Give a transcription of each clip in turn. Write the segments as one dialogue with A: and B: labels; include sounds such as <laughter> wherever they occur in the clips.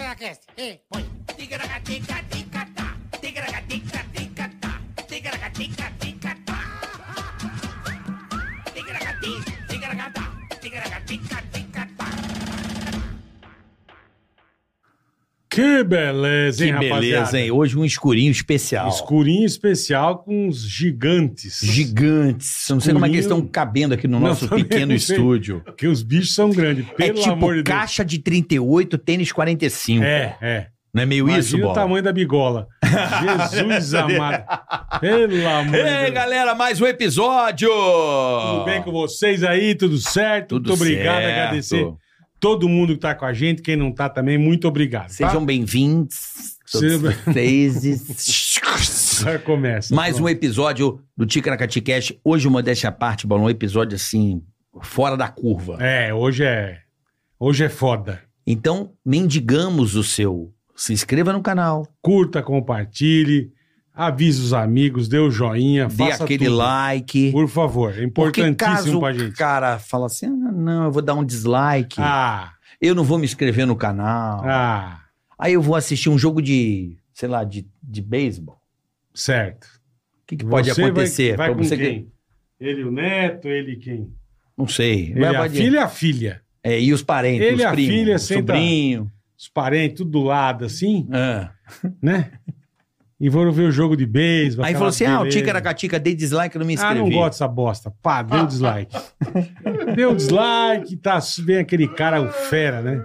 A: Tigracast, e põe. Tigracatica, ticatá. Tigracatica, ticatá. Tigracatica, ticatá. Tigracati, tigracatá. Tigracatica, ticatá.
B: Que beleza, hein,
C: Que beleza,
B: rapaziada?
C: hein? Hoje um escurinho especial.
B: Escurinho especial com os gigantes.
C: Gigantes. Eu Não sei como é que eles
B: Escurinho.
C: estão cabendo aqui no nosso
B: <laughs> também
C: pequeno
B: não sei.
C: estúdio.
B: Porque os bichos são grandes, pelo
C: é tipo
B: amor de Deus.
C: caixa de 38, tênis 45.
B: É, é.
C: Não é meio
B: Imagina
C: isso,
B: o
C: bola?
B: tamanho
C: <laughs>
B: da bigola. Jesus amado. Pelo amor de
C: Ei,
B: Deus.
C: galera, mais um episódio!
B: Tudo bem com vocês aí? Tudo certo? muito obrigado.
C: certo.
B: Agradecer todo mundo que tá com a gente. Quem não tá também, muito obrigado. tá?
C: Sejam bem-vindos. todos
B: Sejam-
C: vocês.
B: <laughs> Já começa.
C: mais um
B: Pronto.
C: episódio do Ticaracati Cash. Hoje, o modéstia à parte, Bola, um episódio assim, fora da curva.
B: É, hoje é. Hoje é foda.
C: Então, mendigamos o seu. Se inscreva no canal,
B: Curta, compartilhe, avise os amigos, dê o joinha,
C: dê
B: faça
C: aquele
B: tudo.
C: like.
B: Por favor, é importantíssimo
C: caso
B: pra gente.
C: o cara fala assim, ah, não, eu vou dar um dislike,
B: Ah,
C: eu não vou me inscrever no canal,
B: ah,
C: aí eu vou assistir um jogo de, sei lá, de, de beisebol.
B: certo.
C: O que, que pode
B: Você vai-
C: acontecer?
B: Vai,
C: Pra
B: com
C: você que-
B: quem? Ele, o neto, ele quem?
C: Não é sei.
B: Ele, é
C: Vai-
B: a
C: vai-
B: filha, a filha.
C: É, e os parentes,
B: Ele,
C: os
B: a
C: primos,
B: filha,
C: o
B: senta-
C: sobrinho.
B: Os parentes, tudo do lado, assim,
C: Ah.
B: né? E foram ver o jogo de beisebol.
C: Aí falou assim, ah, o
B: tica
C: Ticaracatica, dei dislike, eu não me
B: Ah,
C: inscrevi.
B: não gosto dessa bosta. Pá, deu um dislike. <laughs> deu um dislike, tá, vem aquele cara, o fera, né?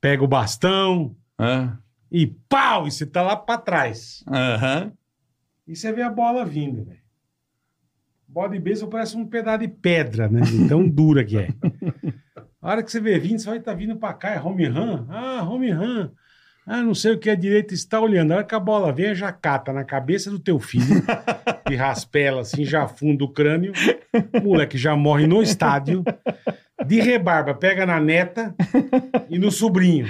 B: Pega o bastão
C: Ah,
B: e pau! E você tá lá pra trás.
C: Aham.
B: E você vê a bola vindo, velho. Bola de beisebol parece um pedaço de pedra, né? De Tão <laughs> dura que é. A hora que você vê vindo, você vai estar vindo pra cá, é home run. Ah, home run. Ah, não sei o que a direita está olhando. A hora que a bola vem, já cata na cabeça do teu
C: <laughs>
B: filho e raspela assim, já afunda o crânio. O moleque já morre no estádio. De rebarba, pega na neta e no sobrinho.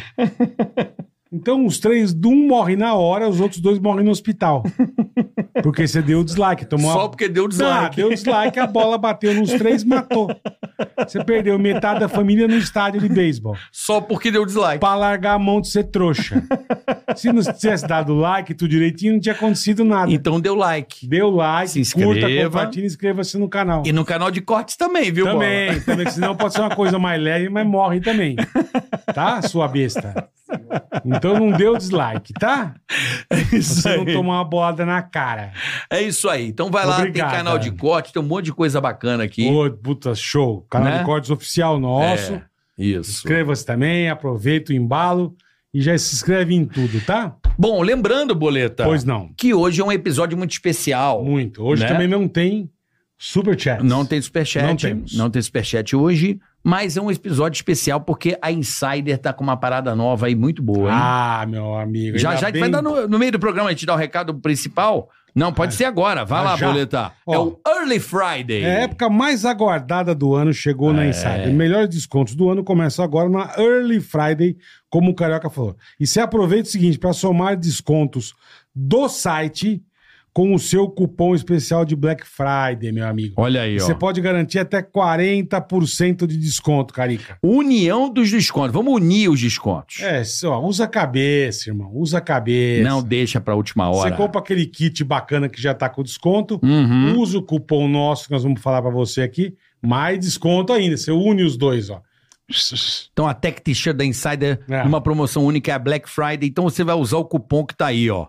B: Então, os três, um morre na hora, os outros dois morrem no hospital. Porque você deu dislike, tomou
C: Só
B: uma
C: porque deu
B: ah,
C: dislike.
B: deu dislike, a bola bateu nos três, matou. Você perdeu metade da família no estádio de beisebol.
C: Só porque deu dislike.
B: Pra largar a mão de ser trouxa. Se não tivesse dado like, tudo direitinho, não tinha acontecido nada.
C: Então deu like.
B: Deu like,
C: Se
B: curta,
C: inscreva.
B: compartilha e inscreva-se no canal.
C: E no canal de cortes também, viu, Bola?
B: Também, também, que senão pode ser uma coisa mais leve, mas morre também. Tá, sua besta? Então não deu dislike, tá?
C: É <laughs> isso
B: Você não
C: aí.
B: tomar uma bolada na cara.
C: É isso aí. Então vai lá,
B: Obrigado,
C: tem canal de
B: cara.
C: corte, tem um monte de coisa bacana aqui.
B: Ô, puta, show. Canal
C: Né?
B: de cortes oficial nosso.
C: É, isso.
B: Inscreva-se também, aproveita o embalo e já se inscreve em tudo, tá?
C: Bom, lembrando, Boleta,
B: Pois não,
C: que hoje é um episódio muito especial.
B: muito. Hoje
C: Né?
B: também não tem super chat.
C: Não tem superchat.
B: Não temos.
C: Não tem superchat hoje, mas é um episódio especial porque a Insider tá com uma parada nova aí muito boa, hein?
B: Ah, meu amigo.
C: já
B: ainda
C: já a gente vai
B: bem-
C: dar no, no meio do programa, a gente dá o recado principal. Não, pode ser agora. Vai
B: Ah,
C: lá,
B: já?
C: Boleta. é
B: Ó.
C: o Early Friday.
B: É a época mais aguardada do ano chegou na
C: É.
B: Insider. Melhores descontos do ano começam agora na Early Friday, como o Carioca falou. E você aproveita o seguinte, para somar descontos do site com o seu cupom especial de Black Friday, meu amigo.
C: Olha aí, ó.
B: Você pode garantir até 40% de desconto, Carica.
C: União dos descontos. Vamos unir os descontos.
B: É, só usa a cabeça, irmão. Usa a cabeça.
C: Não deixa pra última
B: Você
C: hora.
B: É, compra aquele kit bacana que já tá com desconto.
C: Uhum.
B: Usa o cupom nosso que nós vamos falar pra você aqui. Mais desconto ainda. Você une os dois, ó.
C: Então a Tech T-shirt da Insider,
B: É.
C: numa promoção única, é a Black Friday. Então você vai usar o cupom que tá aí, ó.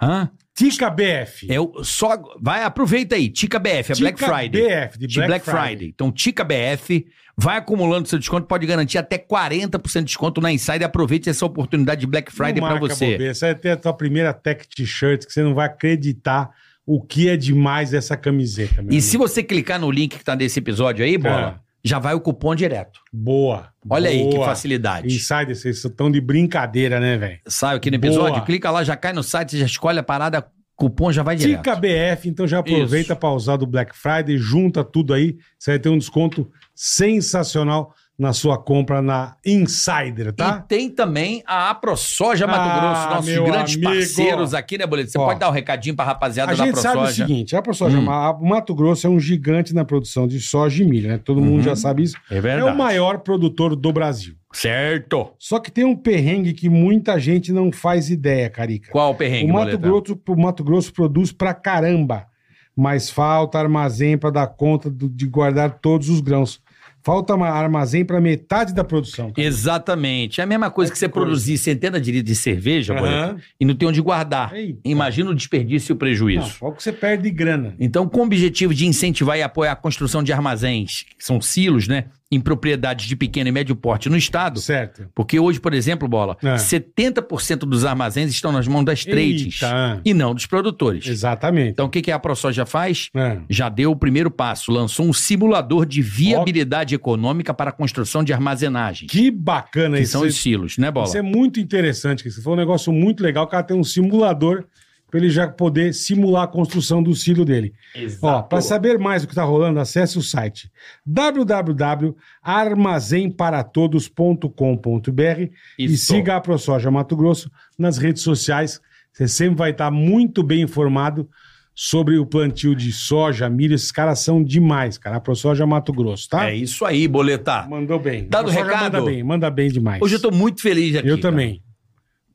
C: Hã?
B: Tica BF.
C: É o só. Vai, aproveita aí. Tica BF, é
B: Tica
C: Black Friday.
B: BF, de
C: De Black, Friday. Então, Tica BF, vai acumulando seu desconto, pode garantir até 40% de desconto na Insider. Aproveite essa oportunidade de Black Friday
B: Não
C: pra
B: marca
C: você.
B: bobeira. Essa é até a tua primeira tech t-shirt que você não vai acreditar o que é demais essa camiseta,
C: E
B: meu amigo.
C: se você clicar no link que tá nesse episódio aí, bola, já vai o cupom direto.
B: Boa.
C: Olha aí que
B: boa.
C: facilidade.
B: Insider, vocês estão de brincadeira, né, velho?
C: Sai aqui no episódio,
B: Boa.
C: clica lá, já cai no site, você já escolhe a parada, cupom já vai direto.
B: Tica BF, então já aproveita para usar do Black Friday, junta tudo aí, você vai ter um desconto sensacional na sua compra na Insider, tá?
C: E tem também a AproSoja Mato
B: Ah,
C: Grosso, nossos
B: meu
C: grandes
B: amigo.
C: parceiros aqui, né, Boleto? Você
B: Ó.
C: pode dar um recadinho pra rapaziada
B: A
C: da
B: gente sabe o
C: AproSoja.
B: seguinte, a pessoa
C: Hum.
B: chama, a Mato Grosso é um gigante na produção de soja e milho, né? Todo mundo
C: Uhum.
B: já sabe isso.
C: É
B: É o maior produtor do Brasil.
C: Certo.
B: Só que tem um perrengue que muita gente não faz ideia, Carica.
C: Qual o perrengue,
B: o Mato
C: Boleta?
B: Grosso, o Mato Grosso produz pra caramba, mas falta armazém pra dar conta do- de guardar todos os grãos. Falta ma- armazém pra metade da produção. cara.
C: Exatamente. É a mesma coisa que você
B: coisa.
C: produzir centenas de litros de cerveja, Boleta,
B: Aham.
C: e não tem onde guardar.
B: Eita.
C: Imagina o desperdício e o
B: Não,
C: prejuízo.
B: Olha o que você perde de grana.
C: Então, com o objetivo de incentivar e apoiar a construção de armazéns, que são silos, né? Em propriedades de pequeno e médio porte no estado.
B: Certo.
C: Porque hoje, por exemplo, Bola,
B: É.
C: 70% dos armazéns estão nas mãos das trades
B: Eita.
C: e não dos produtores.
B: Exatamente.
C: Então, o que, que a ProSoja já faz?
B: É.
C: Já deu o primeiro passo, lançou um simulador de viabilidade econômica para a construção de armazenagem, que,
B: Que bacana isso.
C: são os silos, né, Bola?
B: Isso é muito interessante. Isso foi um negócio muito legal. O cara tem um simulador para ele já poder simular a construção do cílio dele. é-
C: Ah,
B: Ó, para saber mais do que está rolando, acesse o site www.armazenparatodos.com.br e
C: Isso.
B: siga a ProSoja Mato Grosso nas redes sociais. Você sempre vai estar muito bem informado sobre o plantio de soja, milho. Esses caras são demais, cara. A ProSoja Mato Grosso, tá?
C: É isso aí, Boletar.
B: Mandou bem.
C: Dado o
B: ProSoja
C: recado?
B: Manda bem, manda bem demais.
C: Hoje eu tô muito feliz aqui.
B: Eu
C: cara. um
B: também.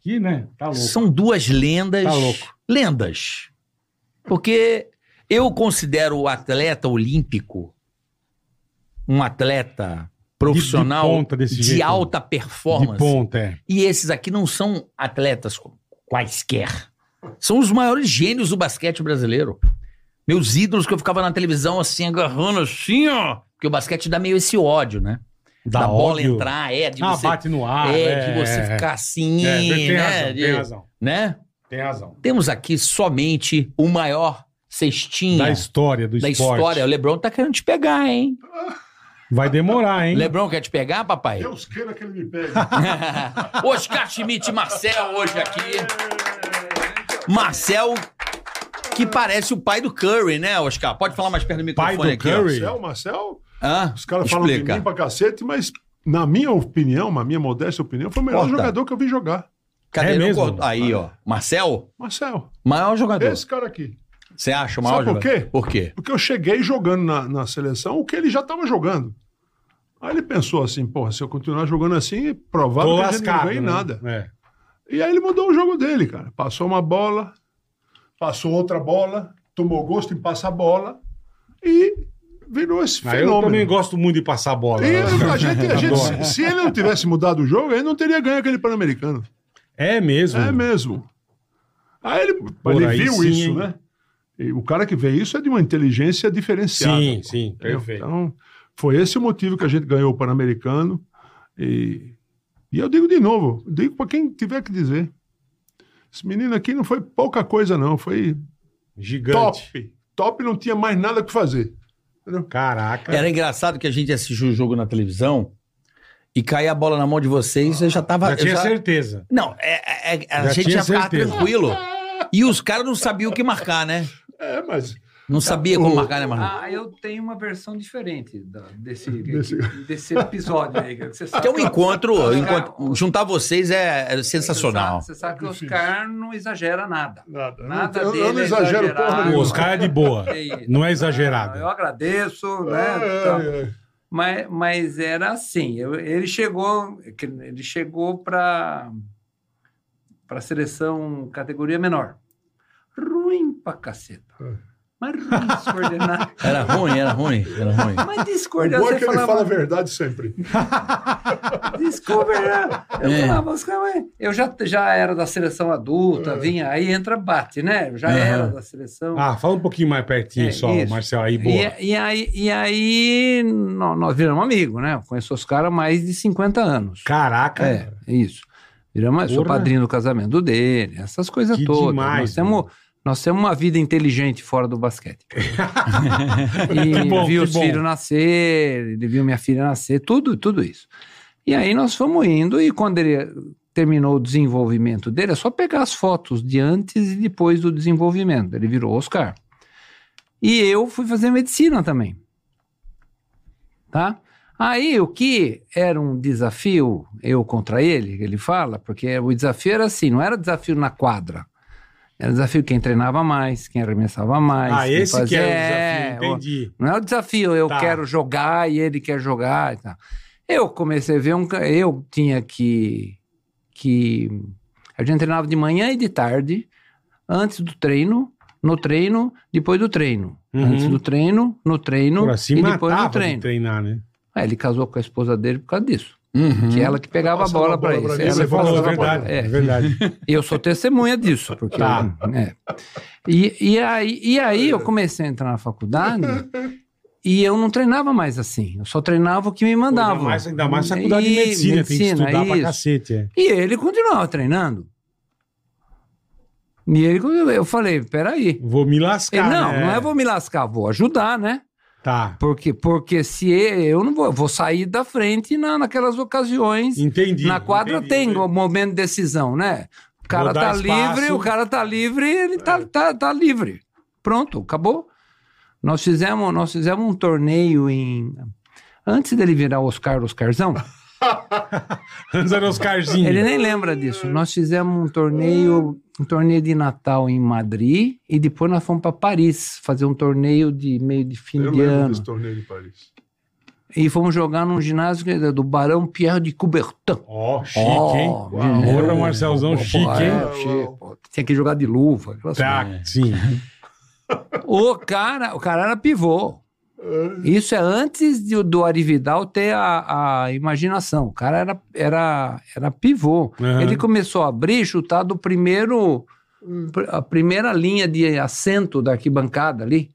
B: Que, né? Tá louco.
C: São duas lendas.
B: Tá louco.
C: Lendas. Porque eu considero o atleta olímpico um atleta profissional
B: De- de ponta desse
C: de
B: jeito.
C: alta
B: De
C: performance.
B: ponta, é.
C: E esses aqui não são atletas quaisquer. São os maiores gênios do basquete brasileiro. Meus ídolos que eu ficava na televisão assim, agarrando assim, ó. Porque o basquete dá meio esse ódio, né? da bola
B: ódio.
C: entrar, é, de
B: ah,
C: você,
B: bate no ar.
C: é, de você ficar assim,
B: É, tem,
C: né?
B: razão,
C: De-
B: tem razão,
C: né?
B: tem razão.
C: Temos aqui somente o maior cestinha
B: Da
C: da,
B: história, do esporte.
C: história. O Lebron tá querendo te pegar, hein?
B: Vai demorar, hein?
C: Lebron quer te pegar, papai?
D: Deus queira que ele me pegue.
C: <laughs> Oscar Schmidt e Marcel hoje aqui. Marcel, que parece o pai do Curry, né, Oscar? Pode falar mais perto do
B: Pai
C: microfone
B: do
C: aqui. ó.
B: Curry?
D: Marcel, Marcel,
C: Hã?
D: os caras falam de
C: Explica.
D: mim pra cacete, mas na minha opinião, na minha modesta opinião, foi o melhor
C: Corta.
D: jogador que eu vi jogar.
C: Cadê
B: É
C: Não
B: mesmo?
C: cortou. Aí, ó. Marcel,
D: Marcel,
C: maior jogador.
B: É?
D: esse cara aqui.
C: Você acha o maior
D: Sabe por
C: jogador?
D: quê?
C: Por quê?
D: Porque eu cheguei jogando na, na seleção o que ele já estava jogando. Aí ele pensou assim, porra, se eu continuar jogando assim, é provável
B: Tô
D: que a gente não
B: lascado,
D: ganhe
B: né?
D: nada.
B: É.
D: E aí ele mudou o jogo dele, cara. Passou uma bola, passou outra bola, tomou gosto em passar bola e virou esse
B: Ah, eu também
D: fenômeno.
B: gosto muito de passar bola. né?
D: E a gente, a gente-
B: Adoro.
D: se, se ele não tivesse mudado o jogo, ele não teria ganho aquele Pan-Americano.
B: É mesmo.
D: É mesmo. Aí ele,
B: Por
D: ele
B: aí
D: viu
B: sim,
D: isso,
B: hein?
D: né? E o cara que vê isso é de uma inteligência diferenciada.
B: Sim, sim,
D: Entendeu?
B: perfeito.
D: Então, foi esse o motivo que a gente ganhou o Pan-Americano. E, e eu digo de novo, digo para quem tiver que dizer. Esse menino aqui não foi pouca coisa, não. Foi
B: Gigante.
D: top. Top não tinha mais nada que fazer.
B: Caraca.
C: Era engraçado que a gente assistiu o jogo na televisão e caía a bola na mão de vocês e eu já tava.
B: Já
C: eu
B: tinha
C: já-
B: certeza.
C: Não, é- é- é- a
B: Já
C: gente
B: tinha
C: já ficava
B: certeza.
C: tranquilo. E os caras não sabiam o que marcar, né?
D: É, mas.
C: Não sabia como
D: O-
C: marcar, né, Marlon?
E: Ah, eu tenho uma versão diferente da-
D: <laughs>
E: desse,
D: Desse-
E: desse episódio aí. cara, que Você sabe
C: Que é um
E: que-
C: encontro,
E: Oscar-
C: encontro- juntar vocês é, é sensacional.
E: Você sabe, você sabe que o Oscar não exagera nada.
D: Nada. né?
E: Nada
D: eu, eu
E: dele
D: não
E: é
D: exagero
E: exagerado.
D: porra
B: O
D: nenhuma.
B: Oscar é de boa.
E: E-
B: Não é exagerado.
E: Eu agradeço, né? tal.
D: É, é, é.
E: Mas, mas era assim. eu- ele chegou, ele chegou para para seleção categoria menor. Ruim pra caceta.
D: É.
E: Mas ruim,
D: <laughs>
E: descoordenado.
C: Era ruim, era ruim, era ruim.
E: Mas
D: O
E: discordar,
D: bom é
E: você
D: que ele fala a
E: falava,
D: verdade sempre.
E: Desculpa, eu
C: É.
E: falava, os caras, "Ué, eu já, já era da seleção adulta, vinha, aí entra, bate, né? Eu já
C: Aham.
E: era da seleção.
B: É. Ah, fala um pouquinho mais pertinho
E: É,
B: só,
E: isso.
B: Marcel. Aí, boa.
E: e, é- e aí, e aí nó- nós viramos amigos, né? Eu Conheço os caras há mais de 50 anos.
B: Caraca.
E: É, isso. Viramos, sou
B: Porra.
E: padrinho do casamento dele, essas coisas
B: Que
E: todas.
B: demais,
E: nós, temos, nós temos uma vida inteligente fora
B: <laughs>
E: do basquete.
B: Que
E: e
B: bom,
E: viu
B: que
E: os
B: bom.
E: filhos nascer, ele viu minha filha nascer, tudo, tudo isso. E aí nós fomos indo, e quando ele terminou o desenvolvimento dele, é só pegar as fotos de antes e depois do desenvolvimento. Ele virou Oscar. E eu fui fazer medicina também. Tá? Aí o que era um desafio, eu contra ele, ele fala, porque o desafio era assim, não era desafio na quadra. Era desafio quem treinava mais, quem arremessava mais.
B: Ah,
E: quem
B: esse que
E: fazia-
B: é o desafio.
E: é,
B: Entendi.
E: não é o desafio, eu
B: Tá.
E: quero jogar e ele quer jogar e tal. Eu comecei a ver um. ca- Eu tinha que. que a gente treinava de manhã e de tarde, antes do treino, no treino, depois do treino.
B: Uhum.
E: Antes do treino, no treino
B: Por assim
E: e depois
B: matava
E: no
B: de
E: treino.
B: treinar, né?
E: Ah, ele casou com a esposa dele por causa disso.
B: Uhum.
C: Uhum.
E: Que
C: é
E: ela que pegava a
D: Passava
E: bola para isso.
D: pra mim,
E: Ela
D: você
E: que
D: falou,
E: passava a bola.
B: verdade,
E: É.
B: é verdade.
E: E eu sou testemunha disso, porque.
B: Tá.
E: é. E, e, aí, e aí eu comecei a entrar
B: <laughs>
E: na faculdade e eu não treinava mais assim. Eu só treinava o que me mandavam.
B: Ainda mais, ainda mais faculdade de
E: E-
B: medicina, tem que estudar pra
E: isso.
B: cacete. É.
E: E ele continuava treinando. E ele, continuava- eu falei, peraí.
B: Vou me lascar.
E: Ele, não,
B: né?
E: não é vou me lascar, vou ajudar, né?
B: Tá,
E: Porque, porque se e- eu não vou, eu vou sair da frente na, naquelas ocasiões.
B: entendi.
E: na quadra
B: entendi,
E: tem
B: <laughs> entendi.
E: o momento de decisão, né? O cara
B: Vou
E: tá
B: dar espaço. É.
E: livre, o cara tá livre, ele tá, tá, tá livre. Pronto, acabou. Nós fizemos, nós fizemos um torneio em. Antes dele virar
B: <laughs>
E: Oscar Oscarzão,
B: Antes era Oscarzinho.
E: ele nem lembra disso. Nós fizemos um torneio, um torneio de Natal em Madrid e depois nós fomos para Paris fazer um torneio de meio de fim
D: Eu
E: de
D: lembro
E: ano.
D: desse torneio de Paris.
E: E fomos jogar num ginásio que é do Barão Pierre de Coubertin.
B: Ó, chique,
E: Ó,
B: hein?
E: dinheiro.
B: Porra, Marcelzão,
E: Pô,
B: chique,
E: é,
B: hein?
E: chique, pô. Tinha que jogar de luva. aquelas
B: Tá,
E: <laughs>
B: sim.
E: O cara, o cara era pivô. Isso é antes de- do Arividal ter a, a imaginação. O cara era, era, era pivô.
B: Aham.
E: Ele começou a abrir, chutar do primeiro. pr- A primeira linha de assento da arquibancada ali.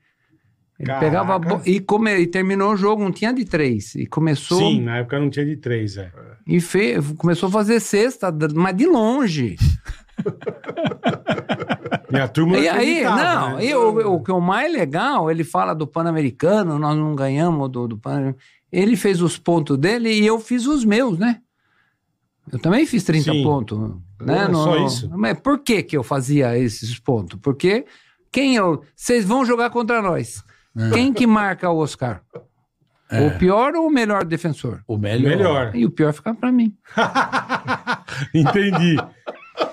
E: Ele
B: Caraca.
E: pegava a bo- e, come- e terminou o jogo, não tinha de três. E começou.
B: Sim, na época não tinha de três, é.
E: E fe- começou a fazer cesta, d- mas de longe.
B: E a turma
E: E aí,
B: acreditava,
E: não,
B: né?
E: e o, o que é o mais legal, ele fala do Pan-Americano, nós não ganhamos do, do pan Ele fez os pontos dele e eu fiz os meus, né? Eu também fiz 30
B: Sim.
E: pontos. Né?
B: É,
E: No-
B: só
E: no-
B: isso.
E: Mas por que, que eu fazia esses pontos? Porque quem eu. Vocês vão jogar contra nós. Quem que marca o Oscar? O pior ou o melhor defensor?
C: O melhor.
B: Melhor.
E: <laughs> E o pior ficava pra mim.
B: Entendi.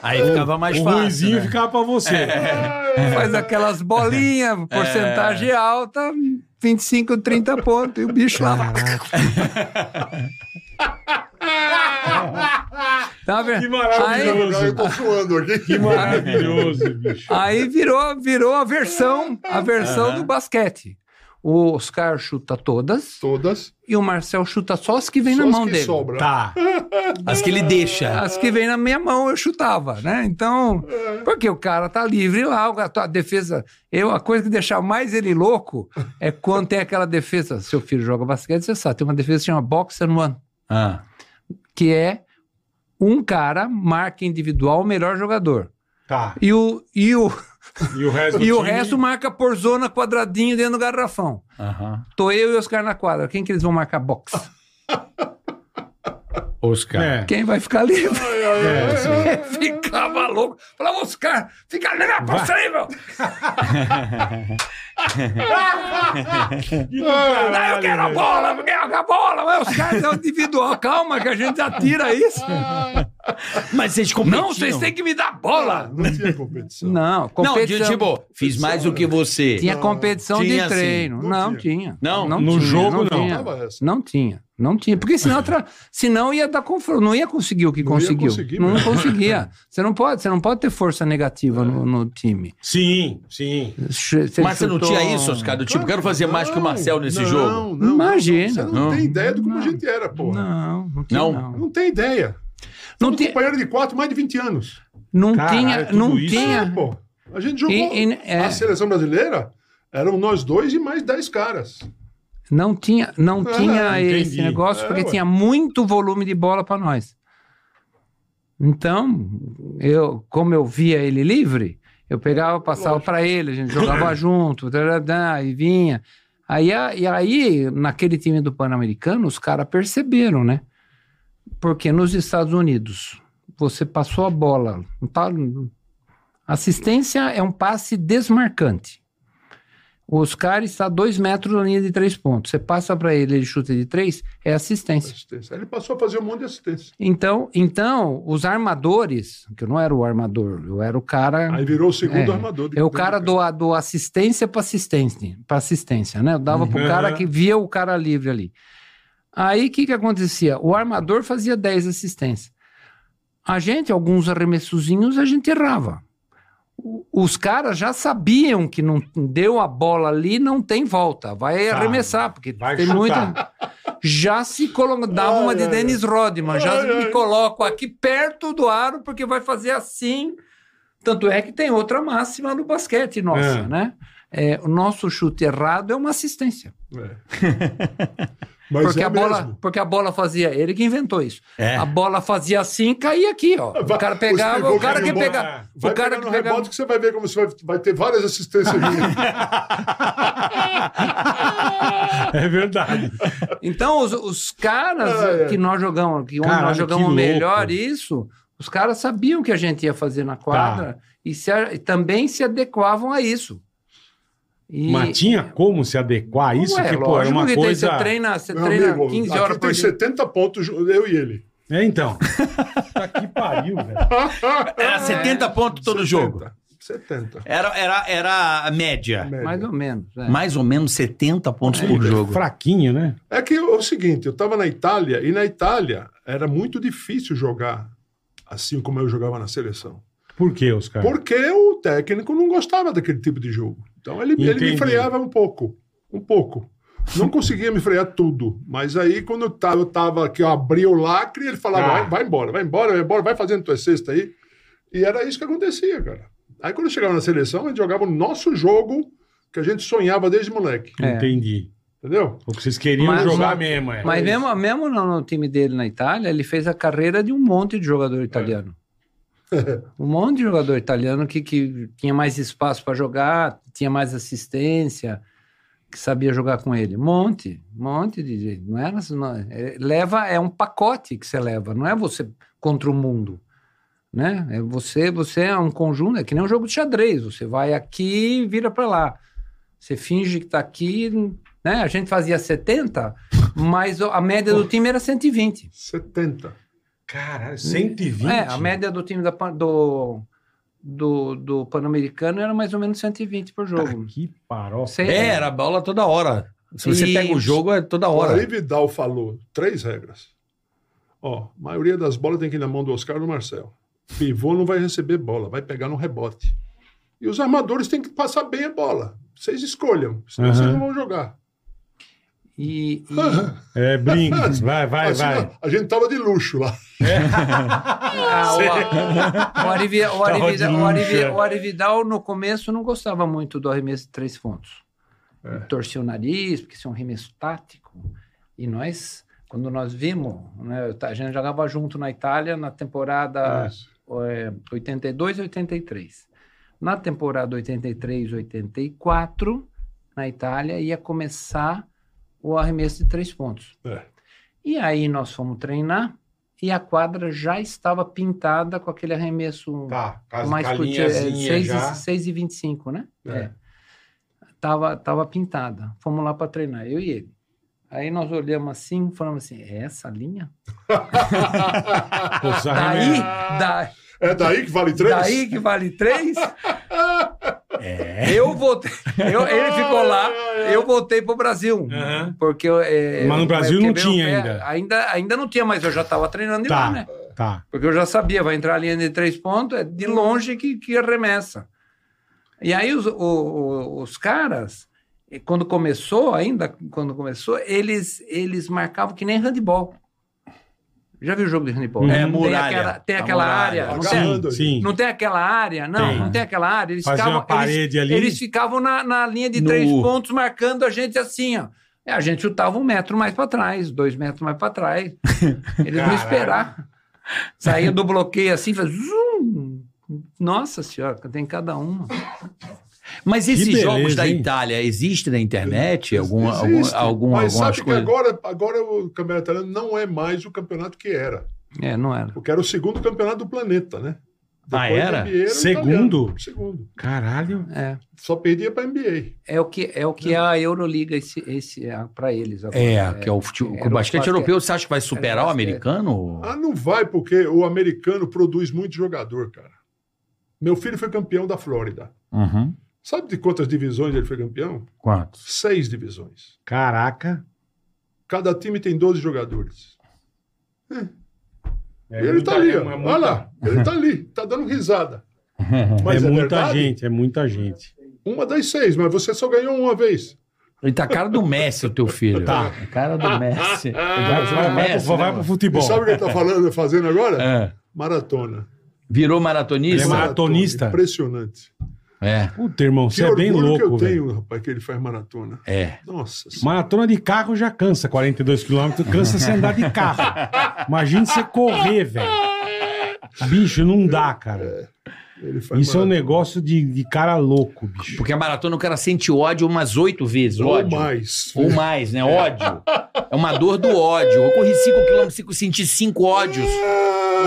C: Aí ficava mais
B: o
C: fácil.
B: Luizinho
C: né?
B: ficava pra você.
E: É.
B: Ah,
E: Faz aquelas bolinhas, porcentagem alta, 25, 30 pontos. E o bicho lá. tá vendo?
B: Que maravilhoso.
E: Aí,
D: Agora eu tô suando aqui.
B: Que maravilhoso, bicho.
E: aí virou, virou a versão, a versão do basquete. O Oscar chuta todas
D: Todas.
E: e o Marcel chuta só as que vem
D: só
E: na
D: as
E: mão
D: que
E: dele.
D: sobram.
B: Tá.
C: As que ele deixa.
E: As que vem na minha mão eu chutava, né? Então, porque o cara tá livre lá, o cara- a defesa. Eu, a coisa que deixa mais ele louco é quando tem aquela defesa. Seu filho joga basquete, você sabe, tem uma defesa que chama box and one,
C: Ah.
E: que é um cara marca individual o melhor jogador.
B: Tá.
E: E o, e o,
B: E o resto do
E: e o
B: time?
E: resto marca por zona quadradinho dentro do garrafão.
C: Aham.
E: Tô eu e os caras na quadra. Quem que eles vão marcar box?
C: Oscar.
B: É.
E: Quem vai ficar livre?
B: É, sim.
E: <laughs> Ficava louco. Falava, Oscar, fica livre, é possível.
B: Que do caralho,
E: Ah, eu quero a
B: velho.
E: bola, eu quero a bola. Mas os caras são individual. Calma, que a gente já tira isso.
C: Mas vocês competiam.
E: Não, vocês têm que me dar bola.
D: Não tinha competição.
E: Não,
C: Não, de,
E: competição.
C: tipo, fiz mais do que você.
E: tinha competição
C: Tinha,
E: de
C: sim.
E: treino.
D: Não
E: Não,
D: tinha.
E: tinha.
C: Não,
B: no
E: tinha,
B: jogo, não.
E: Tinha.
D: Tava essa.
E: Não tinha. Não tinha, porque senão, outra- senão ia dar confronto, não ia conseguir o que
D: Não ia
E: conseguiu.
D: conseguir né?
E: não
D: mesmo.
E: conseguia.
D: <laughs>
E: Você não pode, você não pode ter força negativa no, no time.
B: Sim, sim.
E: Ch-
C: Mas você não
E: chutou-
C: tinha isso, Oscar? Do tipo, quero fazer mais que o Marcel nesse
D: não,
C: jogo.
D: Não, não,
E: Imagina.
D: Você não,
C: Não.
D: tem ideia do como a
E: Não.
D: gente era, pô. Não,
E: Não, não tinha.
C: Não?
E: Não,
D: tem ideia.
E: não,
D: Um
E: tinha-
D: companheiro de quatro, mais de 20 anos.
E: não
B: Caralho,
E: tinha,
B: tudo
E: não
B: isso.
E: tinha.
D: É, pô. A gente jogou.
E: E- e- é.
D: A seleção brasileira eram nós dois e mais 10 caras.
E: Não tinha, não
D: Ah,
E: tinha esse
B: entendi.
E: negócio,
D: É,
E: porque
D: ué.
E: tinha muito volume de bola para nós. Então, eu, como eu via ele livre, eu pegava, passava para ele, a
D: <coughs>
E: gente jogava junto, tarará, e vinha. Aí, a- e aí, naquele time do Pan-Americano, os caras perceberam, né? Porque nos Estados Unidos, você passou a bola. não tá- assistência é um passe desmarcante. O Oscar está a dois metros da linha de três pontos. Você passa para ele, ele chuta de três, é assistência.
D: Assistência. Aí Ele passou a fazer um monte de assistência.
E: Então, então os armadores, que eu não era o armador, eu era o cara.
D: Aí virou o segundo
E: É.
D: armador. de-
E: É o cara do, do assistência para assistência, para assistência, né? Eu né? dava pro
B: Uhum.
E: cara que via o cara livre ali. Aí o que, que acontecia? O armador fazia 10 assistências. A gente, alguns arremessozinhos, a gente errava. O- Os caras já sabiam que não deu a bola ali, não tem volta. Vai
B: Tá,
E: arremessar, porque
B: vai
E: tem
B: chutar.
E: muita. Já se colo... dava uma de
D: Ai, ai,
E: Dennis Rodman, já
D: Ai,
E: me
D: ai.
E: coloco aqui perto do aro, porque vai fazer assim. Tanto é que tem outra máxima no basquete, nossa,
B: É.
E: né? É, o nosso chute errado é uma assistência.
D: É.
E: <laughs>
D: Mas
E: Porque,
D: é
E: a bola,
D: mesmo.
E: porque a bola fazia, ele que inventou isso.
C: É.
E: A bola fazia assim, caía aqui, ó. O
D: Vai-
E: cara pegava,
D: pegou
E: o cara
D: caiu
E: que
D: embora.
B: Ah.
E: pegava,
D: Vai
E: o
D: pegar
E: cara que
D: no
E: pegava.
D: rebote que você vai ver como você vai, vai ter várias
E: <laughs>
D: assistências. ali.
E: <laughs>
B: É verdade.
E: Então os, os caras
D: É, é.
E: que nós jogamos, que onde
B: Caralho,
E: nós jogamos
B: que
E: melhor
B: louco.
E: isso, os caras sabiam o que a gente ia fazer na quadra e, se a- e também se adequavam a isso. E
B: Mas tinha como se adequar a isso?
E: Ué,
B: que, pô, é
E: lógico
B: uma
E: que tem,
B: coisa...
E: você treina, você
D: Meu
E: treina
D: amigo,
E: 15
D: aqui
E: horas
D: tem
E: por dia.
D: 70 pontos, eu e ele.
B: É, então. Tá que pariu, velho.
C: Era 70 pontos todo
D: 70.
C: jogo.
D: 70.
C: Era, era, era a média.
D: média.
E: Mais ou menos. é.
C: Mais ou menos 70 pontos por jogo.
B: Fraquinho, né?
D: É que é o seguinte, eu estava na Itália e na Itália era muito difícil jogar assim como eu jogava na seleção.
B: Por que, os caras?
D: Porque o técnico não gostava daquele tipo de jogo. Então ele, ele
B: Entendi.
D: me freava um pouco, um pouco. Não conseguia me frear tudo, mas aí quando eu tava, eu tava aqui, eu abria o lacre, ele falava,
B: Ah.
D: vai, vai embora, vai embora, vai embora, vai fazendo tua cesta aí. E era isso que acontecia, cara. Aí quando eu chegava na seleção, a gente jogava o nosso jogo que a gente sonhava desde moleque,
E: É.
B: Entendi.
D: entendeu?
B: O que vocês queriam
E: Mas-
B: jogar
E: mas-
B: mesmo, é.
E: Mas mesmo, mesmo no, no time dele na Itália, ele fez a carreira de um monte de jogador italiano. um monte de jogador italiano que, que tinha mais espaço para jogar, tinha mais assistência, que sabia jogar com ele. Um monte, um monte de gente. Não era, assim, não, é, leva, é um pacote que você leva, não é você contra o mundo. Né? É você, você é um conjunto, é que nem um jogo de xadrez. Você vai aqui e vira para lá. Você finge que tá aqui, né? A gente fazia 70, mas a média do time era 120.
D: 70.
B: Caralho, 120.
E: É, a média do time da Pan- do, do, do Pan-Americano era mais ou menos 120 por jogo.
B: Que parola.
E: Cem-
C: É, era a bola toda hora. Se você
E: E-
C: pega o jogo, é toda
D: Olha,
C: hora.
D: Aí Vidal falou três regras. Ó, a maioria das bolas tem que ir na mão do Oscar ou do Marcel. Pivô não vai receber bola, vai pegar no rebote. E os armadores têm que passar bem a bola. Vocês escolham, senão
B: Aham.
D: vocês não vão jogar.
E: E,
C: <laughs>
E: e-
B: É, brinca.
E: <laughs>
B: Vai, vai,
D: Assim,
B: vai.
D: a- A gente tava de luxo lá.
E: Ah, o, o, Arivi- o,
C: Tá
B: Tava
E: Arivi-
B: de
E: o Arivi-
B: luxo, é.
E: o Arividal, no começo, não gostava muito do arremesso de três pontos.
C: É.
E: Torcia o nariz, porque isso é um arremesso tático. E nós, quando nós vimos, né, a gente jogava junto na Itália na temporada é, 82 e 83. Na temporada 83 84, na Itália, ia começar o arremesso de três pontos.
D: É.
E: E aí nós fomos treinar e a quadra já estava pintada com aquele arremesso
B: Tá, com as
E: mais curtinho,
B: galinhazinhas já.
E: 6 e 25, né?
D: É.
E: É. Tava, tava pintada. Fomos lá para treinar, eu e ele. Aí nós olhamos assim, falamos assim, é essa a linha?
B: Pô, os
E: Daí,
B: arremes-
E: daí,
D: É daí que vale três?
E: Daí que vale três. Eu voltei. eu- ele ficou lá, eu voltei pro Brasil.
B: Aham.
E: Porque eu, é,
B: Mas no
E: eu
B: Brasil não
E: quebrei o
B: tinha
E: pé.
B: ainda.
E: ainda. Ainda não tinha, mas eu já tava treinando de
B: Tá.
E: lá, né?
B: Tá.
E: Porque eu já sabia, vai entrar a linha de três pontos, é de longe que, que arremessa. E aí os, o- o- os caras, eh, quando começou, ainda quando começou, eles, eles marcavam que nem handball. Já viu o jogo de handball?
B: É,
E: Tem
C: muralha.
E: aquela- Tem
C: A
E: aquela,
C: muralha.
E: área. Não tem,
D: Agarrando
B: Sim,
D: ali.
B: sim.
E: não tem aquela área, não,
B: Tem.
E: não tem aquela área. Eles
B: Fazia
E: ficavam,
B: uma parede
E: eles,
B: ali.
E: eles ficavam na, na linha de
C: No-
E: três pontos, marcando a gente assim, ó. É, A gente chutava um metro mais para trás, dois metros mais para
B: <laughs>
E: trás. Eles não
B: Caralho.
E: esperavam. Saía do bloqueio assim, fazia zoom. Nossa senhora, tem cada uma.
C: Mas esses
B: beleza,
C: jogos da
B: hein?
C: Itália existem na internet? Algum,
D: Existe.
C: algum, algum, algumas
D: Mas sabe que
C: coisas?
D: agora, agora o campeonato italiano não é mais o campeonato que era.
E: É, não era.
D: Porque era o segundo campeonato do planeta, né?
C: Ah,
D: Depois
C: era?
D: da NBA, o
B: Segundo?
D: italiano. Segundo.
B: Caralho.
E: É,
D: Só perdia pra NBA.
E: é o que é o que é a Euroliga esse esse para eles agora.
C: É, que é o, fute-
E: era
C: o basquete europeu, você acha que vai
E: era
C: superar
E: o
C: o
E: basquete.
C: americano?
D: Ah, não vai, porque o americano produz muito jogador, cara. Meu filho foi campeão da Flórida.
C: Uhum.
D: Sabe de quantas divisões ele foi campeão?
C: Quantos?
D: Seis divisões.
B: Caraca.
D: Cada time tem 12 jogadores.
B: É
D: e ele
B: muita-
D: tá ali,
B: é
D: ó.
B: mu- é
D: olha
B: muita-
D: lá. Ele tá ali, tá dando
B: <laughs>
D: risada. Mas
B: é, muita
D: é, verdade?
B: gente, é muita gente.
D: Uma das seis, mas você só ganhou uma vez.
C: Ele tá a cara do Messi, o teu filho.
B: Tá.
C: A cara do
B: <laughs>
C: Messi. Ele
B: Vai,
C: tá
B: vai,
C: virando
B: vai pro-
C: Messi,
B: vai
C: né,
B: pro
C: mano?
D: E
B: futebol.
D: sabe o que ele tá falando, fazendo agora?
C: É.
D: Maratona.
C: Virou maratonista?
B: É maratonista?
D: Impressionante.
C: É,
B: Puta, irmão,
D: Que
B: você é bem
D: orgulho que eu
B: louco, velho.
D: tenho, rapaz, que ele faz maratona.
C: é.
D: Nossa senhora.
B: Maratona de carro já cansa, 42 quilômetros cansa você andar de carro. Imagina você correr, velho. Bicho, não dá, cara.
D: Ele faz
B: Isso é um
D: maratona.
B: negócio de, de cara louco, bicho.
C: Porque a maratona o cara sente ódio umas oito vezes.
D: Ou
C: ódio.
D: mais.
C: Ou mais, né? Ódio. É uma dor do ódio. Eu corri 5 km, senti 5 ódios.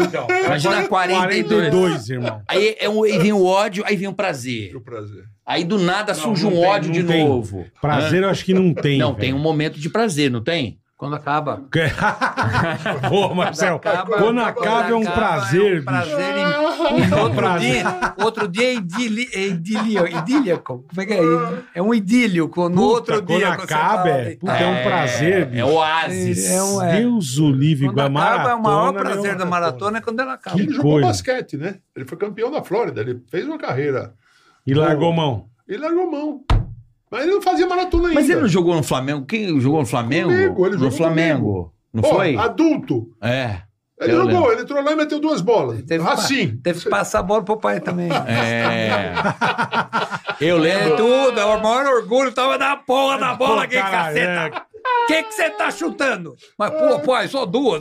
B: Então,
C: Imagina 42.
B: 42, irmão.
C: Aí, é um, aí vem o ódio, aí vem o prazer.
D: O um prazer.
C: Aí do nada
B: Não,
C: surge
B: não
C: um
B: tem,
C: ódio de
B: não tem.
C: novo.
B: Prazer eu acho que não tem.
C: não,
B: velho.
C: tem um momento de prazer, não tem?
E: Quando acaba.
B: <laughs> Boa, Marcelo. Quando acaba é um prazer, bicho.
E: prazer em- em outro
B: Prazer.
E: dia- Outro dia é idili- é idilio- idíliaco. Como é que é? É um idílio. Quando no outro
B: Puta,
E: dia.
B: Quando acaba, é, puta, é, um prazer,
C: É
B: bicho.
C: oásis.
E: É um- é.
B: Deus o livre,
E: Quando
B: igual a
E: acaba, é o maior
B: maratona, meu,
E: prazer da maratona é quando ela acaba.
D: Ele
B: né, Que
D: jogou
B: coisa.
D: basquete, né? Ele foi campeão da Flórida. Ele fez uma carreira.
B: E largou mão.
D: Ele largou mão. Mas ele não fazia maratona ainda.
C: Mas ele não jogou no Flamengo? Quem jogou no Flamengo?
D: Comigo, ele
C: no
D: jogou
C: Flamengo. Não
D: Pô,
C: foi?
D: Adulto.
C: É.
D: Ele
C: Eu
D: jogou.
C: lembro.
D: Ele entrou lá e meteu duas bolas.
E: Teve que pa-
D: Assim.
E: Teve que passar a bola pro
B: <laughs>
E: pai também.
C: É. Eu
E: É
C: lembro.
E: tudo, é o maior orgulho, tava na porra da bola
B: Pô,
E: aqui,
B: caralho,
E: caceta.
B: é.
E: O que você tá chutando? Mas, pô, pai, só duas.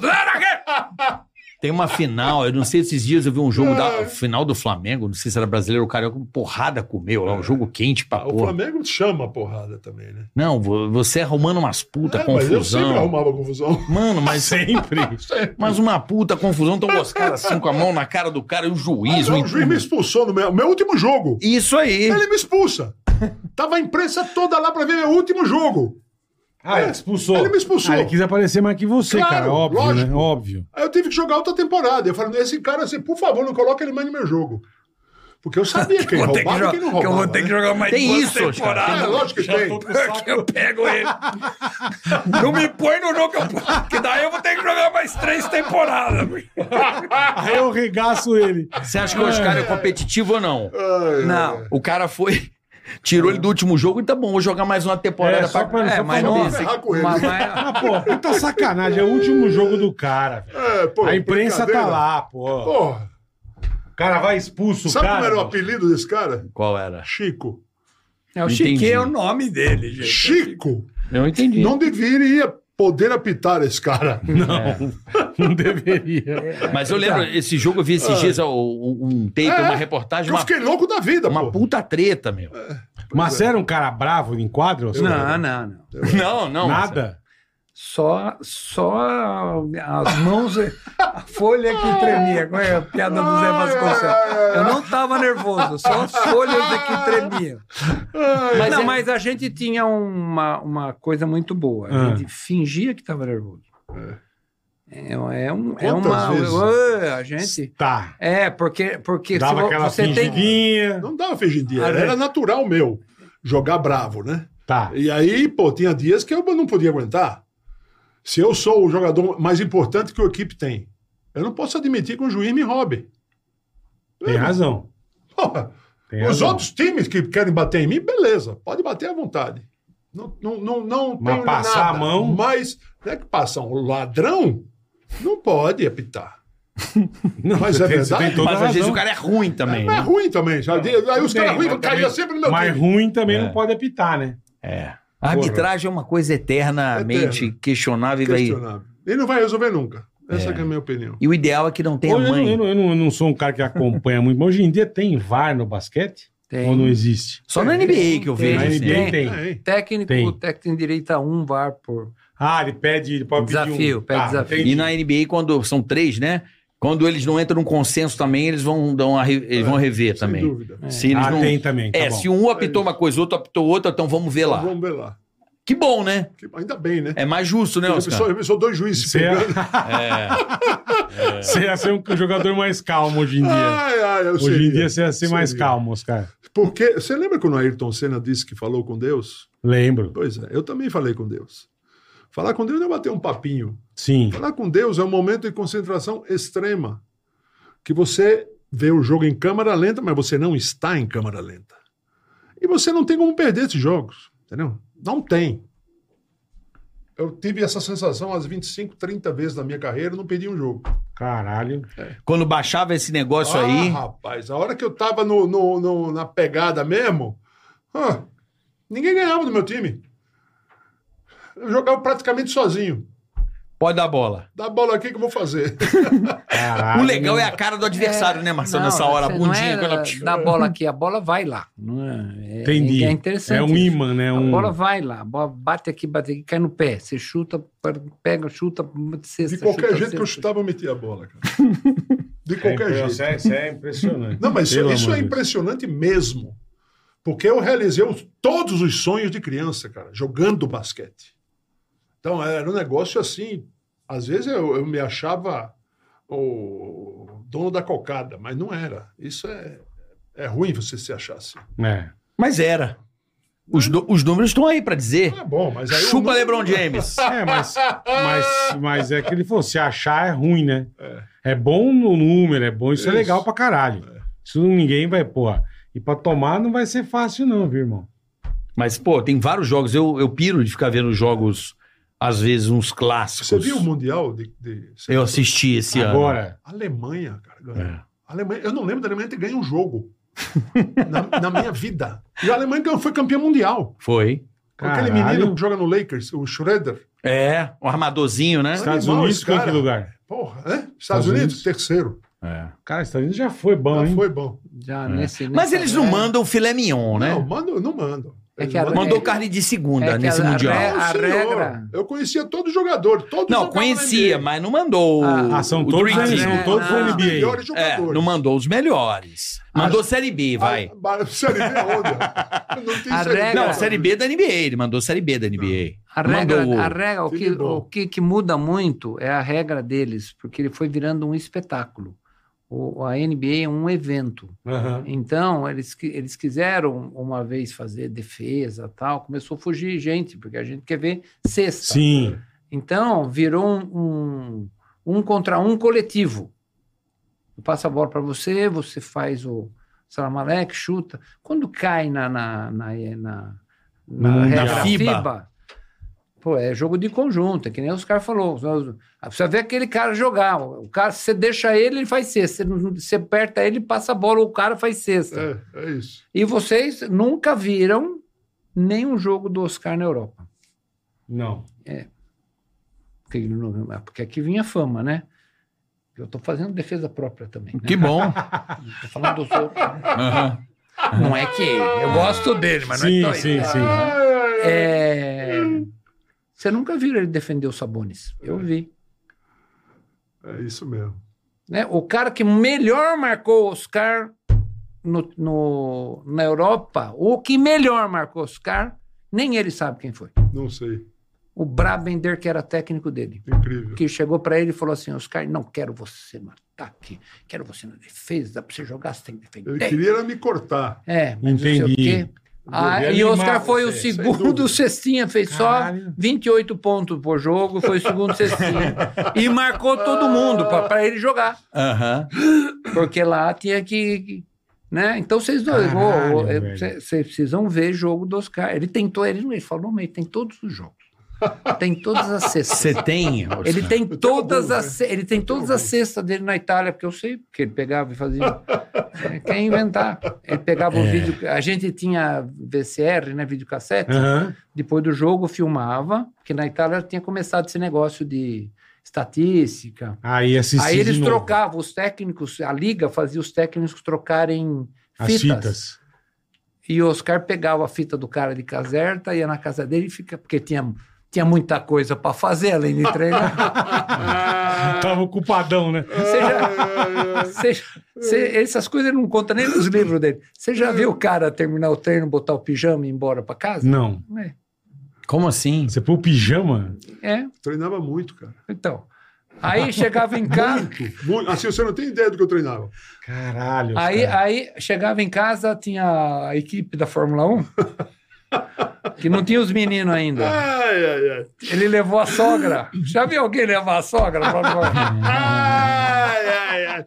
C: Tem uma final, eu não sei esses dias eu vi um jogo
D: <laughs>
C: da final do Flamengo, não sei se era brasileiro ou carioca, porrada comeu lá, um jogo quente pra
D: Ah, O
C: porra.
D: Flamengo chama a porrada também, né?
C: Não, vo- você arrumando umas puta
D: É, mas eu sempre
C: confusão.
D: arrumava confusão.
C: Mano, mas,
B: é, Sempre.
C: mas uma puta confusão, então os caras assim com a mão na cara do cara e o juiz.
D: Não,
C: o-
D: o um juiz me expulsou no meu, meu último jogo.
C: Isso aí.
D: é Ele me expulsa. Tava a imprensa toda lá pra ver meu último jogo.
B: Ah, ele expulsou.
D: Ele me expulsou.
B: Ah, ele quis aparecer mais que você,
D: Claro,
B: cara. Óbvio,
D: lógico.
B: né? Óbvio.
D: Aí eu tive que jogar outra temporada. Eu falei, esse cara, assim, por favor, não coloca ele mais no meu jogo. Porque eu sabia quem roubava e quem não roubava. né?
E: jogar mais
C: Tem isso, Oscar.
D: É, lógico que tem.
E: <laughs> que eu pego ele. Não me põe no jogo, que daí eu vou ter que jogar mais três temporadas.
B: Aí eu regaço ele.
C: Você acha que o Oscar é competitivo ou não?
D: Ai,
E: Não,
C: O cara foi, tirou ele do último jogo e tá bom, vou jogar mais uma temporada
B: É, só pra-
E: é,
B: só
E: mas
B: pra
E: não.
B: não
D: ferrar com ele.
E: Mas, mas-
B: Ah, pô, puta sacanagem. É o último jogo do cara, velho.
D: É, pô,
B: A imprensa tá
D: brincadeira.
B: lá, pô.
D: Porra,
B: O cara vai expulso, o
D: sabe
B: cara.
D: como era o apelido desse cara?
C: Qual era?
D: Chico.
E: é, o
C: Entendi.
E: Chiquinho é o nome dele, gente.
D: Chico
C: Eu não entendi.
D: não deveria poder apitar esse cara.
B: Não <laughs> deveria.
E: É,
C: Mas
E: tá.
C: eu lembro, esse jogo eu vi esses dias, ó, um um tape,
D: Tá. Ah. É,
C: uma
D: Que
C: reportagem,
D: eu
C: uma,
D: fiquei louco da vida,
C: uma
D: pô.
C: puta treta, meu.
B: Mas você era um cara bravo em quadro? Oscar?
E: Não, não, não.
C: Não, não.
B: Nada?
E: Só, só as mãos, a folha que tremia. Qual é a piada do Zé Vasconcelos? Eu não estava nervoso, só as folhas é que tremiam. Mas, não, mas a gente tinha uma, uma coisa muito boa. A
B: Ah.
E: gente fingia que estava nervoso. É, é, um, é
D: Quantas
E: uma.
D: vezes?
E: Ué, a gente.
B: Tá.
E: É, porque, porque
B: Dava
E: vo-
B: aquela
E: você tem.
B: fingidinha.
D: Não dava fingidinha. Era,
E: Ah,
D: era natural meu jogar bravo, né?
B: Tá.
D: E aí, pô, tinha dias que eu não podia aguentar. Se eu sou o jogador mais importante que a equipe tem, eu não posso admitir que o juiz me roube.
B: Tem razão.
D: Porra,
B: Tem
D: os
B: razão.
D: outros times que querem bater em mim, beleza, pode bater à vontade. Não, não, não, não
B: Mas
D: tenho
B: passar
D: nada.
B: a mão?
D: Mas não é que passar um ladrão, não pode apitar.
B: Não,
D: Mas
B: você
D: é
B: tem- você
D: verdade.
B: tem toda
C: Mas às vezes
B: razão.
C: o cara é ruim também.
D: Mas é
C: né?
D: ruim também, sabe? aí
B: Tudo
D: os caras
B: bem,
D: ruins
B: mas
D: caíam
B: também-
D: sempre no meu
B: Mas
D: time.
B: ruim também
C: É.
B: não pode apitar, né?
C: É. A arbitragem é uma coisa eternamente
D: Eterna.
C: questionável. e vai-
D: Questionável. Ele não vai resolver nunca. Essa que é a minha opinião.
C: E o ideal é que não tenha
B: Hoje eu não-
C: mãe.
B: Eu, não, eu não- eu não sou um cara que acompanha muito, mas hoje em dia tem VAR no basquete?
E: Tem.
B: Ou não existe?
C: Só na NBA que eu
E: Tem,
C: vejo.
B: na
C: assim.
B: NBA tem.
D: É, hein?
E: Técnico,
B: Tem.
E: o técnico tem direito a um VAR por.
B: Ah, ele pede, ele pode pedir
E: Desafio,
B: um...
E: pede
B: Ah,
E: desafio.
B: entendi.
C: E é- na NBA, quando são três, né? Quando eles não entram num consenso também, eles vão, dar uma re- eles vão rever
D: Sem
C: também. É.
D: dúvida.
C: Se eles
B: Ah,
C: não...
B: tem também, tá
C: é,
B: bom.
C: se um apitou uma coisa, outro apitou outra, então vamos ver lá.
D: Vamos ver lá.
C: Que bom, né?
D: Que- Ainda bem, né?
C: É mais justo, né,
D: Eu
C: Oscar? É.
D: sou, eu sou dois
C: <laughs>
D: juízes
B: Você ia, <laughs>
D: pegando.
B: você ia ser um jogador mais calmo hoje em dia.
D: Ai, ai, Ah, eu
B: hoje
D: seria.
B: em dia você ia ser mais
D: Seria.
B: calmo, Oscar.
D: Porque você lembra quando o Ayrton Senna disse que falou com Deus?
B: Lembro.
D: Pois é, eu também falei com Deus. Falar com Deus não é bater um papinho.
B: Sim.
D: Falar com Deus é um momento de concentração extrema. Que você vê o jogo em câmera lenta, mas você não está em câmera lenta. E você não tem como perder esses jogos, entendeu? Não tem. Eu tive essa sensação às 25, 30 vezes na minha carreira, eu não perdi um jogo.
B: Caralho.
C: Quando baixava esse negócio aí.
D: Ah, rapaz, a hora que eu tava no, no- no- na pegada mesmo, ah, ninguém ganhava do meu time. Eu jogava praticamente sozinho.
C: Pode dar bola.
D: Dá a bola aqui que eu vou fazer.
B: Caralho.
C: o legal é a cara do adversário, né, Marcelo? nessa hora, a
E: você não
C: bundinha.
E: é
C: quando ela-
E: Da bola aqui, a bola vai lá. Não é, é-
B: Entendi.
E: É interessante.
B: É um imã, né?
E: A
B: Um...
E: bola vai lá, a bola bate aqui, bate aqui, cai no pé. Você chuta, pa- pega, chuta, cesta,
D: De qualquer
E: chuta,
D: jeito que eu
E: cesta.
D: chutava, eu metia a bola, cara. De qualquer
B: é,
D: jeito.
B: isso é- isso é impressionante.
D: Não, mas isso,
B: Pelo
D: isso
B: amor
D: é
B: de Deus.
D: impressionante mesmo. Porque eu realizei os- todos os sonhos de criança, cara, jogando basquete. Então era um negócio assim. Às vezes eu, eu me achava o dono da cocada, mas não era. Isso é, é ruim você se achar assim.
B: É.
C: Mas era. Os, nu- os números estão aí pra dizer.
D: Não é bom, mas aí. eu
C: Chupa
D: não-
C: LeBron James.
B: É, mas, mas, mas é que ele falou, se achar é ruim, né? É, bom no número, é bom, isso, é
D: Isso.
B: legal pra caralho. Isso ninguém vai, porra. E pra tomar não vai ser fácil não, viu, irmão?
C: Mas, pô, tem vários jogos. Eu, eu piro de ficar vendo jogos, às vezes, uns clássicos.
D: <laughs> Você viu o Mundial de. de-
C: Eu assisti esse ano.
B: Agora,
D: Alemanha, cara, ganhou.
C: É.
D: A Alemanha, eu não lembro da Alemanha ter ganho um jogo <laughs> na, na minha vida. E a Alemanha ganhou- foi campeã mundial.
C: Foi.
D: Com aquele
B: Caralho.
D: menino é um que joga no Lakers, o Schroeder.
C: É, um armadorzinho, né?
B: Estados
D: animal
B: Unidos
D: esse
B: foi em que
D: cara.
B: lugar?
D: Porra, né? Estados,
B: Estados
D: Unidos,
B: Unidos.
D: terceiro.
C: É.
B: Cara, Estados Unidos já foi bom,
D: Ah,
B: hein?
D: foi bom.
B: É.
E: Já nesse,
C: Mas
E: nessa
C: eles não
E: ré-
C: mandam filé mignon, né?
D: Não, mando, não mando.
E: É
D: Eles
E: que a-
D: mandam-
C: Mandou
E: É. é-
C: carne de segunda
E: é que
C: nesse
E: a- a
C: mundial.
E: ré-
D: Não, senhor.
E: regra-
D: Eu conhecia todo jogador, todos
C: Não,
D: jogavam
C: conhecia,
D: na NBA.
C: mas não mandou.
E: Ah,
B: Ah, são
C: o
B: todos,
C: Dream
E: ali,
C: Team.
E: né?
B: são todos
E: Ah.
B: NBA.
D: melhores
C: É,
D: jogadores.
C: não mandou os melhores. Mandou Série B, vai.
D: Ah, é, ba- <laughs> série B
C: <laughs>
D: onde? Não tem
E: A
D: série B.
E: regra-
C: não, Série B é da NBA. Ele mandou Série B da NBA.
E: A regra,
C: Mandou o-
E: a regra o, que,
D: Time bom.
E: o que, que muda muito é a regra deles, porque ele foi virando um espetáculo. O, a NBA é um evento.
B: Aham.
E: Então, eles, qui- eles quiseram uma vez fazer defesa tal, começou a fugir gente, porque a gente quer ver cesta.
B: Sim.
E: Então, virou um, um, um contra um coletivo. Eu passo a bola para você, você faz o salamalec, chuta. Quando cai na, na, na, na, na
B: Na
E: regra
C: FIBA.
E: FIBA, pô, é jogo de conjunto, é que nem os caras falaram. Precisa ver aquele cara jogar. O cara, se você deixa ele, ele faz cesta. Você não- Você aperta ele, passa a bola, o cara faz cesta.
D: É, é isso.
E: E vocês nunca viram nenhum jogo do Oscar na Europa
B: Não.
E: porque, ele não- é porque aqui vinha fama, né? Eu estou fazendo defesa própria também. Né?
C: Que bom.
E: Tô falando dos outros. né?
C: Aham.
E: Não é que eu gosto dele, mas
B: Sim,
E: não é tão-
B: sim, sim.
D: né?
E: É, Você nunca viu ele defender o Sabonis? Eu vi.
D: É isso mesmo.
E: Né? O cara que melhor marcou o Oscar no, no- na Europa, o que melhor marcou o Oscar, nem ele sabe quem foi.
D: Não sei.
E: O Brabender, que era técnico dele.
D: Incrível.
E: que chegou para ele e falou assim: Oscar, não quero você no ataque, quero você na defesa, para você jogar, você tem que
D: Ele
E: defender.
D: queria era me cortar.
C: <laughs>
E: É, mas não sei o
B: Entendi.
E: quê. Ah,
B: Devia
E: e o
B: limar
E: Oscar foi o
B: você, sem
E: segundo,
D: dúvida.
E: o Cestinha fez
B: Caralho.
E: só 28 pontos por jogo, foi o segundo Cestinha. e marcou todo mundo para ele jogar,
C: Aham.
E: porque lá tinha que. que- Né? Então vocês dois,
B: Caralho,
E: ô, ô, é,
B: velho.
E: cê- cês precisam ver jogo do Oscar. Ele tentou, ele, ele falou, mas ele tem todos os jogos. Tem todas as cestas.
C: Você tem. Oscar?
E: Ele tem
D: tenho
E: todas
D: alguns,
E: as ce- ele tem todas
D: alguns.
E: as cestas dele na Itália, porque eu sei porque ele pegava e fazia. É, Quer inventar? Ele pegava
B: É.
E: o vídeo. A gente tinha VCR, né, videocassete.
B: Aham.
E: Depois do jogo filmava, porque na Itália tinha começado esse negócio de estatística.
B: Aí assisti
E: Aí
B: de
E: eles
B: novo.
E: trocavam os técnicos, a liga fazia os técnicos trocarem
B: As
E: fitas.
B: fitas.
E: E o Oscar pegava a fita do cara de caserta, ia na casa dele e fica porque tinha tinha muita coisa para fazer além de
B: <laughs>
E: treinar.
B: Tava ocupadão, né?
E: Você já- Cê- cê- essas coisas ele não conta nem nos livros dele. Você já viu o cara terminar o treino, botar o pijama e ir embora pra casa?
B: Não.
E: É.
C: Como assim?
B: Você põe o pijama?
E: É,
D: Treinava muito, cara.
E: então. Aí chegava em casa,
D: Muito. Assim, você não tem ideia do que eu treinava.
B: Caralho.
E: aí,
B: cara.
E: aí chegava em casa, tinha a equipe da Fórmula 1. que não tinha os meninos
C: É.
E: ainda.
D: Ai, ai, ai.
E: Ele levou a sogra. Já viu alguém levar a sogra?
D: Ai, ai, ai.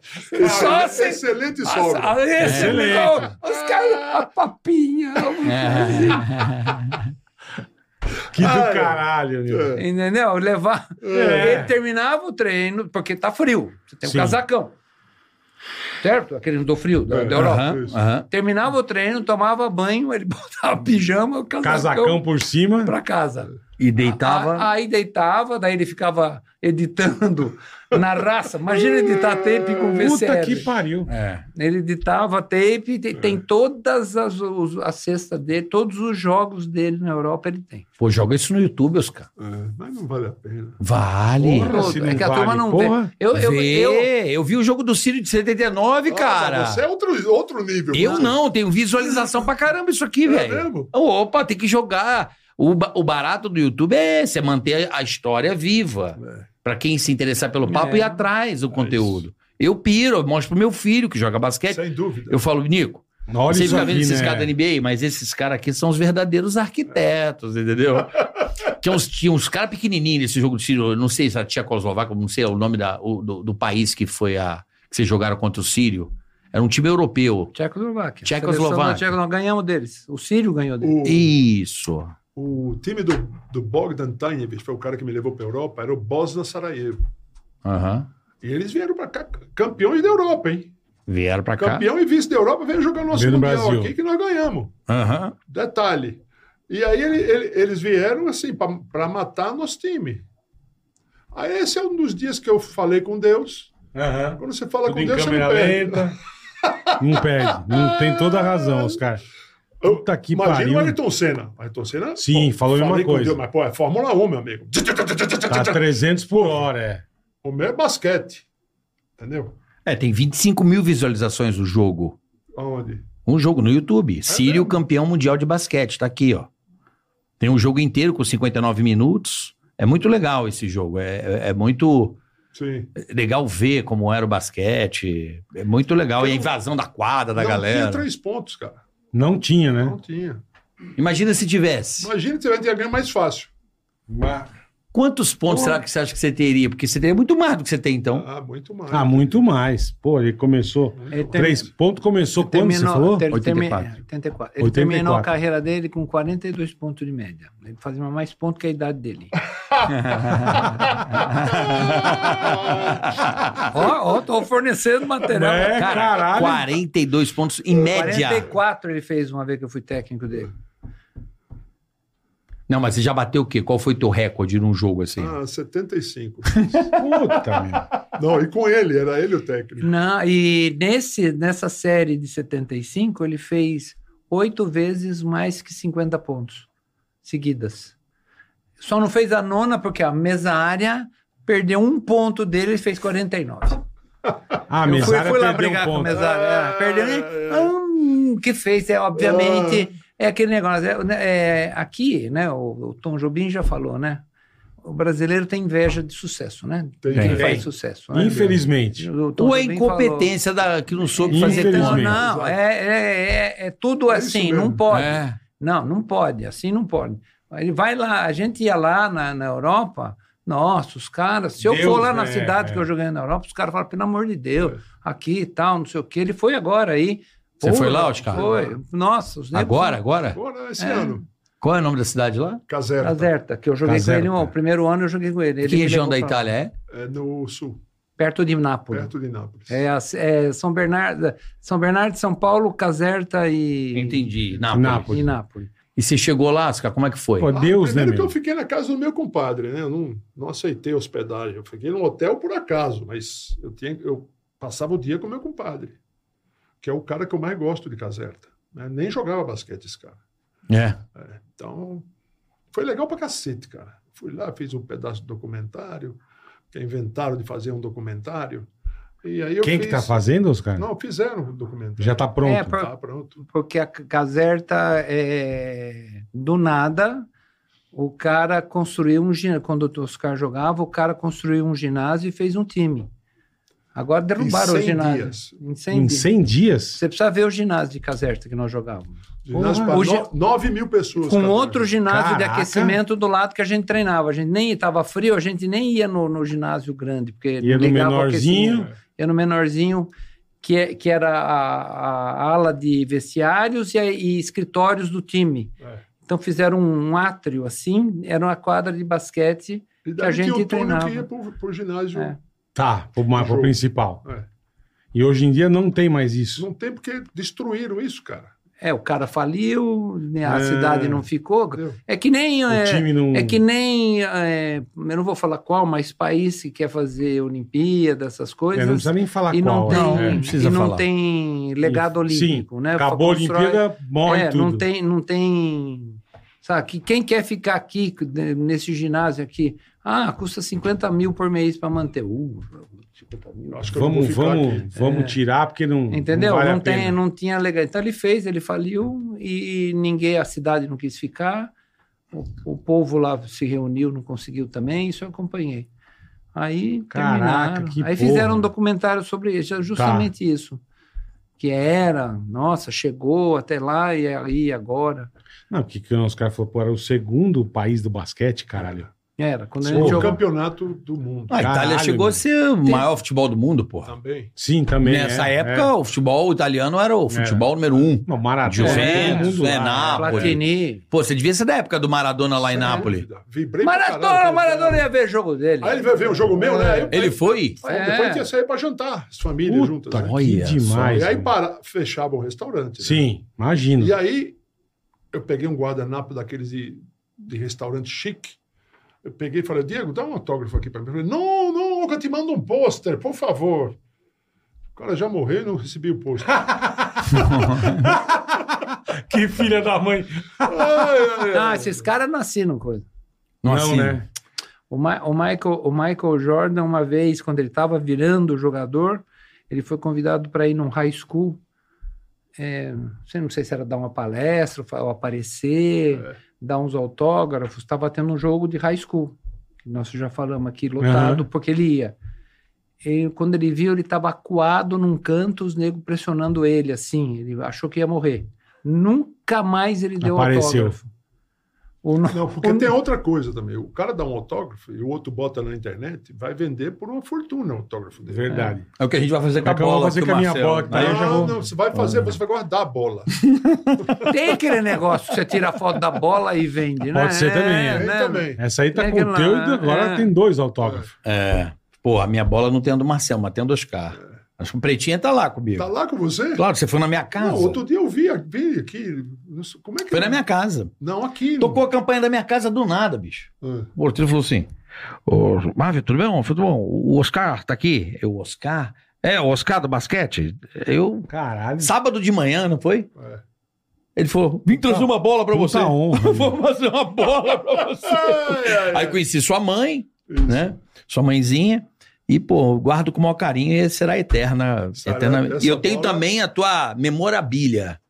E: Só
D: Excelente,
E: se-
D: excelente
E: Nossa,
D: sogra.
E: esse
B: É.
E: legal. Os caras, a papinha. É.
B: Que do
D: Ai.
B: caralho, meu.
D: Ah, É.
E: Entendeu? Levar.
B: É.
E: Ele terminava o treino, porque tá frio. Você tem um
B: Sim.
E: casacão. Certo? Aquele do frio, da, da Europa.
B: Aham.
D: Isso.
C: Aham.
E: Terminava o treino, tomava banho, ele <laughs> botava pijama, o casacão,
B: Casacão por cima.
E: Então, pra casa.
C: E deitava.
E: A- aí deitava, daí ele ficava editando na raça. Imagina editar tape com
B: Puta
E: VCR.
B: que É. pariu.
C: É.
E: Ele editava tape, te- tem todas as os, a cesta dele, todos os jogos dele na Europa ele tem.
C: Pô, joga isso no YouTube, os caras.
D: É, Mas não vale a pena.
C: Vale.
B: Porra, se não
E: é que a turma
B: vale,
E: não
B: porra.
E: vê. Eu, eu,
C: Vê,
E: eu,
C: eu vi o jogo do Ciro de 79, cara.
D: Nossa, você é outro, outro nível.
C: Eu
D: você.
C: não, tenho visualização pra caramba isso aqui,
D: É
C: velho.
D: mesmo?
C: Opa, tem que jogar. O, ba- o barato do YouTube é esse, é manter a história viva. Pra quem se interessar pelo papo,
E: É.
C: ir atrás do conteúdo. Eu piro, eu mostro pro meu filho que joga basquete.
D: É, Sem dúvida.
C: Eu falo, Nico,
B: Olha
C: você
B: isso
C: fica
B: aqui,
C: vendo esses
B: né?
C: caras da NBA, mas esses caras aqui são os verdadeiros arquitetos,
B: <laughs>
C: entendeu? Tinha uns, tinha uns caras pequenininhos nesse jogo de Sírio, eu não sei se a Tchecoslováquia, não sei o nome da- o- do, do país que foi a. que vocês jogaram contra o Sírio. Era um time europeu.
E: Tchecoslováquia.
C: Tchecoslováquia.
E: Seleção da Tcheco- ganhamos deles. O Sírio ganhou deles.
D: O,
C: Isso.
D: o time do, do Bogdan Tanjevic, foi o cara que me levou para a Europa, era o Bosna Sarajevo.
C: Aham.
D: E eles vieram para cá campeões da Europa, hein?
C: Vieram pra cá.
D: Campeão e vice da Europa veio jogar nosso
B: Veio no
D: mundial
B: Brasil.
D: aqui que nós ganhamos.
C: Aham.
D: Detalhe. E aí ele- ele- eles vieram assim para matar nosso time. Aí esse é um dos dias que eu falei com Deus.
B: Aham.
D: Quando você fala
B: Tudo
D: com
B: em
D: Deus, você
B: câmera
D: não perde.
B: lenta. Não perde. Não tem toda a razão, os caras.
D: Eu-
B: Puta que
D: Imagina
B: pariu. Tá
D: o Ayrton Senna. O Ayrton Senna.
B: Sim, falou a mesma
D: falei com
B: coisa.
D: Deus, mas, pô, é Fórmula 1, meu amigo.
B: Tá 300 por hora, é.
D: O meu é basquete. Entendeu?
C: É, tem 25 mil visualizações o jogo.
D: Onde?
C: Um jogo no
B: É
C: YouTube. Sírio,
D: mesmo?
C: campeão mundial de basquete. Tá aqui, ó. Tem um jogo inteiro com 59 minutos. É muito legal esse jogo. É, é- é muito
D: Sim.
C: É legal ver como era o basquete. É muito legal. E a invasão da quadra da
D: não
C: galera.
D: tinha três pontos, cara.
B: Não tinha, né?
D: Não tinha.
C: Imagina se tivesse.
D: Imagina se tivesse ganho mais fácil.
C: Quantos pontos será que você acha que você teria? Porque você teria muito mais do que você tem, então.
D: <laughs> Ah, muito mais.
B: Ah, muito mais. Pô, ele começou.
E: Ele tem-
B: Três pontos começou
E: ele
B: quando você falou?
E: ter- termi- é,
C: 84.
E: 84. Ele
B: 84.
E: terminou a carreira dele com 42 pontos de média. Ele fazia mais pontos que a idade dele.
B: <laughs>
E: Ó, ó, tô fornecendo material.
B: É,
C: Cara,
B: caralho.
C: 42 pontos em média.
E: 44 ele fez uma vez que eu fui técnico dele.
C: Não, mas você já bateu o quê? Qual foi teu recorde num jogo assim?
D: Ah, 75.
B: Puta, meu.
D: não, e com ele, era ele o técnico.
E: Não, e nesse, nessa série de 75, ele fez oito vezes mais que 50 pontos seguidas. Só não fez a nona porque a mesária perdeu um ponto dele e fez 49.
B: Ah, a
E: eu fui,
B: mesária
E: fui
B: perdeu um
E: lá brigar com a
B: ponto.
E: mesária.
D: Ah,
E: é, perdeu,
D: é. Ah.
E: né? Hum, que fez, é, obviamente. É aquele negócio. é, né, é, aqui, né? O, o Tom Jobim já falou, né? O brasileiro tem inveja de sucesso, né?
D: Tem.
E: Quem
B: Tem.
E: faz sucesso. né?
B: Infelizmente.
E: O Tom
C: Ou a
E: Jobim falou-
C: incompetência da, que não soube fazer
E: Não,
C: tanto.
B: Infelizmente.
E: não, é, é, é- é tudo
D: É isso
E: assim,
D: mesmo.
E: não pode.
C: É.
E: Não, não pode, assim não pode. Ele vai lá, a gente ia lá na, na Europa, nossa, os caras, se eu
B: Deus,
E: for lá na
B: é,
E: cidade
B: é.
E: que eu joguei na Europa, os caras falam, pelo amor de Deus, aqui e tal, não sei o quê. Ele foi agora aí.
C: Você
E: Pô,
C: foi lá, Oscar?
E: Foi. Nossa, os negros-
C: Agora, agora?
D: Agora, esse
E: É.
D: ano.
C: Qual é o nome da cidade lá?
D: Caserta.
E: Caserta, que eu joguei
B: Caserta.
E: com ele, o primeiro ano eu joguei com ele. ele
C: que
E: me
C: região
E: levou
C: da
E: pra lá,
C: Itália é?
D: É no sul,
E: Perto de Nápoles.
D: perto de Nápoles.
E: É, a- é São Bernardo, São Bernardo, São Paulo, Caserta e
C: Entendi. Nápoles.
B: Nápoles.
E: e Nápoles.
C: E você chegou lá, Oscar? Como é que foi?
B: Pô, Deus, né,
D: Ah, primeiro que eu
B: meu?
D: fiquei na casa do meu compadre, né? Eu não, não aceitei hospedagem. Eu fiquei num hotel por acaso, mas eu, tinha, eu passava o dia com meu compadre, que é o cara que eu mais gosto de Caserta. né? Nem jogava basquete esse cara.
C: É.
D: Então, foi legal pra cacete, cara. Fui lá, fiz um pedaço de documentário, que inventaram de fazer um documentário. E aí eu
B: Quem que
D: fiz-
B: tá fazendo, os caras?
D: Não, fizeram o documentário.
B: Já tá
E: É,
B: pronto.
E: pra-
D: Tá pronto.
E: Porque a C- Caserta é do nada. O cara construiu um ginásio. Quando o Oscar jogava, o cara construiu um ginásio e fez um time. Agora derrubaram
D: Em
E: o
D: 100
E: ginásio.
D: dias.
E: Em 100
B: Em
E: dias.
B: 100 dias?
E: Você precisa ver o ginásio de Caserta que nós jogávamos.
D: Ginásio para
E: Hoje-
D: no- 9 mil pessoas.
E: Com
D: cara.
E: outro ginásio de
B: Caraca.
E: aquecimento do lado que a gente treinava. A gente nem estava frio, a gente nem ia no, no ginásio grande, porque
B: Ia é no
E: ligava o aquecimento.
B: menorzinho.
E: Ia é no menorzinho, que, é- que era a, a ala de vestiários e, a- e escritórios do time.
D: É.
E: Então fizeram um átrio assim, era uma quadra de basquete.
D: E
E: que a
D: daí tinha
E: gente
D: o túnel
E: treinava.
D: que ia pro, pro ginásio.
E: É.
B: Tá, pro, ma- pro
D: Jogo.
B: principal.
D: É.
B: E hoje em dia não tem mais isso.
D: Não tem porque destruíram isso, cara.
E: É, o cara faliu, né, a
B: É.
E: cidade não ficou.
D: Entendeu?
E: É que nem.
B: O
E: é,
B: time não.
E: É que nem, é, eu não vou falar qual, mas país que quer fazer Olimpíada, essas
B: É,
E: coisas,
B: não precisa nem falar
E: e
B: qual.
E: não tem,
B: né?
C: Não,
B: É.
C: precisa
E: e não
C: falar.
E: tem legado
B: Sim,
E: olímpico, né?
B: Acabou a
E: Constrói-
B: Olimpíada, morre
E: é,
B: tudo.
E: não tem, não tem, sabe? Que quem quer ficar aqui né, nesse ginásio aqui, ah, custa 50 mil por mês para manter, uh, 50 mil.
D: Eu Acho que eu não
B: Vamos,
D: vou ficar
B: vamos,
D: aqui.
B: vamos tirar, porque não.
E: É. Entendeu?
B: Não,
E: Não,
B: vale a
E: tem,
B: pena.
E: não tinha legal. Então ele fez, ele faliu e ninguém, a cidade não quis ficar. O, o povo lá se reuniu, não conseguiu também, isso eu acompanhei. Aí
B: Caraca,
E: terminaram.
B: que
E: Aí fizeram
B: porra. Tá.
E: um documentário sobre isso, é justamente isso. Que era, nossa, chegou até lá e aí agora.
B: Não, que que os caras falaram, pô, era o segundo país do basquete, caralho.
E: Era, quando a
B: Pô,
E: gente
D: O
E: jogou.
D: campeonato do mundo
C: A Itália
B: Caralho,
C: chegou
B: meu.
C: a ser o maior futebol do mundo, porra.
D: também.
B: Sim, também.
C: Nessa
B: é,
C: época,
B: é.
C: o futebol italiano era o futebol número um.
B: Não, Maradona. todo
C: Juventus,
B: mundo
C: é,
B: lá, né?
C: Nápoles.
E: Platini.
C: Pô, você devia ser da época do Maradona lá em
D: Sem
C: Nápoles.
D: dúvida. Vibrei pra
E: Maradona,
D: caralho.
E: Maradona ia ver jogo dele.
D: Aí ele vai ver um jogo meu, né? Aí eu-
C: Ele
B: <laughs>
C: foi?
D: Aí Depois
E: É.
D: tinha que sair pra jantar, as famílias juntas.
B: Puta,
D: né?
B: que
C: Olha só.
B: demais.
D: E aí
B: mano.
D: para, fechava o restaurante. né?
B: Sim, imagino.
D: E aí eu peguei um guardanapo daqueles de, de restaurante chique. Eu peguei e falei, Diego, dá um autógrafo aqui pra mim. Ele falou, não, não, eu te mando um pôster, por favor. O cara já morreu e não recebi o pôster.
B: Que filha da mãe.
D: Ai, ai,
E: Ah,
D: ai.
E: esses caras não assinam coisa.
C: Nossa,
B: não, né?
E: O, Ma- o Michael, o Michael Jordan, uma vez, quando ele estava virando jogador, ele foi convidado para ir num high school. É, sei- não sei se era dar uma palestra, fa- ou aparecer,
D: É.
E: dar uns autógrafos. Estava tendo um jogo de high school, que nós já falamos aqui, lotado,
B: Aham.
E: porque ele ia. E quando ele viu, ele estava acuado num canto, os negros pressionando ele, assim. Ele achou que ia morrer. Nunca mais ele deu
B: Apareceu.
E: autógrafo. O no-
D: Não, porque
E: o-
D: tem outra coisa também. O cara dá um autógrafo e o outro bota na internet, vai vender por uma fortuna o autógrafo dele.
B: Verdade.
C: É o que a gente vai fazer com
B: É
C: a
B: o que eu vou
C: bola.
B: fazer
C: que o
B: com a minha
C: Marcelo- né?
B: bola que tá aí, eu
D: Não,
B: já vou-
D: não, você vai fazer, você vai guardar a bola.
E: Tem aquele negócio que você tira a foto da bola e vende, né?
B: Pode ser também, é.
D: Aí
E: né?
D: também.
B: Essa aí tá
E: É
B: com o
E: aquela-
B: teu e agora
E: é.
B: tem dois autógrafos.
C: É. Pô, a minha bola não tem a do Marcelo, mas tem a do Oscar. Acho que o Pretinha tá lá comigo.
D: Tá lá com você?
C: Claro, você foi na minha casa.
D: Não, outro dia eu vi, vi aqui. não sei- Como é que
C: Foi na minha casa.
D: Não, aqui.
C: Tocou a campanha da minha casa do nada, bicho.
D: Ah,
C: O porteiro falou assim: Ô, Marvin, tudo bem? Tudo bom? O Oscar tá aqui? Eu, Oscar? É, o Oscar do basquete? Eu.
B: Caralho.
C: Sábado de manhã, não foi?
D: é.
C: Ele falou: vim trazer uma bola pra
B: Puta
C: você.
B: <laughs> honra.
C: <laughs> Eu vou fazer uma bola pra você.
D: Ai, ai, ai.
C: Aí conheci sua mãe,
D: Isso.
C: né? Sua mãezinha. E, pô, guardo com o maior carinho e será eterna.
D: Será
C: eternamente.
D: essa
C: E eu tenho
D: bola-
C: também a tua memorabilha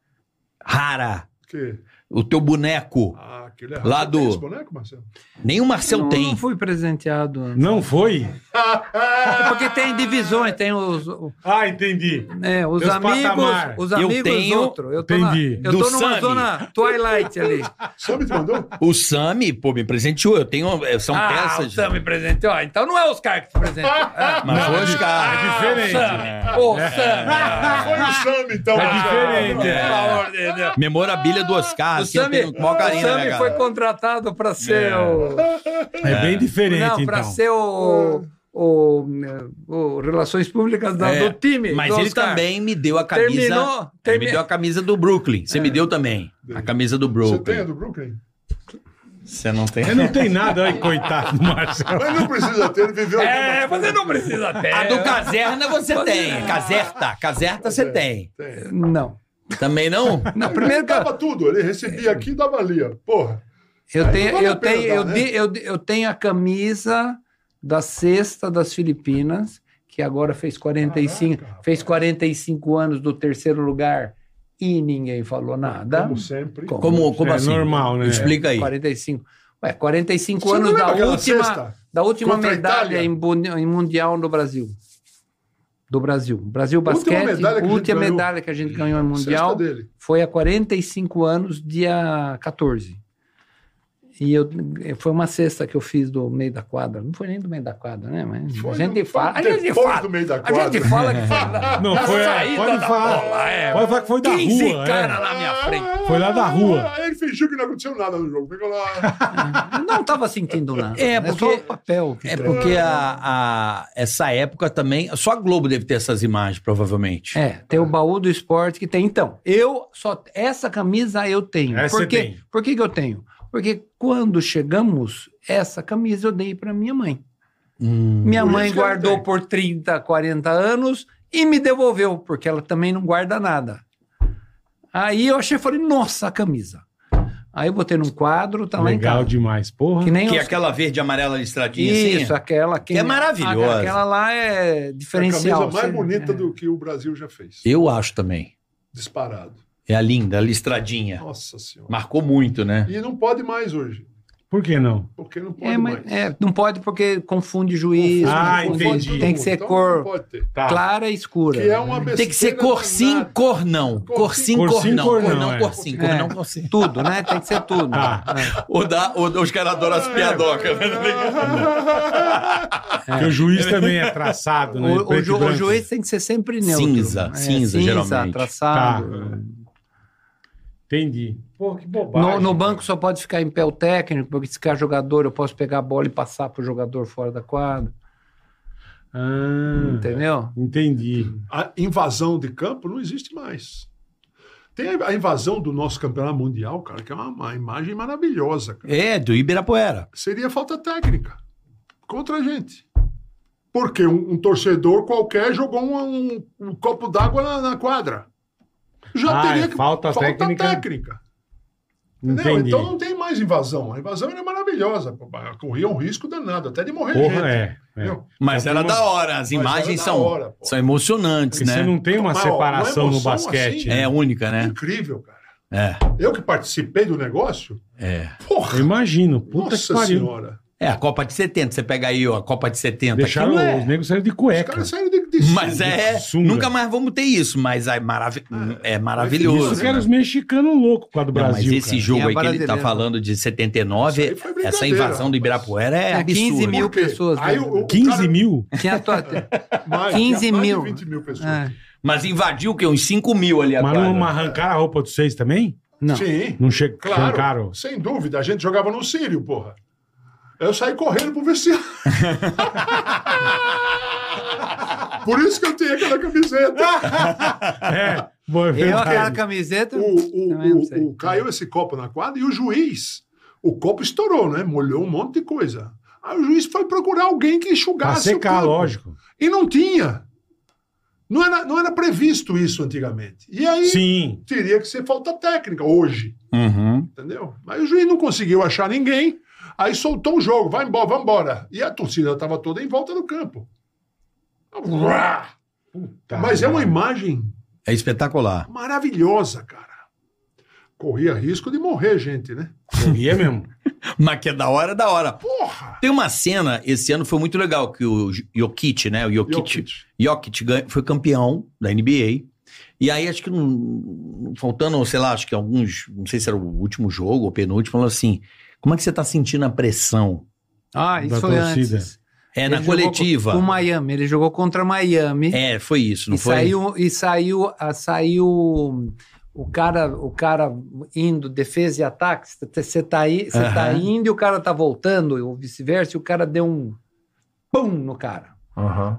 C: rara.
D: Que?
C: O teu boneco.
D: Ah, aquele é
C: Lá
D: Você tem
C: do-
D: esse boneco, Marcelo?
C: Nem é o Marcel
E: Não,
C: tem.
E: Não fui presenteado. antes.
B: Não foi?
E: É porque tem divisões, tem os, o-
B: Ah, entendi.
E: é, os
B: Tem os
E: amigos,
B: patamar.
E: os
C: Eu
E: amigos
C: tenho-
E: outro. Eu tô, na-
B: Entendi.
E: eu
C: Do
E: tô numa
C: Sami.
E: zona twilight ali.
D: <laughs> Sabe te mandou?
C: O Sami, pô, me presenteou. Eu tenho. eh, São
E: ah, o
C: peças.
E: Sam me presenteou. Ah, Então não é o Oscar que te presenteou.
B: <laughs>
E: Ah,
C: Mas
B: Não,
C: foi o Oscar.
B: é diferente.
E: o Sam. Ô,
C: Ah,
E: Sam.
D: Foi o Sam, então.
B: É diferente,
E: Pelo
B: é.
E: amor de Deus.
C: Memorabilha do Oscar.
E: Ah, O
C: assim, eu
E: Sami
C: tenho com o maior carinho, né,
E: o Sami
C: cara?
E: foi contratado para ser o...
B: É, bem diferente,
E: Não, para
B: então.
E: ser o, o, o Relações Públicas da-
C: É,
E: do time.
C: Mas
E: do
C: ele
E: Oscar.
C: também me deu a camisa. é
E: Terminou,
C: Ele me
E: termi-
C: deu a camisa do Brooklyn. Você
B: É.
C: me deu também. A camisa do
D: Você tem a
C: Brooklyn.
D: do Brooklyn?
C: Você não tem.
B: É, não tem nada aí, coitado do Marcelo.
D: Mas não precisa ter, ele viveu
E: É,
D: alguma
E: você não precisa ter.
C: A do Caserna
B: É.
C: você tem. Caserta. Caserta você tem.
D: coisa. Tem.
E: Não.
C: Também não?
E: Não, primeiro que eu,
D: Dava tudo, ele recebia aqui e dava ali, ó. Porra.
E: eu tenho,
D: vale a
E: eu
D: pena
E: tenho,
D: dar,
E: eu,
D: né?
E: di- eu, di- eu tenho a camisa da cesta das Filipinas, que agora fez 45,
D: Caraca,
E: fez 45 anos do terceiro lugar e ninguém falou nada.
D: Como sempre.
E: Como-
C: Como, como
B: é
C: assim?
B: normal, né?
C: Explica aí.
E: 45. Ué, 45
D: Você não
E: anos
D: lembra
E: da
D: aquela
E: última,
D: cesta?
E: da última
D: Contra a
E: medalha
D: Itália?
E: em, buni- em Mundial no Brasil. do Brasil. Brasil Basquete, última
D: medalha
E: medalha
D: que
E: que,
D: a gente ganhou.
E: a gente ganhou em
D: Sexta
E: Mundial
D: dele.
E: foi há 45 anos, dia 14. E eu, eh, foi uma cesta que eu fiz do meio da quadra. Não foi nem do meio da quadra, né? Mas
D: Foi
E: a gente
D: no-
E: fala. A
D: foi
E: gente
D: depois
E: fala,
D: do meio da
E: a gente
D: quadra. <laughs>
E: fala que foi da,
B: Não,
E: da
B: foi-
E: saída
B: pode
E: da
B: falar.
E: bola. É.
B: Pode falar que foi da
E: 15
B: rua.
E: cara
B: é.
E: tá na minha frente.
B: Foi lá da rua.
D: Ah, Ele fingiu que não aconteceu nada no jogo. Ficou lá.
E: Eu não estava sentindo nada.
C: É,
E: né?
C: porque-
E: Só o papel.
C: É porque a, a- essa época também. Só a Globo deve ter essas imagens, provavelmente.
E: É, tem o baú do esporte que tem. Então, eu só. Essa camisa eu tenho.
B: Essa
D: é
E: por
B: você
E: quê?
B: tem.
E: Por que, que eu tenho? Porque quando chegamos, essa camisa eu dei para minha mãe.
C: Hum.
E: Minha
D: Por
E: mãe
D: isso que eu não
E: guardou
D: tenho.
E: por 30, 40 anos e me devolveu, porque ela também não guarda nada. Aí eu achei, falei, nossa, a camisa. Aí eu botei num quadro, tá lá em
B: Legal
E: casa.
B: demais, porra.
E: Que nem
C: Que é
E: os-
C: aquela verde e amarela listradinha
E: Isso,
C: assim.
E: aquela que,
C: Que é maravilhosa.
E: Aquela lá é diferencial.
D: a camisa mais
E: Você-
D: bonita
E: é.
D: do que o Brasil já fez.
C: Eu acho também.
D: Disparado.
C: É a linda, a
B: É.
C: listradinha.
D: Nossa senhora.
C: Marcou muito, né?
D: E não pode mais hoje.
B: Por que não?
D: Porque não pode
E: É, mas-
D: mais.
E: é, não pode porque confunde juiz.
B: Ah,
E: confunde-
B: entendi.
E: Tem que ser
D: Então,
E: cor
D: Não pode ter.
B: Tá.
E: clara e escura.
D: Que é uma besteira
C: Tem que ser cor sim,
D: danada.
C: cor não. Cor sim,
B: Cor
C: cor
B: sim,
C: não.
B: cor
C: Cor
B: não,
C: não,
B: é.
C: cor sim,
E: É.
C: cor não, cor <laughs> sim.
E: Tudo, né? Tem que ser tudo.
B: Tá.
E: É.
C: Ou dá, ou, os caras adoram as piadocas. né?
B: Porque o juiz também é traçado, né?
E: O, o
B: Preto e
E: ju- o
B: branco.
E: juiz tem que ser sempre neutro. É,
C: Cinza, cinza, geralmente.
E: traçado.
B: Entendi. Porra, que bobagem.
E: No, no banco só pode ficar em pé o técnico, porque se ficar jogador, eu posso pegar a bola e passar pro jogador fora da quadra.
B: Ah,
E: Entendeu?
B: entendi.
D: A invasão de campo não existe mais. Tem a invasão do nosso campeonato mundial, cara, que é uma, uma imagem maravilhosa. Cara.
C: É, do Ibirapuera.
D: Seria falta técnica contra a gente. Porque um, um torcedor qualquer jogou um, um- um copo d'água na, na quadra. Já
B: Ah, é
D: teria que.
B: falta técnica.
D: técnica. Entendeu?
B: Entendi.
D: Então não tem mais invasão. A invasão era maravilhosa. pô, Corria um risco danado, até de morrer
B: Porra,
D: gente.
B: é. é.
D: entendeu?
C: Mas
B: Só
C: era
B: tem uma-
C: da hora, as
D: Mas era
C: imagens
D: da
C: são,
D: hora, pô.
C: são emocionantes,
B: Porque você
C: né?
B: não tem uma
D: Mas, ó,
B: separação
D: uma
B: no
D: emoção
B: basquete.
D: assim,
B: né?
C: É única, né?
D: Incrível, cara.
C: É,
D: Eu que participei do negócio,
C: é.
B: Eu
D: porra,
B: imagino. Puta
D: nossa
B: que pariu.
D: senhora.
C: É, a Copa de 70, você pega aí, ó, a Copa de 70.
B: Deixaram
C: aquilo é-
B: os negros saíram de
D: Os
B: cueca.
D: caras saíram de, de
C: Mas
D: sunga.
C: é,
B: sunga.
C: nunca mais vamos ter isso, mas é, maravi- é maravilhoso.
B: Isso que era
C: né?
B: os mexicanos loucos com a
C: Não,
B: do Brasil.
C: mas esse
B: cara.
C: jogo
E: É
C: aí que ele tá
E: brasileiro.
C: falando de
D: Isso
C: 79,
D: aí foi brincadeira,
C: essa invasão do
D: rapaz.
C: Ibirapuera é,
E: É, 15
C: absurda.
E: mil.
D: Por quê?
E: pessoas,
D: Aí
E: né?
D: o- o
B: 15
D: cara-
B: mil?
E: Tinha
B: <laughs>
E: tua... É
D: Mais,
E: 15
D: mais de
E: mil.
D: 20 mil pessoas.
E: É.
C: Mas invadiu o quê? Uns 5 mil ali
B: Mas
C: agora.
B: não arrancaram a roupa de vocês também?
E: Não.
D: Sim,
B: Não um che-
D: claro.
B: arrancaram?
D: Sem dúvida, a gente jogava no Sírio, porra. Eu saí correndo
B: <laughs>
D: pro vestiário. Por isso que eu tenho
B: <laughs>
D: aquela camiseta. <laughs>
B: É. Boa, é
E: Eu aquela
B: verdade.
E: camiseta...
D: O, o,
E: Também não sei.
D: o- o- caiu esse copo na quadra e o juiz, o copo estourou, né? Molhou um monte de coisa. Aí o juiz foi procurar alguém que
B: Pra
D: enxugasse o
B: secar,
D: campo.
B: lógico.
D: E não tinha. Não era, não era previsto isso antigamente. E aí
B: Sim.
D: teria que ser falta técnica hoje.
C: Uhum.
D: Entendeu? Mas o juiz não conseguiu achar ninguém, aí soltou o jogo, vai embora, vai embora. E a torcida estava toda em volta do campo. Uá!
B: Puta
D: Mas é uma
B: merda.
D: imagem
C: É espetacular.
D: maravilhosa, cara. Corria risco de morrer, gente, né?
B: E é mesmo.
C: Mas que é da hora, é da hora.
D: Porra!
C: Tem uma cena, esse ano foi muito legal, que o J- Jokic, né? O Jokic,
D: Jokic.
C: Jokic ganha- foi campeão da NBA. E aí, acho que não- faltando, sei lá, acho que alguns, não sei se era o último jogo ou penúltimo, falou assim: como é que você tá sentindo a pressão?
E: Ah, isso
B: Da
E: foi
B: torcida.
E: antes.
C: É,
E: Ele
C: na
E: jogou
C: coletiva.
E: co- O Miami, ele jogou contra Miami.
C: É, foi isso, não
E: e
C: foi?
E: saiu e saiu ah, saiu o cara o cara indo defesa e ataque você tá aí você tá
C: Aham.
E: indo e o cara tá voltando ou vice-versa e o cara deu um pum no cara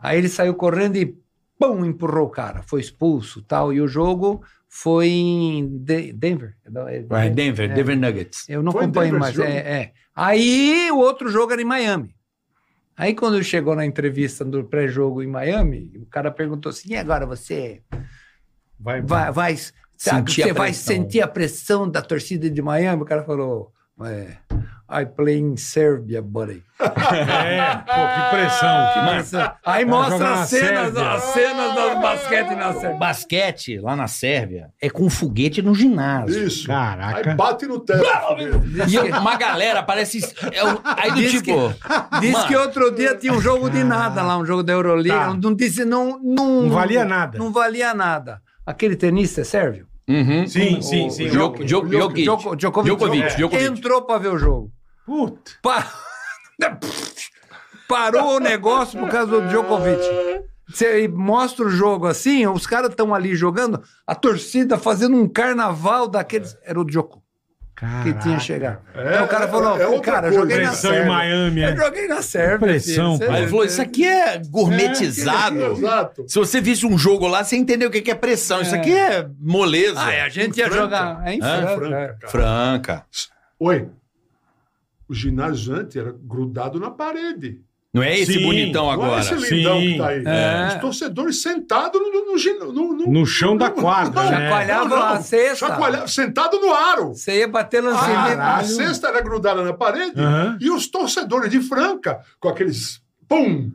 E: aí ele saiu correndo e pum empurrou o cara foi expulso tal e o jogo foi em De- Denver É
C: Vai,
E: Denver.
C: Denver,
E: É.
C: Denver Nuggets.
E: Eu não
D: Foi em
E: acompanho
D: Denver
E: mais.
D: esse jogo?
E: É, é. Aí o outro jogo era em Miami. Aí quando chegou na entrevista do pré-jogo em Miami, o cara perguntou assim: e agora você
B: Vai,
E: vai, vai, sabe,
C: Sentir a
E: você vai
C: pressão.
E: sentir a pressão da torcida de Miami? O cara falou: é, I play in Serbia, buddy.
B: É, pô, que pressão. Que pressão.
E: ah,
B: Ah, Vai
E: Aí
B: jogar
E: mostra
B: na
E: as cenas,
B: Sérbia.
E: as cenas do basquete na
C: O
E: Sérbia.
C: basquete lá na Sérvia é com foguete no ginásio.
D: Isso.
B: Caraca.
D: Aí bate no teto.
C: E eu- uma galera parece. é o- aí do
E: Diz
C: tipo.
E: Diz
C: Mano.
E: que outro dia tinha um jogo de nada lá, um jogo da Euroliga.
B: Ah, Tá.
E: Não disse, não, não.
B: Não valia nada.
E: Não valia nada. Aquele tenista é sérvio?
C: Uhum.
B: Sim,
E: O-
B: sim,
E: o
B: sim.
C: Djok- Djok- Djokovic.
E: Djoko- Djokovic.
C: Djokovic,
E: É.
C: Djokovic.
E: Entrou pra ver o jogo.
B: Puta.
E: Pa- Parou o negócio por causa do Djokovic. Você mostra o jogo assim, os caras estão ali jogando, a torcida fazendo um carnaval daqueles. Era o Djoko que
B: Caraca.
E: tinha que chegar.
D: É,
E: então o cara falou:
D: é outra
E: cara, eu
D: coisa.
E: joguei na
B: Pressão em
E: Sérvia.
B: Miami, é.
E: Eu joguei na Sérvia.
B: Pressão,
E: filho.
B: pô.
C: Aí ele falou: Isso aqui é
E: É,
C: gourmetizado.
D: Exato.
C: Se você visse um jogo lá, você entendeu o que que é pressão. Isso aqui é moleza.
E: Ah, é, a gente ia
D: Franca.
E: jogar. É em
C: Hã?
E: Franca.
D: Franca, cara.
C: Franca.
D: Oi. O ginásio antes era grudado na parede.
C: Não é esse
B: Sim.
C: bonitão
D: Não é
C: agora.
D: esse lindão
B: Sim.
D: que tá aí.
E: É.
D: Os torcedores sentados no, no, gin- no- no-
B: No chão da quadra,
D: <laughs> Não,
B: né?
E: É. Chacoalhava
D: não, não.
E: a cesta.
D: Chacoalhava, sentado no aro.
E: Você ia bater lance
D: Ah,
E: livre.
D: a cesta era grudada na parede
B: Aham.
D: e os torcedores de Franca com aqueles pum,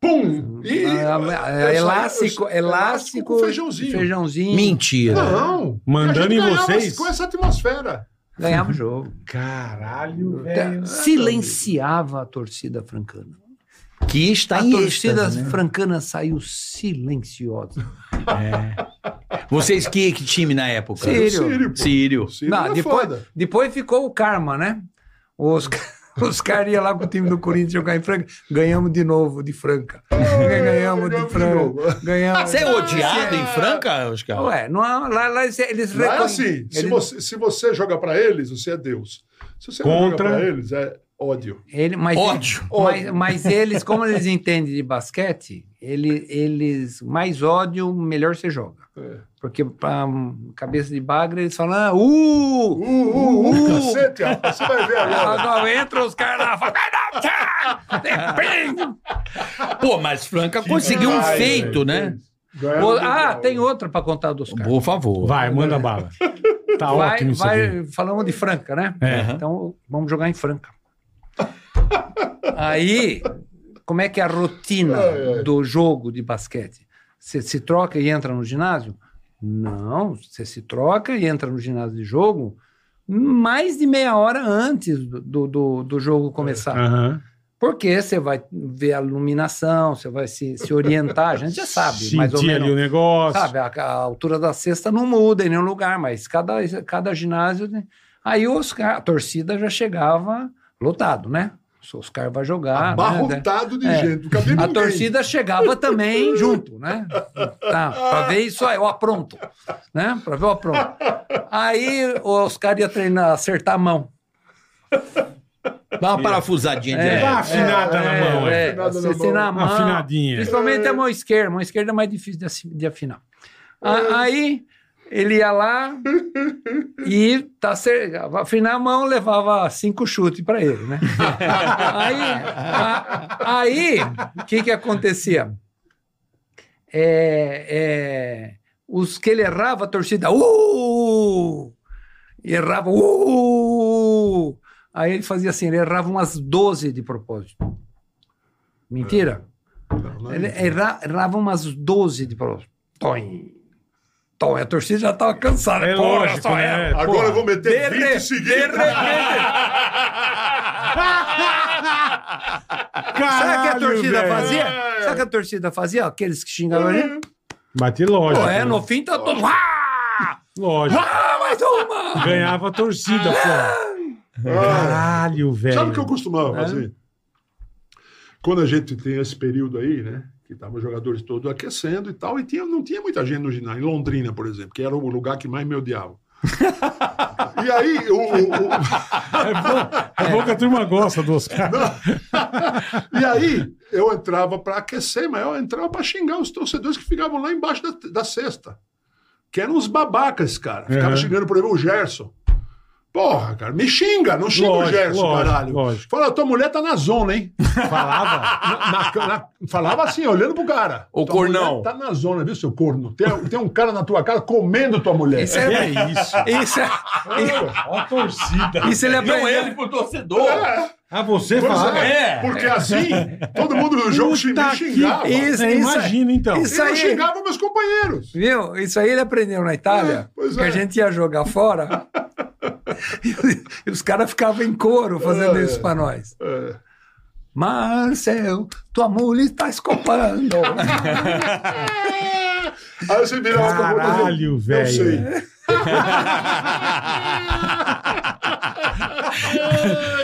D: pum e
E: Ah, é, é, elástico, elástico.
D: com um feijãozinho.
E: Feijãozinho.
C: Mentira.
D: Não,
B: Mandando
D: E a gente
B: em
D: ganhava
B: vocês?
D: com essa atmosfera.
E: Ganhava o jogo.
B: Caralho, velho.
E: Silenciava a torcida francana.
C: Que está
E: Ah. a
C: Tá em
E: torcida
C: êxtase, né?
E: francana saiu silenciosa.
C: Vocês que, que time na época?
E: Sim. Sírio.
D: Sírio, pô.
C: Sírio.
D: Sírio
E: Não,
D: era
E: depois,
D: foda.
E: depois ficou o karma, né? Os, <laughs> os caras iam lá com o time do Corinthians jogar em Franca. Ganhamos de novo de Franca. Ganhamos
D: <laughs>
E: de
D: ganhamos de
E: Franca.
D: novo.
E: Ganhamos.
C: Você é odiado então? em Franca, Oscar?
E: Ah, Ué, não, há- lá, lá eles- eles
D: Lá é
E: reconhe-
D: assim, se
E: eles-
D: você, se você joga pra eles, você é Deus. Se você não
B: Contra-
D: joga pra eles, é ódio.
E: Ele, mas,
C: Ódio.
E: Mas, mas eles, como eles entendem de basquete, ele, eles mais ódio, melhor você joga.
D: É.
E: Porque pra hum, cabeça de bagra, eles falam, ah, uh,
D: Uh, uh, uh, cacete, rapaz, você vai ver agora.
E: Agora entra os caras lá, fala, "Depende".
C: Pô, mas Franca conseguiu um
D: demais,
C: feito, né?
D: Ganharam de
E: Ah,
D: novo.
E: tem outra para contar dos caras.
C: Por favor.
B: Vai, manda bala. Tá
E: Vai,
B: ótimo isso aqui.
E: vai, falamos de Franca, né?
B: É.
E: Então vamos jogar em Franca. Aí, como é que é a rotina
D: Ai, ai.
E: do jogo de basquete? Você se troca e entra no ginásio? Não, você se troca e entra no ginásio de jogo mais de meia hora antes do, do- do, do jogo começar.
B: Aham.
E: Porque você vai ver a iluminação, você vai se, se orientar, a gente já sabe, mais ou
B: Sentir ali o
E: menos.
B: negócio.
E: Sabe, a, a altura da cesta não muda em nenhum lugar, mas cada, cada ginásio. né? Aí os, ca- a torcida já chegava lotado, né? Os- Os caras vão jogar.
B: tá
E: né?
D: Abarrotado de
E: É.
D: gente. Não cabia
E: A
D: ninguém.
E: torcida
B: <laughs>
E: chegava também junto, né? Tá, pra ver isso aí, o apronto. Né? Pra ver o apronto. Aí os caras iam treinar, acertar a mão.
C: Dá uma parafusadinha de
B: Dá uma
C: leve.
B: afinada na mão, é.
E: é,
D: Afinada na
E: acertar
D: mão.
E: na
B: Uma
E: mão.
B: afinadinha.
E: Principalmente a mão esquerda. A mão esquerda é mais difícil de assi- de afinar. A- Aí ele ia lá e tá cer- afinar a mão levava cinco chutes para ele, né? aí, a- aí, o que que acontecia? É, é, os que ele errava, a torcida, uh! E errava, uh! Aí ele fazia assim, ele errava umas 12 de propósito. Mentira?
D: Não, não é
E: Ele
D: isso.
E: erra- errava umas 12 de propósito. Toim. Toim. A torcida já estava cansada.
B: É
E: Porra, Ah.
B: lógico,
E: só
B: né?
E: erra.
D: Agora eu vou meter
E: de
D: 20
E: re-
D: seguidos.
E: Sabe o que a
B: Caralho,
E: torcida
B: velho. Uhum.
E: fazia? Sabe o que a torcida fazia? Aqueles que xingavam ali.
B: Bati lógico.
E: Pô, é,
B: né?
E: no fim tá todo... Ah,
B: Lógico.
E: Ah, mais uma!
B: Ganhava a torcida, pô.
D: Ah,
B: Caralho, velho.
D: Sabe o que eu costumava fazer? Quando a gente tem esse período aí, né? Que estavam os jogadores todos aquecendo e tal, e tinha, não tinha muita gente no ginásio, em Londrina, por exemplo, que era o lugar que mais me odiava. <laughs> e aí, o, o- o-
B: É bom, é bom que a turma gosta do Oscar.
D: E aí, eu entrava para aquecer, mas eu entrava para xingar os torcedores que ficavam lá embaixo da, da cesta. Que eram uns babacas, cara. Ficava
B: Uhum.
D: xingando, por exemplo, o Gerson. Porra, cara, me xinga, não xinga o
B: Lógico,
D: Gerson,
B: lógico,
D: caralho.
B: lógico.
D: Fala, tua mulher tá na
B: <laughs>
D: zona, hein?
B: Falava?
D: Na- na- na- falava assim, olhando pro cara.
C: Ô,
D: Tua mulher
C: cornão.
D: Tá na zona, viu, seu corno? Tem, tem um cara na tua cara comendo tua mulher.
E: Isso
B: É
E: é.
B: isso.
E: Isso, é-
B: Ó a torcida.
E: isso é ele aprendeu.
C: pro torcedor.
D: É,
B: Ah, você
D: pois
B: falava?
D: é.
C: É.
D: Porque assim, todo mundo no jogo me
B: Puta que
D: xingava.
B: pariu.
E: Isso,
B: É,
E: isso-
B: imagina, então.
E: Isso
D: E eu
E: aí,
D: xingava meus companheiros.
E: viu? Isso aí ele aprendeu na
D: É,
E: Itália,
D: pois
E: que
D: é.
E: a gente ia jogar
D: <laughs>
E: fora e os caras ficavam em coro fazendo
D: É.
E: isso pra nós.
D: É.
E: Marcel, tua mulher está
D: <laughs>
E: escopando.
D: Aí você virava pra outra e dizia,
B: Caralho,
D: Eu sei.
B: velho.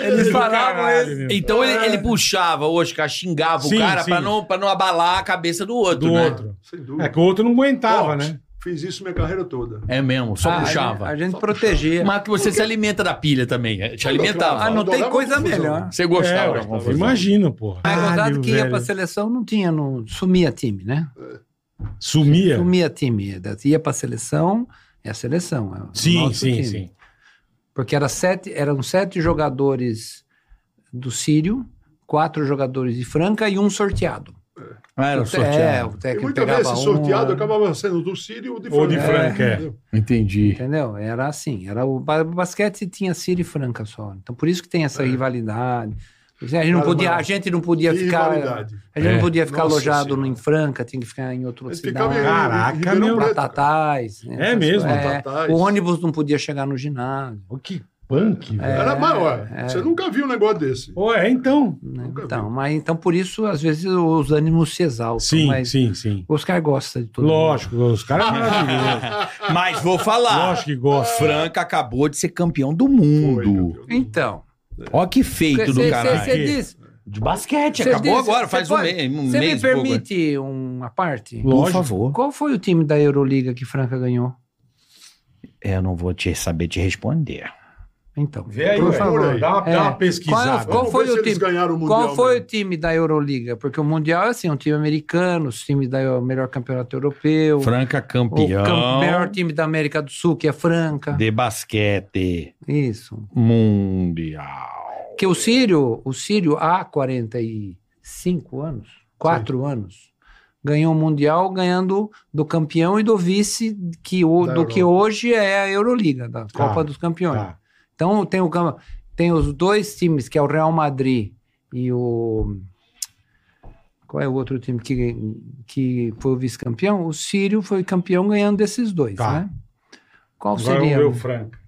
E: Eles falavam
B: Caralho,
E: isso.
B: meu.
C: Então ele, ele puxava o Oscar, xingava
B: Sim,
C: o cara
B: sim.
C: pra não, pra não abalar a cabeça do outro,
B: Do
C: né?
B: outro.
D: Sem dúvida.
B: É que o outro não aguentava,
D: Ó,
B: né?
D: Fiz isso minha carreira toda.
C: É mesmo, só
E: Ah, a gente-
C: puxava.
E: A gente protegia.
C: Mas que você se alimenta da pilha também, é, te alimentava.
E: Ah, não tem
D: Adorava
E: coisa
D: confusão.
E: melhor.
C: Você gostava. né?
B: É,
C: da confusão.
B: imagino, porra.
E: Mas
B: Caralho,
E: gostado que ia
B: velho.
E: pra seleção, não tinha, não, sumia time, né?
B: Sumia?
E: Sumia time. Ia pra seleção, é a seleção. é o
B: Sim,
E: nosso
B: sim,
E: time.
B: sim.
E: Porque era sete, eram sete jogadores do Sírio, quatro jogadores de Franca e um sorteado.
C: Ah, era
E: O te- É,
C: sorteado.
E: o
D: E
E: técnico
D: muitas
E: pegava
D: vezes esse sorteado
E: um,
D: acabava sendo do Sírio ou de
B: Ou de
D: Franca.
B: Franca, é.
C: Entendi.
E: Entendeu? Era assim. Era o, ba- o basquete tinha Sírio e Franca só. Então por isso que tem
D: É.
E: essa rivalidade. A gente não
D: Cara,
E: podia,
D: mas-
E: a gente não podia
D: E
E: ficar, né?
D: rivalidade.
E: a gente
C: É.
E: não podia ficar
D: Nossa
E: alojado
D: Senhora.
E: em Franca, tinha que ficar em outra
D: Eles
E: cidade.
D: ficavam em- em
B: Caraca,
D: Ribeirão
B: meu.
D: Preto, cara.
E: Batatais. né?
B: É
E: Essas
B: mesmo,
E: coisas.
D: batatais.
E: O ônibus não podia chegar no ginásio.
B: Ô, que punk, velho.
E: É,
D: Era maior. Você nunca viu um negócio desse.
B: Ô, é, então.
E: né?
D: Nunca
E: Então, mas, então, por isso, às vezes, os ânimos se exaltam.
B: Sim,
E: mas
B: sim, sim.
E: o Oscar gosta de tudo.
B: Lógico, os caras maravilhosos.
C: Mas vou falar.
B: Lógico que gosta.
C: Franca acabou de ser campeão do
D: Foi,
C: mundo.
D: campeão.
E: Então.
C: Ó que feito do caralho.
E: Você disse.
C: De basquete,
E: cê
C: acabou
E: disse-
C: agora,
E: cê
C: faz um
E: pode-
C: mês. Um
E: Você
C: mês
E: me
C: e pouco. né?
E: permite uma parte?
C: Por
B: Lógico.
C: favor.
E: Qual foi o time da Euroliga que Franca ganhou?
C: É, Eu não vou te saber te responder.
E: Então.
B: Vê aí,
E: por
D: velho.
E: favor.
B: Dá uma, dá
E: É.
B: uma pesquisada. Tá.
E: Qual
D: Vamos
E: foi
D: ver
E: o
D: se eles
E: time-
D: ganharam o Mundial né?
E: Qual foi o
D: mesmo.
E: time da Euroliga? Porque o Mundial é assim, um time americano, os times da o melhor campeonato europeu,
C: Franca
E: o
C: campeão é
E: cam- melhor time da América do Sul, que é Franca.
C: de basquete
E: Isso.
C: mundial.
E: Porque o Sírio, o Sírio há 45 anos, 4 anos, ganhou o Mundial ganhando do campeão e do vice que o,
D: Da
E: do
D: Europa.
E: que hoje é a Euroliga, da Copa dos Campeões.
B: Tá.
E: Então tem, o, cam- tem os dois times, que é o Real Madrid e o. Qual é o outro time que, que foi o vice-campeão? O Sírio foi campeão ganhando desses dois,
B: Tá.
E: né? Qual
B: Agora vamos ver
E: seria?
B: o Franca.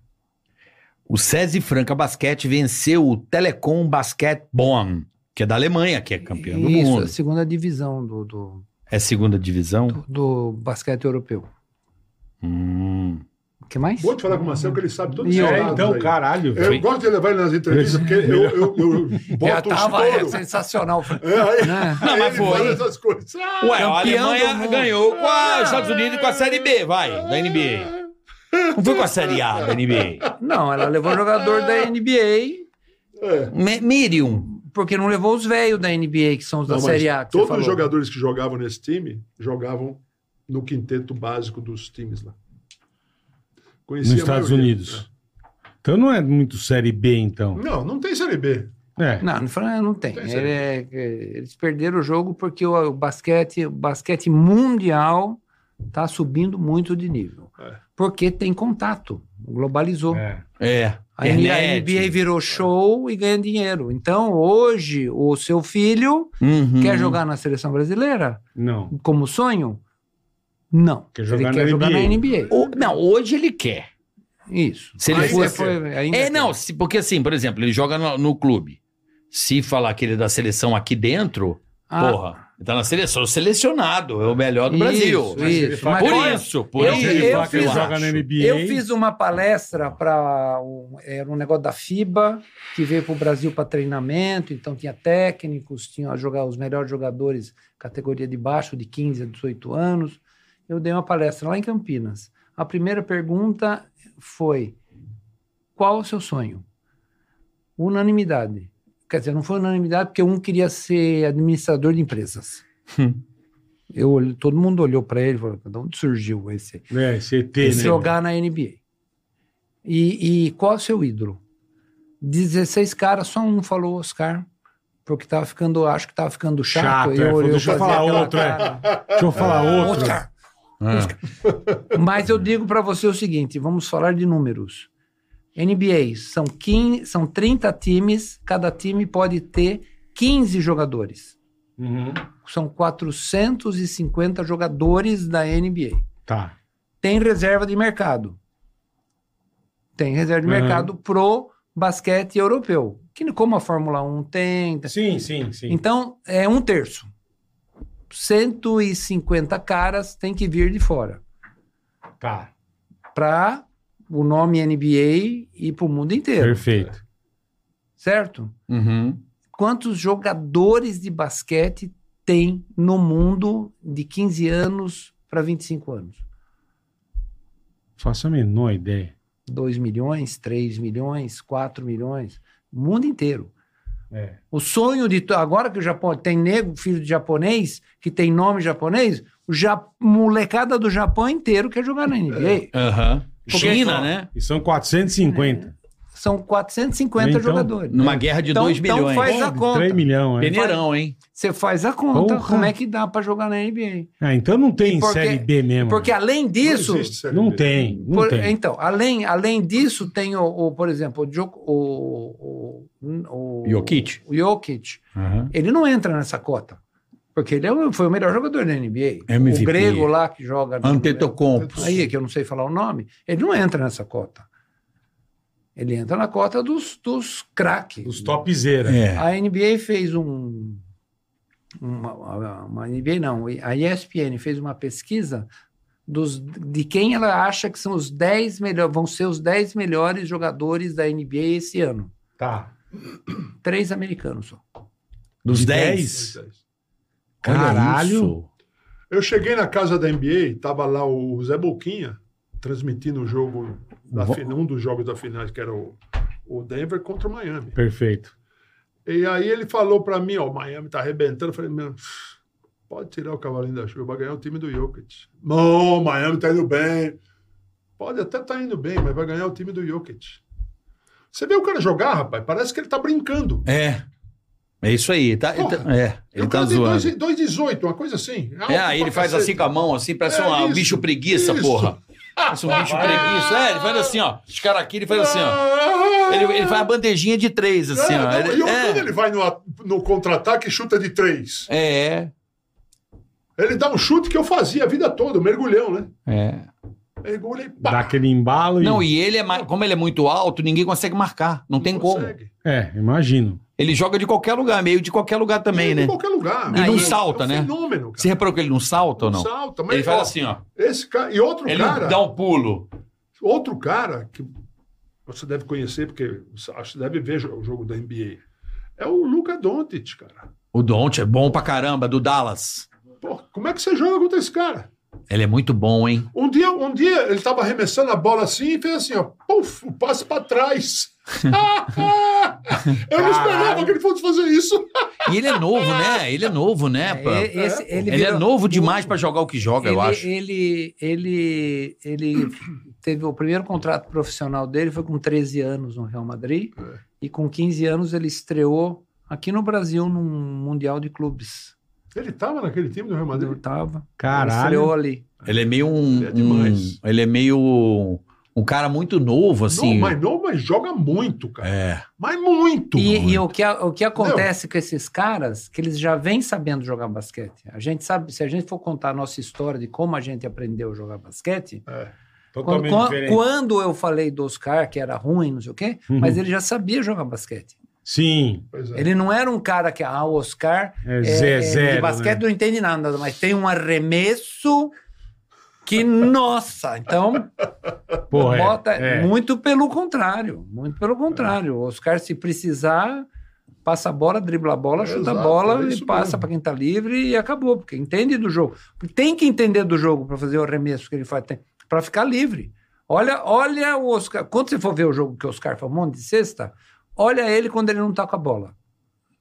C: O SESI Franca Basquete venceu o Telekom Basquet Bonn, que é da Alemanha, que é campeão do
E: Isso, a
C: mundo.
E: segunda divisão do- do,
C: É segunda divisão?
E: do, do basquete europeu.
C: Hum.
E: O que mais?
D: Vou te falar com o Marcelo que ele sabe todos os
E: E eu-
B: É,
D: dados
B: então,
D: aí.
B: caralho,
D: Eu
B: velho.
D: gosto de levar ele nas entrevistas porque eu, eu, eu
E: Já
D: boto um
E: tava é,
D: estouro.
E: sensacional.
D: É, aí-
E: <laughs> né?
C: Não, mas
D: ele
C: foi.
D: fala essas coisas. Ah,
C: Ué, a
E: Campeão do
C: Alemanha
E: mundo.
C: ganhou com a- os Estados Unidos e com a Série B, vai, da NBA. Não foi com a Série A da NBA.
E: Não, ela levou um jogador da NBA,
D: é.
C: Me- Miriam.
E: porque não levou os velhos da NBA, que são os
D: Não,
E: da
D: mas
E: Série A. que você
D: todos
E: falou.
D: os jogadores que jogavam nesse time jogavam no quinteto básico dos times lá.
B: Nos
D: Conhecia a
B: Estados
D: maioria,
B: Unidos. Então não é muito série B, então.
D: né? Não, não tem Série B.
B: É.
E: Não, no Fran não tem.
D: Tem
E: Ele é- é- eles perderam o jogo porque o, o basquete, o basquete mundial está subindo muito de nível.
D: É.
E: Porque tem contato, globalizou.
B: É.
C: É.
E: A NBA, a
C: internet.
E: NBA virou show e ganha dinheiro. Então, hoje, o seu filho
C: Uhum.
E: quer jogar na seleção brasileira?
B: Não.
E: como sonho? Não.
B: Quer jogar
E: ele
B: na
E: quer jogar na NBA.
C: O- não, hoje ele quer.
E: Isso.
C: Se ele
E: Ainda
C: fosse-
E: foi- ainda
C: É,
E: tem.
C: não, se- porque assim, por exemplo, ele joga no, no clube. Se falar que ele é da seleção aqui dentro,
E: Ah,
C: porra, ele tá na seleção, selecionado, é o melhor do
E: isso,
C: Brasil.
E: Ah, isso.
B: Mas
C: Por
E: olha,
C: isso, por
E: eu-
B: Se
C: isso.
B: ele
E: eu
B: falar que ele
E: fiz-
B: joga na NBA.
E: Eu fiz uma palestra para era um negócio da FIBA que veio para o Brasil para treinamento, então tinha técnicos, tinha jogar os melhores jogadores categoria de baixo de 15 a 18 anos. Eu dei uma palestra lá em Campinas. A primeira pergunta foi: qual o seu sonho? Unanimidade. Quer dizer, não foi unanimidade porque um queria ser administrador de empresas.
C: Hum.
E: Eu, olhei- todo
B: né,
E: mundo olhou para ele e falou: de onde surgiu esse?
B: É, CT,
E: se
B: né?
E: jogar na NBA. E, e qual é o seu ídolo? 16 caras, só um falou Oscar, porque tava ficando, acho que tava ficando chato.
B: Chato, é, falou, "Deixa eu
E: fazia
B: falar
E: aquela
B: outro, é."
E: cara. "Ah,
B: Deixa eu falar outro.
E: Oscar.
C: Ah.
E: Mas eu digo para você o seguinte, vamos falar de números. NBA, são, 15, são 30 times, cada time pode ter 15 jogadores.
B: Uhum.
E: São 450 jogadores da NBA.
B: Tá.
E: tem reserva de mercado. Tem reserva de
B: Uhum.
E: mercado pro basquete europeu, que como a Fórmula 1 tem. tá-
B: Sim, sim, sim.
E: Então, é um terço. 150 caras tem que vir de fora
B: Tá.
E: para o nome NBA e para o mundo inteiro,
B: Perfeito.
E: certo?
C: Uhum.
E: Quantos jogadores de basquete tem no mundo de 15 anos para 25 anos?
B: Faço a menor ideia.
E: 2 milhões, 3 milhões, 4 milhões, o mundo inteiro.
B: É.
E: O sonho de. to- Agora que o Japão tem negro, filho de japonês, que tem nome japonês, o ja- molecada do Japão inteiro quer jogar na
B: É.
E: NBA.
C: Aham.
E: Porque então,
C: China,
E: só-
C: né?
B: E são 450.
E: São 450
B: Então,
E: jogadores.
C: Numa guerra de
E: Então-
C: 2
E: então
C: milhões.
E: faz a conta.
B: 3 milhões, é.
C: Peneirão, hein?
E: Você faz a conta
B: Porra.
E: como é que dá pra jogar na NBA.
B: Ah, então não tem
E: E porque-
B: Série B mesmo.
E: Porque além disso.
D: existe Série
B: Não
D: B.
B: tem, não
E: por-
B: tem.
E: Então, além, além disso, tem o, o, por exemplo, o, Djok- o, o, o,
C: Jokic.
E: o Jokic. Ele não entra nessa cota. Porque ele é o- foi o melhor jogador da NBA.
C: MVP.
E: O grego lá que joga. no-
C: Antetokounmpo.
E: Aí, que eu não sei falar o nome. Ele não entra nessa cota. Ele entra na cota dos, dos craques.
B: Os topzera.
C: É.
E: A NBA fez um. Uma, uma NBA não. A ESPN fez uma pesquisa dos, de quem ela acha que são os 10 melhores, vão ser os 10 melhores jogadores da NBA esse ano.
B: Tá.
E: Três americanos só.
C: Dos
B: De
C: 10.
B: Caralho.
D: Eu cheguei na casa da NBA, tava lá o Zé Boquinha transmitindo o jogo, da
C: Vo-
D: fina- um dos jogos da final, que era o, o Denver contra o Miami.
B: Perfeito.
D: E aí ele falou pra mim, ó, o Miami tá arrebentando. Eu falei, meu, pode tirar o cavalinho da chuva, vai ganhar o time do Jokic. Não, o Miami tá indo bem. Pode até tá indo bem, mas vai ganhar o time do Jokic. Você vê o cara jogar, rapaz, parece que ele tá brincando.
C: É. É isso aí. Tá, ele tá-
D: Porra.
C: é.
D: E
C: Ele
D: o
C: tá
D: cara tem dois-
C: zoando.
D: 2,18, uma coisa assim. Alto
C: É, aí ele
D: pra
C: faz
D: cacete.
C: assim com a mão, assim, parece
D: É,
C: um, um
D: isso,
C: bicho preguiça,
D: isso.
C: porra. Parece
D: <laughs>
C: um bicho preguiça. É, ele faz assim, ó. Os caras aqui, ele faz assim, ó. Ele, ele faz a bandejinha de três, assim,
D: Ah, É,
C: ó.
D: não, e
C: Ele,
D: o- quando
C: é.
D: ele vai no, a- no contra-ataque, chuta de três.
C: É,
D: Ele dá um chute que eu fazia a vida toda, um mergulhão, né?
C: é.
D: Mergulha e pá.
B: Dá aquele embalo e.
C: Não, e ele é. ma- Como ele é muito alto, ninguém consegue marcar. Não tem como.
D: consegue.
B: É, imagino.
C: Ele joga de qualquer lugar, meio de qualquer lugar também,
D: Em
C: né?
D: é qualquer lugar.
C: E não
D: É,
C: salta,
D: é um
C: né?
D: fenômeno, cara.
C: Você reparou que ele não salta ou não?
D: Salta, mas
C: Ele faz
D: ó,
C: assim, ó.
D: Esse cara, e outro
C: Ele
D: cara,
C: dá um pulo.
D: outro cara que você deve conhecer, porque você acho que deve ver jo- o jogo da NBA, é o Luca Doncic, cara.
C: O Don't é bom pra caramba, do Dallas.
D: Pô, como é que você joga contra esse cara?
C: Ele é muito bom, hein?
D: Um dia, um dia ele estava arremessando a bola assim e fez assim, ó, puf, o passe
C: <laughs>
D: para trás. <laughs> Eu não esperava que ele fosse fazer isso.
C: E ele é novo, né? Ele é novo, né? pá?
E: É, e- esse-
C: ele é
E: virou-
C: novo demais pra jogar o que joga, eu
E: ele,
C: acho.
E: Ele, ele,
B: <clears throat>
E: ele teve o primeiro contrato profissional dele foi com 13 anos no Real Madrid
D: É.
E: e com 15 anos ele estreou aqui no Brasil num mundial de clubes.
D: Ele estava naquele time do Real
E: Quando eu
D: Madrid.
E: tava, ele
B: Caralho.
E: estreou ali.
C: Ele é meio um.
D: É demais.
C: um- ele é meio. Um cara muito novo, assim.
D: Não, mas não, mas joga muito, cara.
C: É.
D: Mas muito.
E: E, e o, que, a- o que acontece com esses caras, que eles já vêm sabendo jogar basquete. A gente sabe, se a gente for contar a nossa história de como a gente aprendeu a jogar basquete,
D: É.
E: quando,
B: Totalmente
E: quan-
B: diferente.
E: quando eu falei do Oscar, que era ruim, não sei o quê,
B: Uhum.
E: mas ele já sabia jogar basquete.
B: Sim.
D: Pois é.
E: Ele não era um cara que, ah, o Oscar
B: É,
E: é,
B: Zé,
E: é,
B: zero,
E: de basquete não entende nada, mas tem um arremesso que, nossa, então
B: né? <laughs> Porra, é,
E: bota.
B: é.
E: Muito pelo contrário, muito pelo contrário. O Oscar, se precisar, passa a bola, dribla a bola,
D: É,
E: chuta a
D: exato,
E: bola
D: é
E: e
D: isso
E: passa
D: mesmo.
E: para quem tá livre e acabou, porque entende do jogo. Porque Tem que entender do jogo para fazer o arremesso que ele faz, para ficar livre. Olha, olha o Oscar. Quando você for ver o jogo que o Oscar faz um monte de cesta, olha ele quando ele não tá com a bola.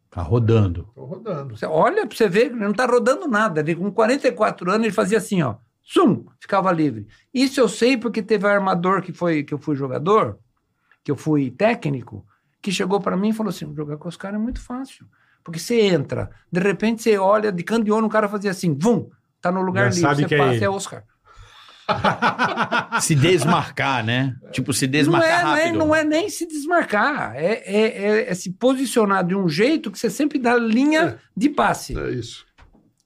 C: Tá rodando.
D: Tô rodando.
E: Você olha pra você ver, ele não tá rodando nada. Ele com 44 anos, ele fazia assim, ó. Zum! Ficava livre. Isso eu sei porque teve um armador que, foi, que eu fui jogador, que eu fui técnico, que chegou para mim e falou assim: jogar com os caras é muito fácil. Porque você entra, de repente você olha de canto de olho, o cara fazia assim, vum, tá no lugar
B: Já
E: livre,
B: sabe
E: você
B: que é
E: passa,
B: ele.
E: é, Oscar.
C: Se desmarcar, né? Tipo, se
E: Não é,
C: desmarcar
E: não, é,
C: rápido.
E: não é nem se desmarcar, é, é- é- é se posicionar de um jeito que você sempre dá linha de passe. Pra
D: É isso.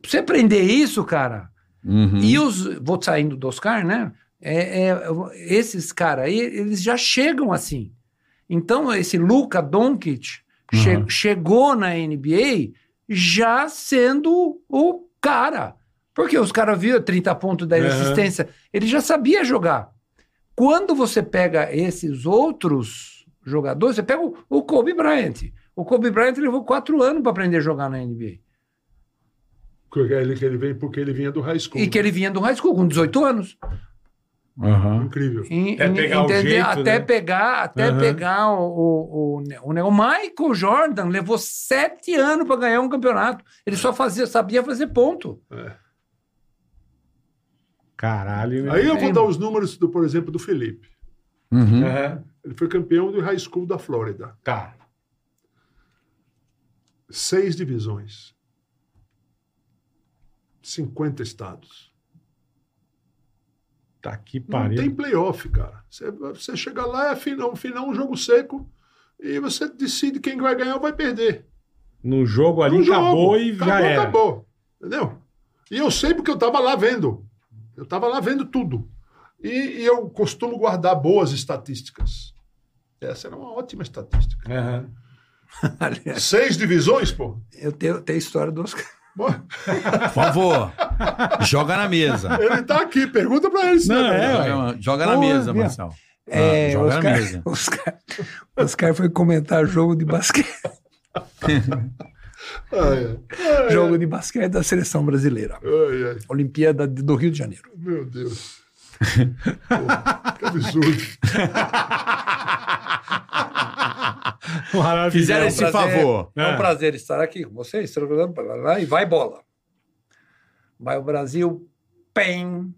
E: você aprender isso, cara,
C: Uhum.
E: E os. Vou saindo do Oscar, né? É, é, esses caras aí, eles já chegam assim. Então, esse Luca Doncic che-
C: Uhum.
E: chegou na NBA já sendo o cara. Porque os caras viram 30 pontos da
B: Uhum.
E: assistência. Ele já sabia jogar. Quando você pega esses outros jogadores, você pega o, o Kobe Bryant. O Kobe Bryant levou quatro anos para aprender a jogar na NBA.
D: Porque Ele, que ele veio porque ele vinha do high school. né?
E: E que ele vinha do high school com 18 anos.
C: Uhum.
D: É Incrível.
E: Em-
B: Até
E: em-
B: pegar o jeito,
E: até
B: né?
E: pegar, até
B: Aham.
E: pegar o, o, o, ne- o, ne- o Michael Jordan levou sete anos para ganhar um campeonato. Ele só fazia, sabia fazer ponto. <laughs>
D: É.
B: Caralho, né?
D: Aí eu vou
E: Entendo.
D: dar os números, do, por exemplo, do Felipe.
C: Uhum.
B: Aham.
D: Ele foi campeão do high school da Flórida.
B: Tá.
D: Seis divisões. 50 estados.
B: Tá que
D: Não
B: pariu.
D: tem playoff, cara. Você, você chega lá, é final, final, um jogo seco, e você decide quem vai ganhar ou vai perder.
B: No jogo ali
D: Um jogo.
B: acabou e já
D: acabou,
B: era.
D: acabou. Entendeu? E eu sei porque eu estava lá vendo. Eu estava lá vendo tudo. E, e eu costumo guardar boas estatísticas. Essa era uma ótima estatística.
B: Aham.
D: Seis divisões, pô.
E: Eu tenho, tenho a história do Oscar.
D: Bom,
C: Por favor, joga na mesa.
D: Ele tá aqui, pergunta pra ele. se
B: Não,
D: tá
B: é,
D: bem.
C: Joga na
B: Porra,
C: mesa,
B: minha-
C: Marcelo. Ah,
E: É,
C: joga na
E: Oscar,
C: mesa.
E: <laughs> Oscar, Oscar foi comentar jogo de basquete, <laughs>
B: é.
D: Ai,
E: jogo de basquete da seleção brasileira.
D: ai, ai, ai,
E: Olimpíada de- do Rio de Janeiro.
D: meu Deus. Pô, que absurdo.
B: Maravilhoso.
C: Fizeram
E: É um
C: esse
E: prazer-
C: favor.
E: É
B: É.
E: um prazer estar aqui com vocês. blá, blá, E vai bola. Vai o Brasil. Pem.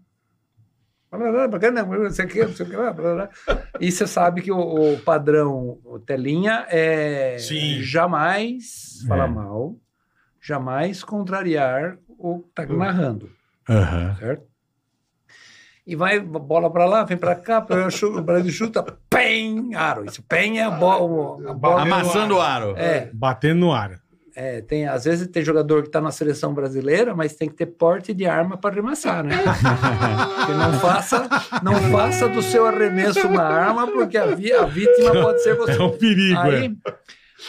E: Blá, blá, blá, blá, blá, não sei o quê, não sei o quê, blá, blá, blá. E você sabe que o, o padrão o telinha é
B: Sim.
E: jamais falar
C: É.
E: mal, jamais contrariar o que está narrando
C: Aham.
E: certo? E vai bola pra lá, vem pra cá, pra- chu- o Brasil chuta, pem, aro. Isso, pem é a, bo a bola.
C: Amassando o aro.
E: É,
B: Batendo no ar.
E: é, tem, às vezes tem jogador que tá na seleção brasileira, mas tem que ter porte de arma pra arremessar, né? Que não faça, não faça do seu arremesso uma arma, porque a, vi- a vítima pode ser você.
B: É um perigo, é.
E: Aí,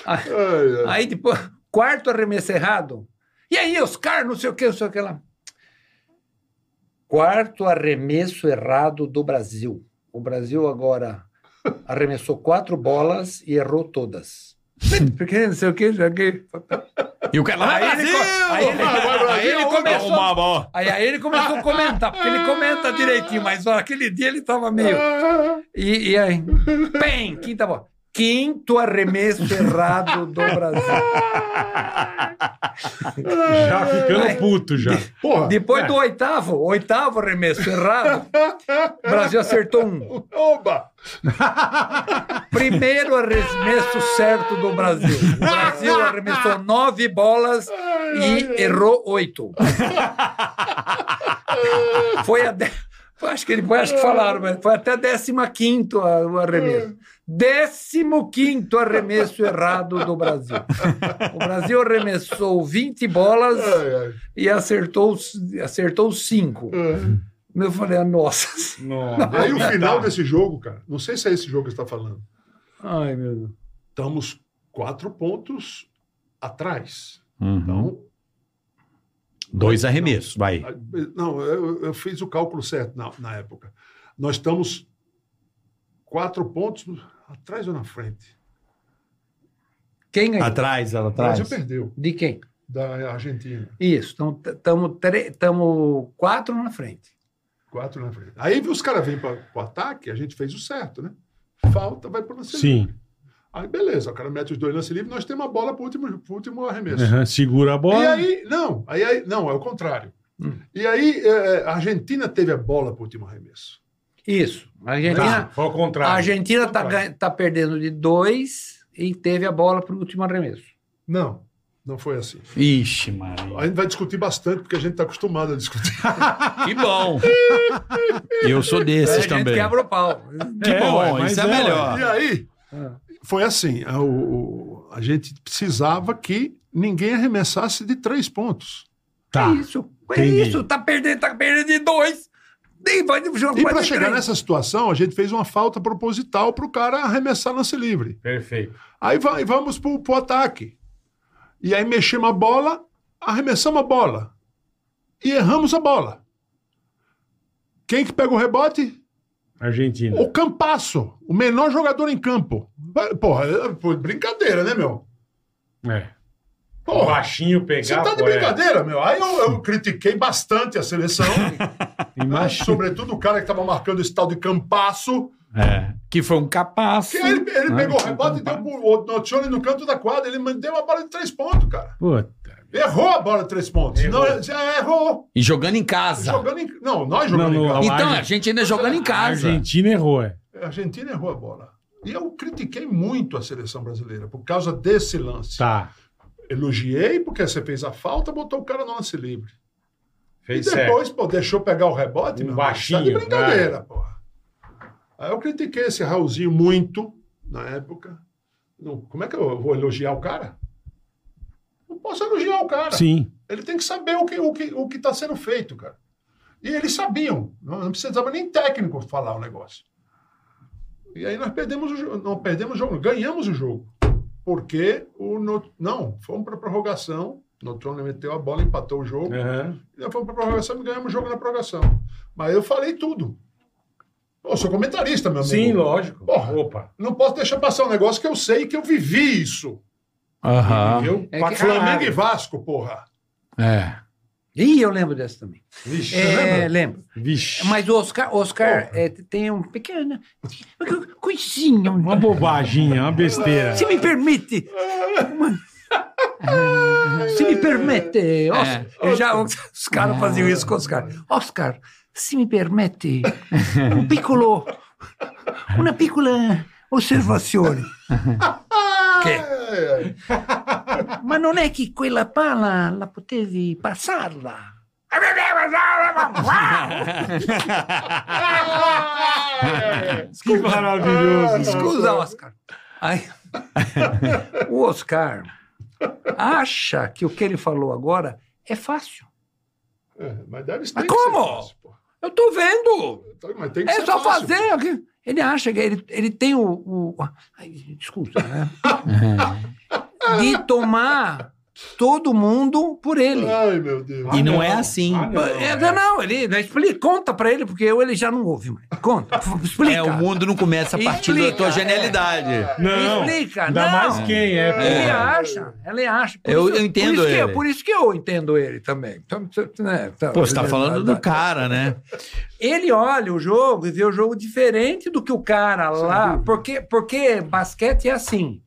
D: Ai, ai.
E: aí depois, quarto arremesso errado. E aí, Oscar, não sei o que, não sei o que lá. Quarto arremesso errado do Brasil. O Brasil agora arremessou quatro bolas e errou todas. <laughs> Porque não sei o que, já que.
C: E o cara lá,
E: Aí ele
C: Brasil!
E: co- aí ele- aí ele começou-
C: Uma bola.
E: Aí, aí ele começou a comentar, porque ele comenta direitinho, mas ó, aquele dia ele tava meio. E, e aí? Bem, quinta bola. Quinto arremesso errado do Brasil.
B: é. Já ficando puto já.
D: Porra.
E: Depois
B: É.
E: do oitavo, oitavo arremesso errado, o Brasil acertou um.
D: Oba!
E: Primeiro arremesso certo do Brasil. O Brasil arremessou nove bolas e errou oito. Foi a. De... Acho que ele acho que falaram, mas foi até 15 o arremesso. 15 arremesso errado do Brasil. O Brasil arremessou 20 bolas
D: Ai, ai.
E: e acertou, acertou 5. Eu falei, ah, nossa.
B: Nossa.
D: Aí o final desse jogo, cara, não sei se é esse jogo que você está falando.
E: Ai, meu Deus.
D: Estamos quatro pontos atrás.
C: Uhum.
D: Então,
C: Dois arremessos, vai.
D: a- não, eu, eu fiz o cálculo certo na, na época. Nós estamos quatro pontos atrás ou na frente?
E: Quem ganhou?
C: Atrás, ela
D: O Brasil
C: atrás.
D: perdeu
E: De quem?
D: da Argentina.
E: Isso, estamos quatro na frente.
D: Quatro na frente. Aí os caras vêm para o ataque, a gente fez o certo, né? Falta, vai para o lance livre.
B: Sim.
D: Aí beleza, o cara mete os dois lance livre, nós temos a bola para o último, pro último arremesso.
B: Aham, Segura a bola.
D: E aí, não, aí, aí- não, é o contrário. E aí, eh, a Argentina teve a bola para o último arremesso.
E: Isso. A Argentina,
B: Tá, foi ao
E: a
B: contrário.
E: Argentina tá,
D: Vai.
E: ganha- tá perdendo de dois e teve a bola para o último arremesso.
D: Não, não foi assim.
C: Ixi, mano.
D: A gente vai discutir bastante, porque a gente está acostumado a discutir.
C: Que bom. Eu sou desses
E: a
C: também.
E: gente quebra o pau.
C: Que
B: É,
C: bom,
B: ué, mas
C: isso é,
B: é, ué.
C: melhor.
D: E aí,
E: Ah.
D: foi assim: a, o- a gente precisava que ninguém arremessasse de três pontos.
B: Tá.
E: É isso.
B: entendi.
E: É isso. Tá perdendo, tá perdendo de dois. Nem vai de jogo.
D: E
E: vai
D: para
E: de
D: chegar
E: três.
D: nessa situação, a gente fez uma falta proposital para o cara arremessar lance livre.
B: Perfeito.
D: Aí vai, vamos pro, pro ataque. E aí mexemos a bola, arremessamos a bola. E erramos a bola. Quem que pega o rebote?
B: Argentina.
D: O Campasso, o menor jogador em campo. Vai- Porra, é- pô, brincadeira, né, meu?
B: É. O
D: Porra,
B: baixinho
D: você
B: pegar.
D: tá de
B: pô, é.
D: brincadeira, meu? Aí eu, eu critiquei bastante a seleção,
B: <laughs> Imagina.
D: sobretudo o cara que tava marcando esse tal de Campasso.
C: É. Que foi um capaz.
D: Que ele, ele
C: Ah,
D: pegou o
C: que
D: rebote e deu pro o Nocione no canto da quadra. Ele mandou uma bola de três pontos, cara.
B: Puta.
D: Errou a bola de três pontos.
B: Errou.
D: Não, já errou.
C: E jogando em casa.
D: Jogando em... Não, nós jogando
B: Não,
D: em
B: não,
D: casa.
C: Então,
B: Argen-
C: a gente ainda jogando em
B: A
C: casa.
B: Argentina errou, é.
D: A Argentina errou a bola. E eu critiquei muito a seleção brasileira por causa desse lance.
B: Tá.
D: Elogiei porque você fez a falta, botou o cara no lance livre.
B: Fez
D: e
B: certo.
D: depois, pô, deixou pegar o rebote,
B: Um
D: meu irmão. Isso tá de
B: baixinho, né?
D: brincadeira, porra. Aí eu critiquei esse Raulzinho muito na época. Não, como é que eu vou elogiar o cara? Não posso elogiar o cara.
B: Sim.
D: Ele tem que saber o que o que o que está sendo feito, cara. E eles sabiam. Não, não precisava nem técnico falar o negócio. E aí nós perdemos o jogo. Não perdemos o jogo, ganhamos o jogo. Porque o. No- Não, fomos para prorrogação. Notrone meteu a bola, empatou o jogo.
B: Aham.
D: E nós fomos para prorrogação e ganhamos o jogo na prorrogação. Mas eu falei tudo. Eu sou comentarista, meu amigo.
B: Sim, lógico.
D: Porra.
B: Opa.
D: Não posso deixar passar um negócio que eu sei que eu vivi isso. Ah.
C: Aham.
B: Viu?
E: É
B: Pra
E: que-
B: Flamengo.
D: Flamengo e Vasco, porra.
C: É.
E: Ih, eu lembro dessa também.
B: Vixe.
E: É,
B: lembra?
E: lembro.
B: Vixe.
E: Mas o Oscar, Oscar é, tem um pequeno. Coisinha. um-
B: Uma bobaginha, é uma besteira.
E: Se me permite. Uma- Se me permite, Oscar. Já os, os caras faziam isso com o Oscar. Oscar, se me permite, um piccolo, uma piccola osservazione. Ah.
D: Ai, ai.
E: Ma non è che quella pala la potevi <laughs> passarla.
B: Que maravilhoso.
E: Escusa, Oscar. Aí, o Oscar acha que o que ele falou agora é fácil.
D: É, <laughs> mas deve
E: Mas
D: tem que
E: como?
D: ser fácil, pô.
E: Eu tô vendo.
D: Tá, Mas tem que
E: É
D: ser
E: só
D: fácil,
E: fazer. aqui. Ele acha que ele, ele tem o. o- ai,
C: <laughs>
E: desculpa, né? De tomar todo mundo por
D: pô.
E: ele.
D: Ai, meu Deus.
C: E não é assim.
E: É, Ah, não, não, ele ele explica, conta pra ele, porque eu ele já não ouve mais. Conta, f-
C: <laughs>
E: explica.
C: É, o mundo não começa a partir da
E: Explica,
C: tua
E: é.
C: genialidade.
B: Não,
E: Explica,
B: ainda
E: não.
B: mais quem é.
E: Ele
B: porra.
E: acha, ele acha. Por
C: Eu-
E: isso-
C: eu entendo
E: por isso que-
C: ele.
E: por isso que eu entendo ele também. Então, você- né, tá-
C: Pô, você tá falando do cara, né?
E: Ele olha o jogo e vê o jogo diferente do que o cara lá. Porque, porque basquete é assim.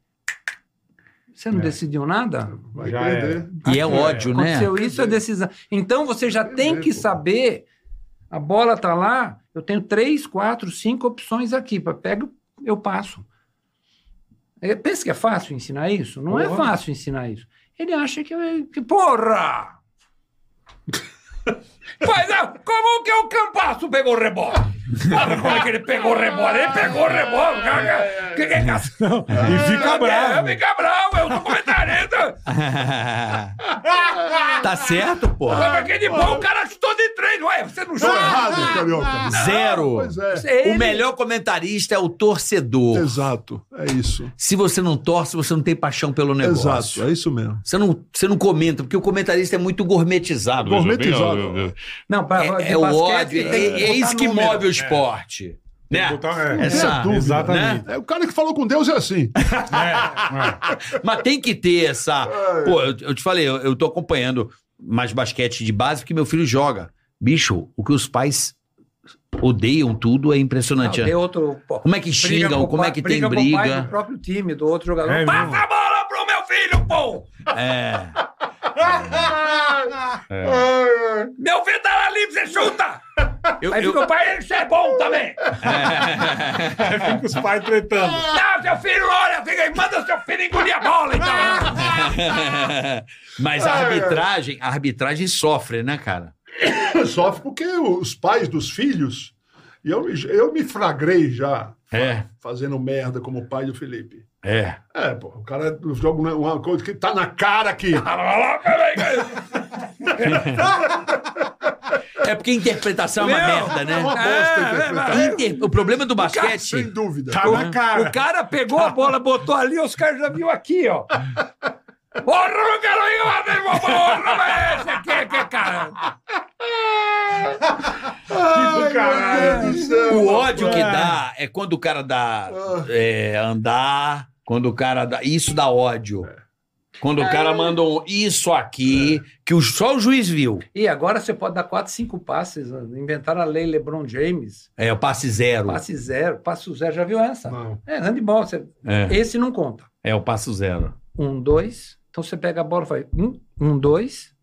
E: Você não decidiu nada?
D: Vai
B: Já
D: perder.
C: E é ódio, né?
E: Aconteceu isso, é decisão. Então você já tem que saber. A bola tá lá, eu tenho três, quatro, cinco opções aqui. pra- Pego, eu passo. É, Pensa que é fácil ensinar isso? Não é
B: Porra.
E: fácil ensinar isso. Ele acha que. eu- que porra! Mas ah, como que o Campasso pegou o rebote? Sabe como é que ele pegou o rebote? Ele pegou o rebote. cara, Que, que, que,
B: Não, e fica bravo.
E: Fica bravo, eu sou comentarista.
C: <laughs> tá certo, porra.
E: Aquele bom, o cara chutou de três. Ué, você não
D: Tá
E: joga
D: errado, Carioca.
E: Ah,
C: Zero.
D: Pois é.
E: Ele-
C: O melhor comentarista é o torcedor.
D: Exato. É isso.
C: Se você não torce, você não tem paixão pelo Um negócio.
D: Exato. É isso mesmo.
C: Você não, você não comenta, porque o comentarista é muito gourmetizado.
D: Gourmetizado.
E: Não, pra,
C: É,
E: de
C: é o
E: basquete
C: ódio, é,
E: tem que
C: é
E: botar
C: isso que
E: número.
C: move o esporte. Né?
B: Botar- é,
C: Essa- né?
B: sem dúvida, Exatamente.
D: É, o cara que falou com Deus é
E: <laughs>
D: assim.
B: É,
C: Mas tem que ter essa.
E: É.
C: Pô, eu, eu te falei, eu, eu tô acompanhando mais basquete de base porque meu filho joga. Bicho, o que os pais odeiam tudo é
E: Não,
C: impressionante.
E: tem
C: né?
E: outro, pô,
C: Como é que
E: briga
C: xingam,
E: pro
C: como é
E: pai-
C: que tem
E: pro pai
C: briga.
E: do próprio time, do outro jogador.
B: É
E: Passa
B: mesmo.
E: a bola pro meu filho, pô!
C: É.
D: Ai, ai.
C: Meu filho tá lá livre, você chuta! <laughs> Eu,
E: Aí
C: eu-
E: fica o pai,
C: Isso é bom também!
B: Aí é. <laughs> fica os pais tretando.
C: Não, seu filho, olha, fica aí, manda seu filho engolir a bola, então! <laughs> Mas
E: É.
C: a arbitragem, a arbitragem sofre, né, cara?
D: Sofre porque os pais dos filhos. E eu, me- eu me fragrei já
C: É,
D: fazendo merda como pai do Felipe.
C: é.
D: É, pô, o cara joga uma- uma coisa que tá na cara que.
C: É porque a interpretação é uma merda, né?
D: É uma bosta interpretar.
C: Inter- O problema do
D: Sem
C: basquete.
D: dúvida.
B: Tá na cara.
E: Né? O cara pegou a bola, botou ali, os caras já viu aqui, ó. Porra, não quero ir lá, meu irmão, porra, esse aqui, é que cara.
D: Ai, meu
B: caralho.
D: Deus do céu.
C: O ódio que dá é quando o cara dá
D: Ah.
C: é, andar, quando o cara dá. Isso dá ódio. Quando o cara manda um isso aqui, que o- só o juiz viu.
E: E agora você pode dar quatro, cinco passes. né? Inventaram a lei LeBron James.
C: É o passe zero.
E: Passe zero, passo zero. Já viu essa?
D: Não.
E: É, handball. Você...
C: É,
E: Esse não conta.
C: é o passo zero.
E: Um, dois. Então você pega a bola e faz um, um, dois.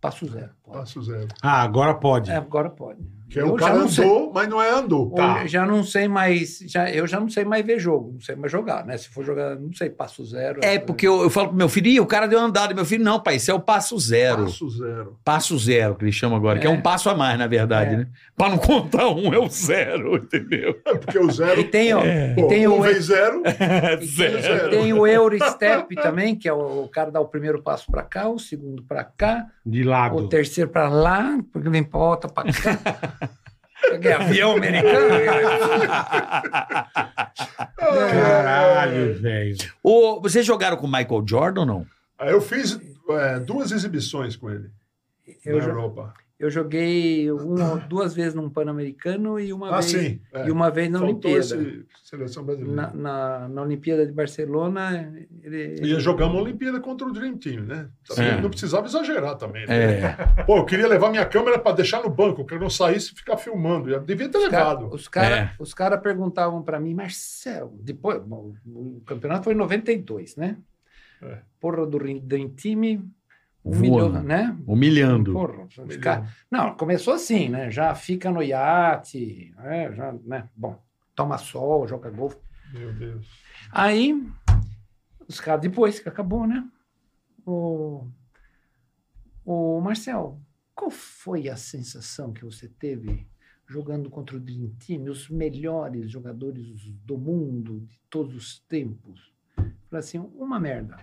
E: Passo zero. Pode.
D: Passo zero.
B: Ah, agora pode.
E: É, agora pode.
D: Que é
E: Eu
D: o
E: já
D: cara
E: não
D: andou,
E: sei. Tá.
D: mas não é andou.
E: Ou já não sei mais, já, eu já não sei mais ver jogo, não sei mais jogar, né? Se for jogar, não sei, passo zero.
C: É, porque eu, eu falo pro meu filho, Ih, o cara deu andada. Meu filho, não, pai, isso é o passo zero. Passo,
D: Passo zero.
C: zero, que eles chamam agora, que é
E: É.
C: um passo a mais, na verdade,
E: É.
C: né? Pra não contar um, é o zero, <laughs> entendeu?
D: É porque o zero.
E: E tem, ó,
D: pô,
E: e tem
D: um
E: o,
D: vez zero.
C: É
E: e
C: zero.
E: tem, tem o Eurostep também, que é o, o cara dá o primeiro passo pra cá, o segundo pra cá,
B: De lado.
E: o terceiro pra lá, porque vem volta pra cá.
D: <laughs>
E: Peguei avião
D: É,
E: americano. É.
B: Caralho, velho.
C: Ô, vocês jogaram com o Michael Jordan ou não?
D: Aí eu fiz é, duas exibições com ele
E: Eu,
D: na
E: jo-
D: Europa.
E: eu joguei uma, duas vezes num Pan-Americano e uma
D: ah,
E: vez
D: sim. é.
E: e uma vez na
D: Faltou
E: Olimpíada.
D: esse seleção brasileira.
E: na, na, na Olimpíada de Barcelona, ele.
D: E jogamos a Olimpíada contra o Dream Team, né? Também
C: É.
D: Não precisava exagerar também. Né?
C: É.
D: Pô, eu queria levar minha câmera para deixar no banco, que eu não saísse e ficar filmando. Eu devia ter
E: os cara-
D: levado.
E: Os caras
C: É.
E: cara perguntavam para mim, Marcelo, depois, bom, o campeonato foi em 92, né?
D: É.
E: Porra do Rin- Dream Team,
C: Voa,
E: humilhou,
C: né?
E: né?
C: Humilhando.
E: Porra, os cara- Não, começou assim, né? Já fica no iate, né? Já, né? Bom, toma sol, joga golfe.
D: Meu
E: <laughs>
D: Deus.
E: Aí, os caras, depois que acabou, né? O, o Marcel, qual foi a sensação que você teve jogando contra o Dream Team, os melhores jogadores do mundo de todos os tempos? Falei assim, uma merda,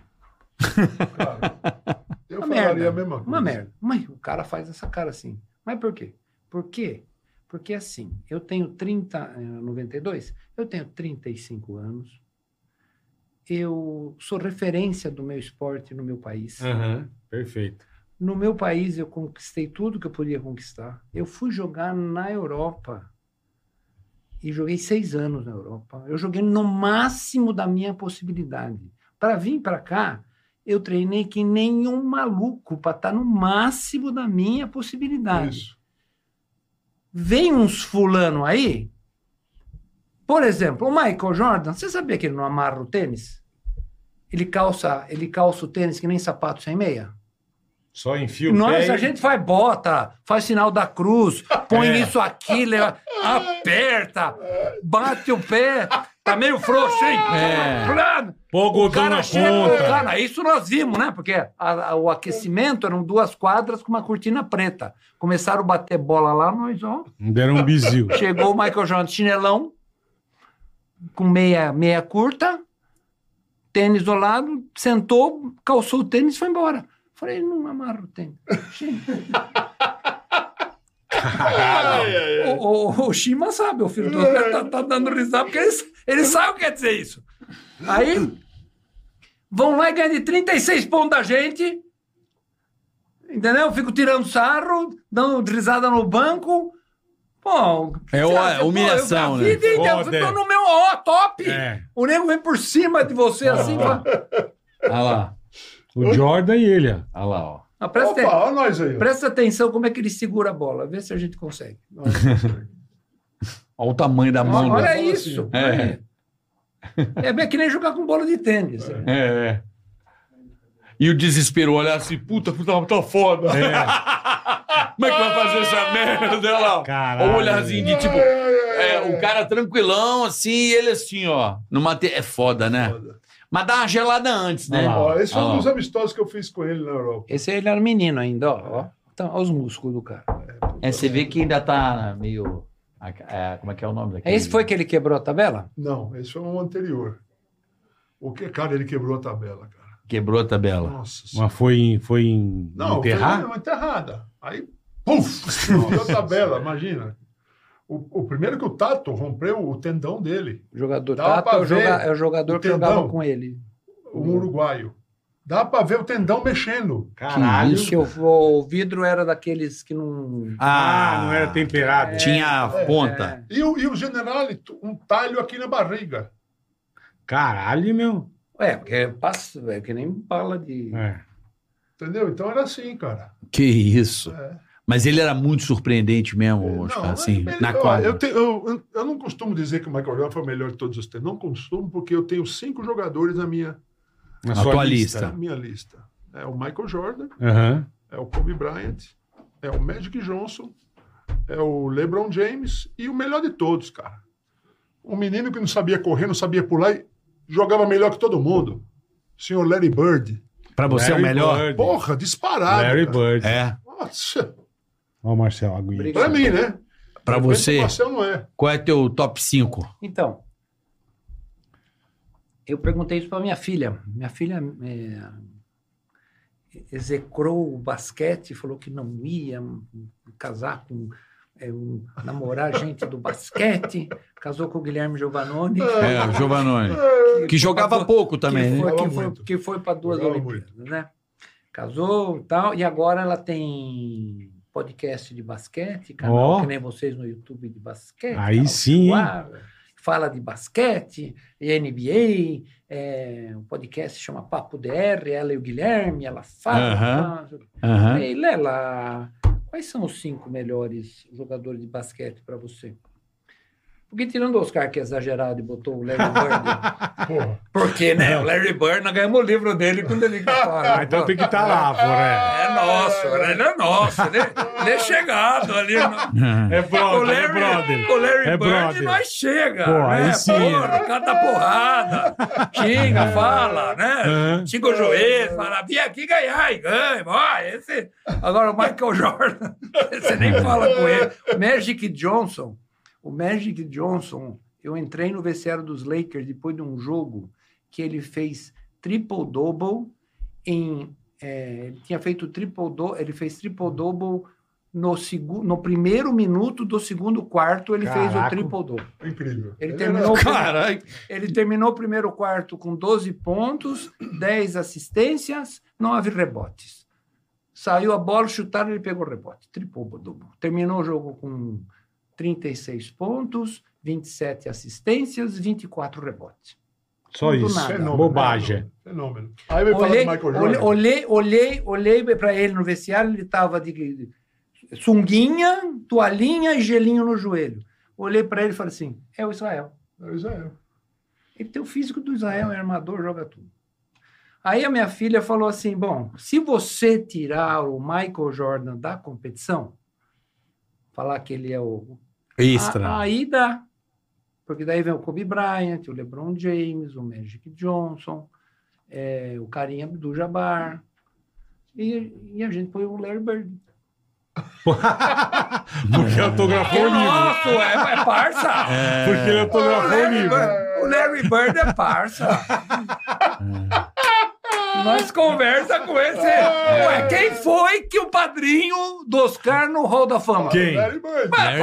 D: Cara, eu
E: Uma
D: falaria
E: merda.
D: a mesma coisa.
E: uma merda. Mas o cara faz essa cara assim. Mas por quê? Por quê? Porque assim, eu tenho 30, eh, 92, eu tenho 35 anos, eu sou referência do meu esporte no meu país.
B: Aham, perfeito.
E: No meu país, eu conquistei tudo que eu podia conquistar. Eu fui jogar na Europa e joguei seis anos na Europa. Eu joguei no máximo da minha possibilidade. Para vir para cá, eu treinei que nenhum maluco para estar no máximo da minha possibilidade.
D: Isso.
E: Vem uns fulano aí, por exemplo, o Michael Jordan, você sabia que ele não amarra o tênis? Ele calça, ele calça o tênis que nem sapato sem meia?
B: Só enfia o pé
E: Nós,
B: e-
E: a gente faz bota, faz sinal da cruz, põe
B: É.
E: isso aqui, leva- aperta, bate o pé. Tá meio frouxo, hein?
C: É.
E: Claro.
B: Põe o
E: O
B: godão
E: cara
B: na
E: chega,
B: ponta.
E: cara, isso nós vimos, né? Porque a- a- o aquecimento eram duas quadras com uma cortina preta. Começaram a bater bola lá, nós, ó.
B: Deram um
E: <laughs>
B: bizil.
E: Chegou o Michael Jordan de chinelão, com meia, meia curta, tênis do lado, sentou, calçou o tênis e foi embora. Falei, não amarra o tênis. Gente,
D: Ai, ai, ai.
E: o, o, o Shima sabe, o filho do cara tá, tá dando risada, porque ele, ele sabe o que quer dizer isso. Aí, vão lá e ganham de 36 pontos da gente, entendeu? Fico tirando sarro, dando risada no banco. Pô,
C: É
E: você
C: uma
E: acha, pô, eu-
C: humilhação,
E: a
C: né?
E: vida inteira,
B: Foda.
E: Eu tô no meu ó, top.
B: É.
E: O nego vem por cima de você assim.
B: Ah.
E: fala,
C: Olha lá.
B: O Jordan e ele, ó.
C: Olha lá, ó.
E: "Ah, presta,
D: Opa, olha nós aí. ó.
E: presta atenção como é que ele segura a bola, vê se a
B: <laughs>
E: gente consegue.
C: Olha o tamanho da
E: Olha,
C: manga.
D: bola
E: isso.
C: assim, ó.
E: assim. É. É bem que nem jogar com bola de tênis.
C: É, é.
F: E o desespero olhar assim, puta, puta, tá foda.
C: <laughs>
F: Como é que vai fazer essa merda? Olha lá.
B: Caralho.
F: Ou um olharzinho de tipo. É, o cara tranquilão, assim, e ele assim, ó. Numa te- É foda, né?
D: Foda.
F: Mas dá uma gelada antes, né?
B: Olha lá.
D: Ó, esse foi
F: Ah,
D: um
F: ó.
D: dos amistosos que eu fiz com ele na Europa.
E: Esse ele era menino ainda, ó. ó. Então, olha os músculos do cara.
C: É, você vê que ainda tá meio. a- é, como é que é o nome daquele?
E: Esse foi que ele quebrou a tabela?
D: Não, esse foi um anterior. O que, cara, ele quebrou a tabela, cara.
C: Quebrou a tabela.
D: Nossa senhora.
B: Mas foi em, foi em
D: Não,
B: enterrar?
D: foi uma enterrada. Aí, <laughs> puf, explodiu a tabela, imagina. O, o primeiro que o Tato rompeu o tendão dele,
E: O jogador
D: Dava
E: Tato
D: pra
E: é o, joga-
D: ver
E: é o jogador
D: o
E: que jogava
D: tendão.
E: com ele.
D: um uruguaio. Dá pra ver o tendão mexendo.
B: Caralho.
E: Que eu- o vidro era daqueles que não.
B: Ah, não era É, temperado.
E: É.
C: Tinha a ponta.
D: E o, e o general, um talho aqui na barriga.
B: Caralho, meu.
E: É, porque é, passa, é que nem bala de.
B: É.
D: Entendeu? Então era assim, cara.
C: Que isso.
D: É.
C: Mas ele era muito surpreendente mesmo, Oscar,
D: Não,
C: assim,
D: ele-
C: na
D: eu,
C: quadra.
D: eu, tenho- eu- eu não costumo dizer que o Michael Jordan foi o melhor de todos os tempos. Não costumo, porque eu tenho cinco jogadores na minha,
B: Na
C: Na
B: sua
C: tua
D: na
C: lista.
D: minha lista. É o Michael Jordan,
B: Aham.
D: é o Kobe Bryant, é o Magic Johnson, é o LeBron James e o melhor de todos, cara. Um menino que não sabia correr, não sabia pular e jogava melhor que todo mundo. Senhor Larry Bird.
C: Pra você é o
B: Larry
C: melhor?
B: Bird.
D: Porra, disparado.
B: Larry
D: cara.
B: Bird.
C: É.
D: Nossa,
B: Ó, o Marcel, aguinha.
E: Obrigado.
D: pra mim, né?
C: Pra
D: Mas
C: você,
D: O Marcel não é.
C: qual é teu top 5?
E: Então, eu perguntei isso para minha filha. Minha filha é, execrou o basquete, falou que não ia casar com é, um- namorar gente do basquete, casou com o Guilherme Giovannoni.
C: É, o Giovanni.
E: foi
C: Que
E: pra
C: jogava
E: du-
C: pouco também,
E: que
C: né?
E: foi, que
D: Jogava
E: foi-
D: muito.
E: que foi para duas
D: Jogava
E: Olimpíadas, né? Casou e tal, e agora ela tem podcast de basquete, canal
B: Ó.
E: que nem vocês no YouTube de basquete.
B: Aí
E: canal
B: sim, hein?
E: Uau, Fala de basquete, e NBA, é, um podcast chama Papo DR, ela e o Guilherme, ela fala. tal.
C: Aham.
E: Ei, Lela, quais são os cinco melhores jogadores de basquete para você? Porque tirando o Oscar, que é exagerado, e botou o Larry
B: <laughs>
E: Bird.
D: Porra.
E: Porque, né? O Larry Bird, nós ganhamos o livro dele
B: <laughs>
E: quando ele
B: Ah,
E: fala.
B: então tem que estar lá, né? porra.
E: É nosso, ele é nosso. Ele, ele é chegado ali. no-
B: É, é
E: O
B: brother, é
E: Larry,
B: brother.
E: o Larry
B: É
E: Bird,
B: brother.
E: nós chega.
B: Pô,
E: né?
B: aí sim,
E: Porra,
B: é.
E: o cara dá porrada,
B: <laughs>
E: xinga, fala, né?
B: Aham.
E: Xinga o juiz, fala, vem aqui ganhar e ganha. Ó, esse... Agora o Michael <laughs> Jordan, você nem fala com ele. O Magic Johnson, o Magic Johnson, eu entrei no vestiário dos Lakers depois de um jogo que ele fez triple-double em... eh, ele tinha feito triple-double, ele fez triple-double no, segu- no primeiro minuto do segundo quarto, ele fez o
B: Caraca.
E: triple-double.
D: É Incrível.
E: Ele
D: era-
E: terminou, o prime-
C: Caralho.
E: ele terminou o primeiro quarto com 12 pontos, 10 assistências, 9 rebotes. Saiu a bola, chutaram, ele pegou o rebote. Tripou o dobro. Terminou o jogo com 36 pontos, 27 assistências, 24 rebotes.
B: Só
E: Do
B: isso.
E: nada.
D: Fenômeno,
B: Bobagem.
D: Fenômeno. fenômeno. Aí me fala do
E: Olhei,
D: Michael
E: olhei,
D: Jordan.
E: olhei, olhei, para ele no vestiário, ele estava de sunguinha, toalhinha e gelinho no joelho. Olhei para ele e falei assim: é o Israel.
D: É o Israel.
E: Ele tem o físico do Israel, é armador, joga tudo. Aí a minha filha falou assim: bom, se você tirar o Michael Jordan da competição, falar que ele é o.
C: Extra.
B: Ah,
E: A- aí dá. Porque daí vem o Kobe Bryant, o LeBron James, o Magic Johnson, eh, o Karim Abdul-Jabbar. E, e a gente põe o Larry Bird.
B: Porque autografou o livro.
E: nosso, é, é parça!
B: Porque ele autografou o livro.
E: Bird- o Larry Bird é parça. Nós conversa com esse. Ué, quem foi que o padrinho do Oscar no Hall da Fama? Ah!
B: Quem?
D: Larry Bird.
C: Larry
B: <laughs>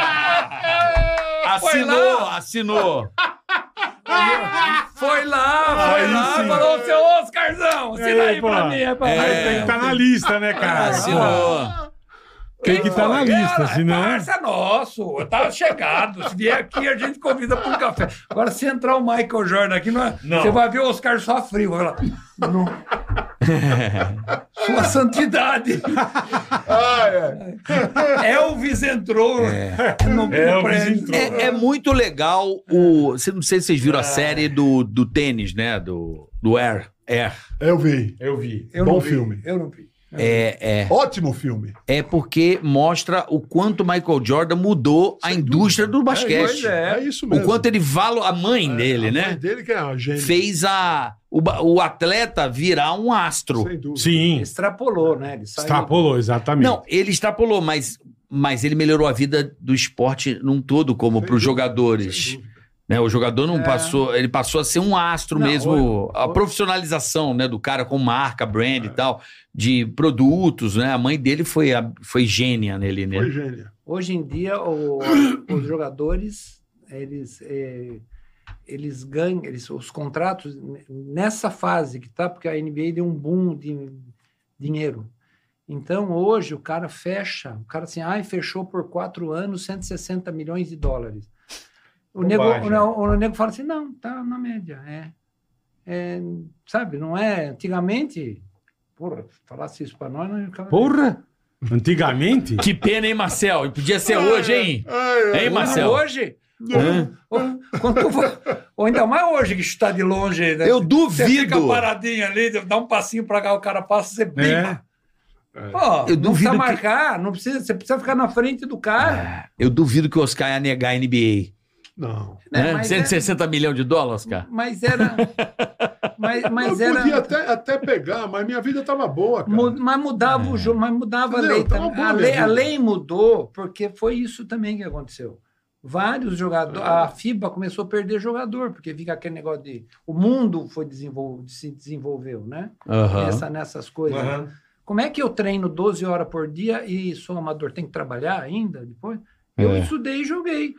C: Bird. Assinou, assinou.
E: Foi lá, foi
B: Aí
E: lá,
B: sim.
E: falou, seu Oscarzão, assina aí
B: Ei,
E: pra
B: pô.
E: mim. É pra
C: É,
B: Aí tem que estar na lista, né,
E: Ah,
B: cara?
C: Assinou.
B: Tem que estar Tá na lista, senão.
E: É parça nosso, tá chegado. Se vier aqui, a gente convida para um café. Agora, se entrar o Michael Jordan aqui, não é-
B: Não.
E: você vai ver o Oscar só frio. Vai lá. Não. Sua santidade.
D: Ah, é.
E: Elvis entrou
B: É.
E: no no
B: Elvis
E: prédio.
B: entrou.
C: É, é muito legal o. cê- Não sei se vocês viram a série do, do tênis, né? Do, do Air. É,
G: Eu vi.
B: Eu vi.
G: Eu
D: Bom
G: não vi.
D: filme.
G: Eu não vi.
C: é, é.
G: Ótimo filme.
C: É porque mostra o quanto Michael Jordan mudou a indústria do basquete.
D: pois é. É isso
C: o
D: mesmo.
C: quanto ele valo a mãe
D: É,
C: dele,
D: a
C: né?
D: mãe dele que é a gênia.
C: Fez a, o, ba- o atleta virar um astro.
D: Sem dúvida.
B: Sim,
E: Extrapolou, né? Ele saiu-
B: extrapolou, exatamente.
C: Não, ele extrapolou, mas, mas ele melhorou a vida do esporte num todo, como
D: Sem
C: para os
D: dúvida,
C: jogadores.
D: sem dúvida.
C: né? O jogador não passou, ele passou a ser um astro
E: Não,
C: mesmo.
E: eu-
C: a profissionalização né, do cara com marca, brand
D: É.
C: e tal, de produtos, né? A mãe dele foi, a- foi gênia nele, né?
E: É.
D: Foi gênia.
E: Hoje em dia, o- os jogadores, eles, é, eles ganham, eles, os contratos, n- nessa fase que tá, porque a NBA deu um boom de dinheiro. Então, hoje, o cara fecha, o cara assim, ai, fechou por quatro anos 160 milhões de dólares. O nego,
B: Bobagem.
E: o, não- o nego fala assim, não, tá na média, é. É, sabe, não é, antigamente, porra, falasse isso para nós, não ficava...
B: Porra! Antigamente?
C: Que pena, hein, Marcel? E Podia ser hoje, hein? Hein, Marcel?
E: Hoje, Ô, Quando eu vou- ou ainda mais hoje que está de longe, né?
C: Eu
E: Você fica
C: duvido.
E: paradinho ali, dá um passinho pra cá, o cara passa, você bimba.
D: É.
E: Pô,
C: Eu
E: não
C: duvido
E: precisa
C: que-
E: marcar, não precisa, você precisa ficar na frente do cara.
C: Eu duvido que o Oscar ia negar a NBA.
D: Não.
E: né?
C: né?
E: Mas, era,
C: 160 milhões de dólares, cara.
E: mas era.
C: <laughs>
E: Mas, mas
D: eu
E: era.
D: podia até, até pegar, mas minha vida tava boa, cara.
E: mu- Mas mudava
C: É.
E: o jogo, mas mudava a
D: Entendeu?
E: lei
D: Tá uma
C: Então,
E: também.
D: boa
E: A lei, a
D: medida.
E: lei mudou, porque foi isso também que aconteceu. Vários
D: É.
E: jogadores. A FIBA começou a perder jogador, porque fica aquele negócio de. O mundo foi desenvol- se desenvolveu, né?
C: Aham.
E: nessa- nessas coisas.
B: Aham.
E: Como é que eu treino 12 horas por dia e sou amador? Tem que trabalhar ainda depois? Eu
C: É.
E: estudei e joguei.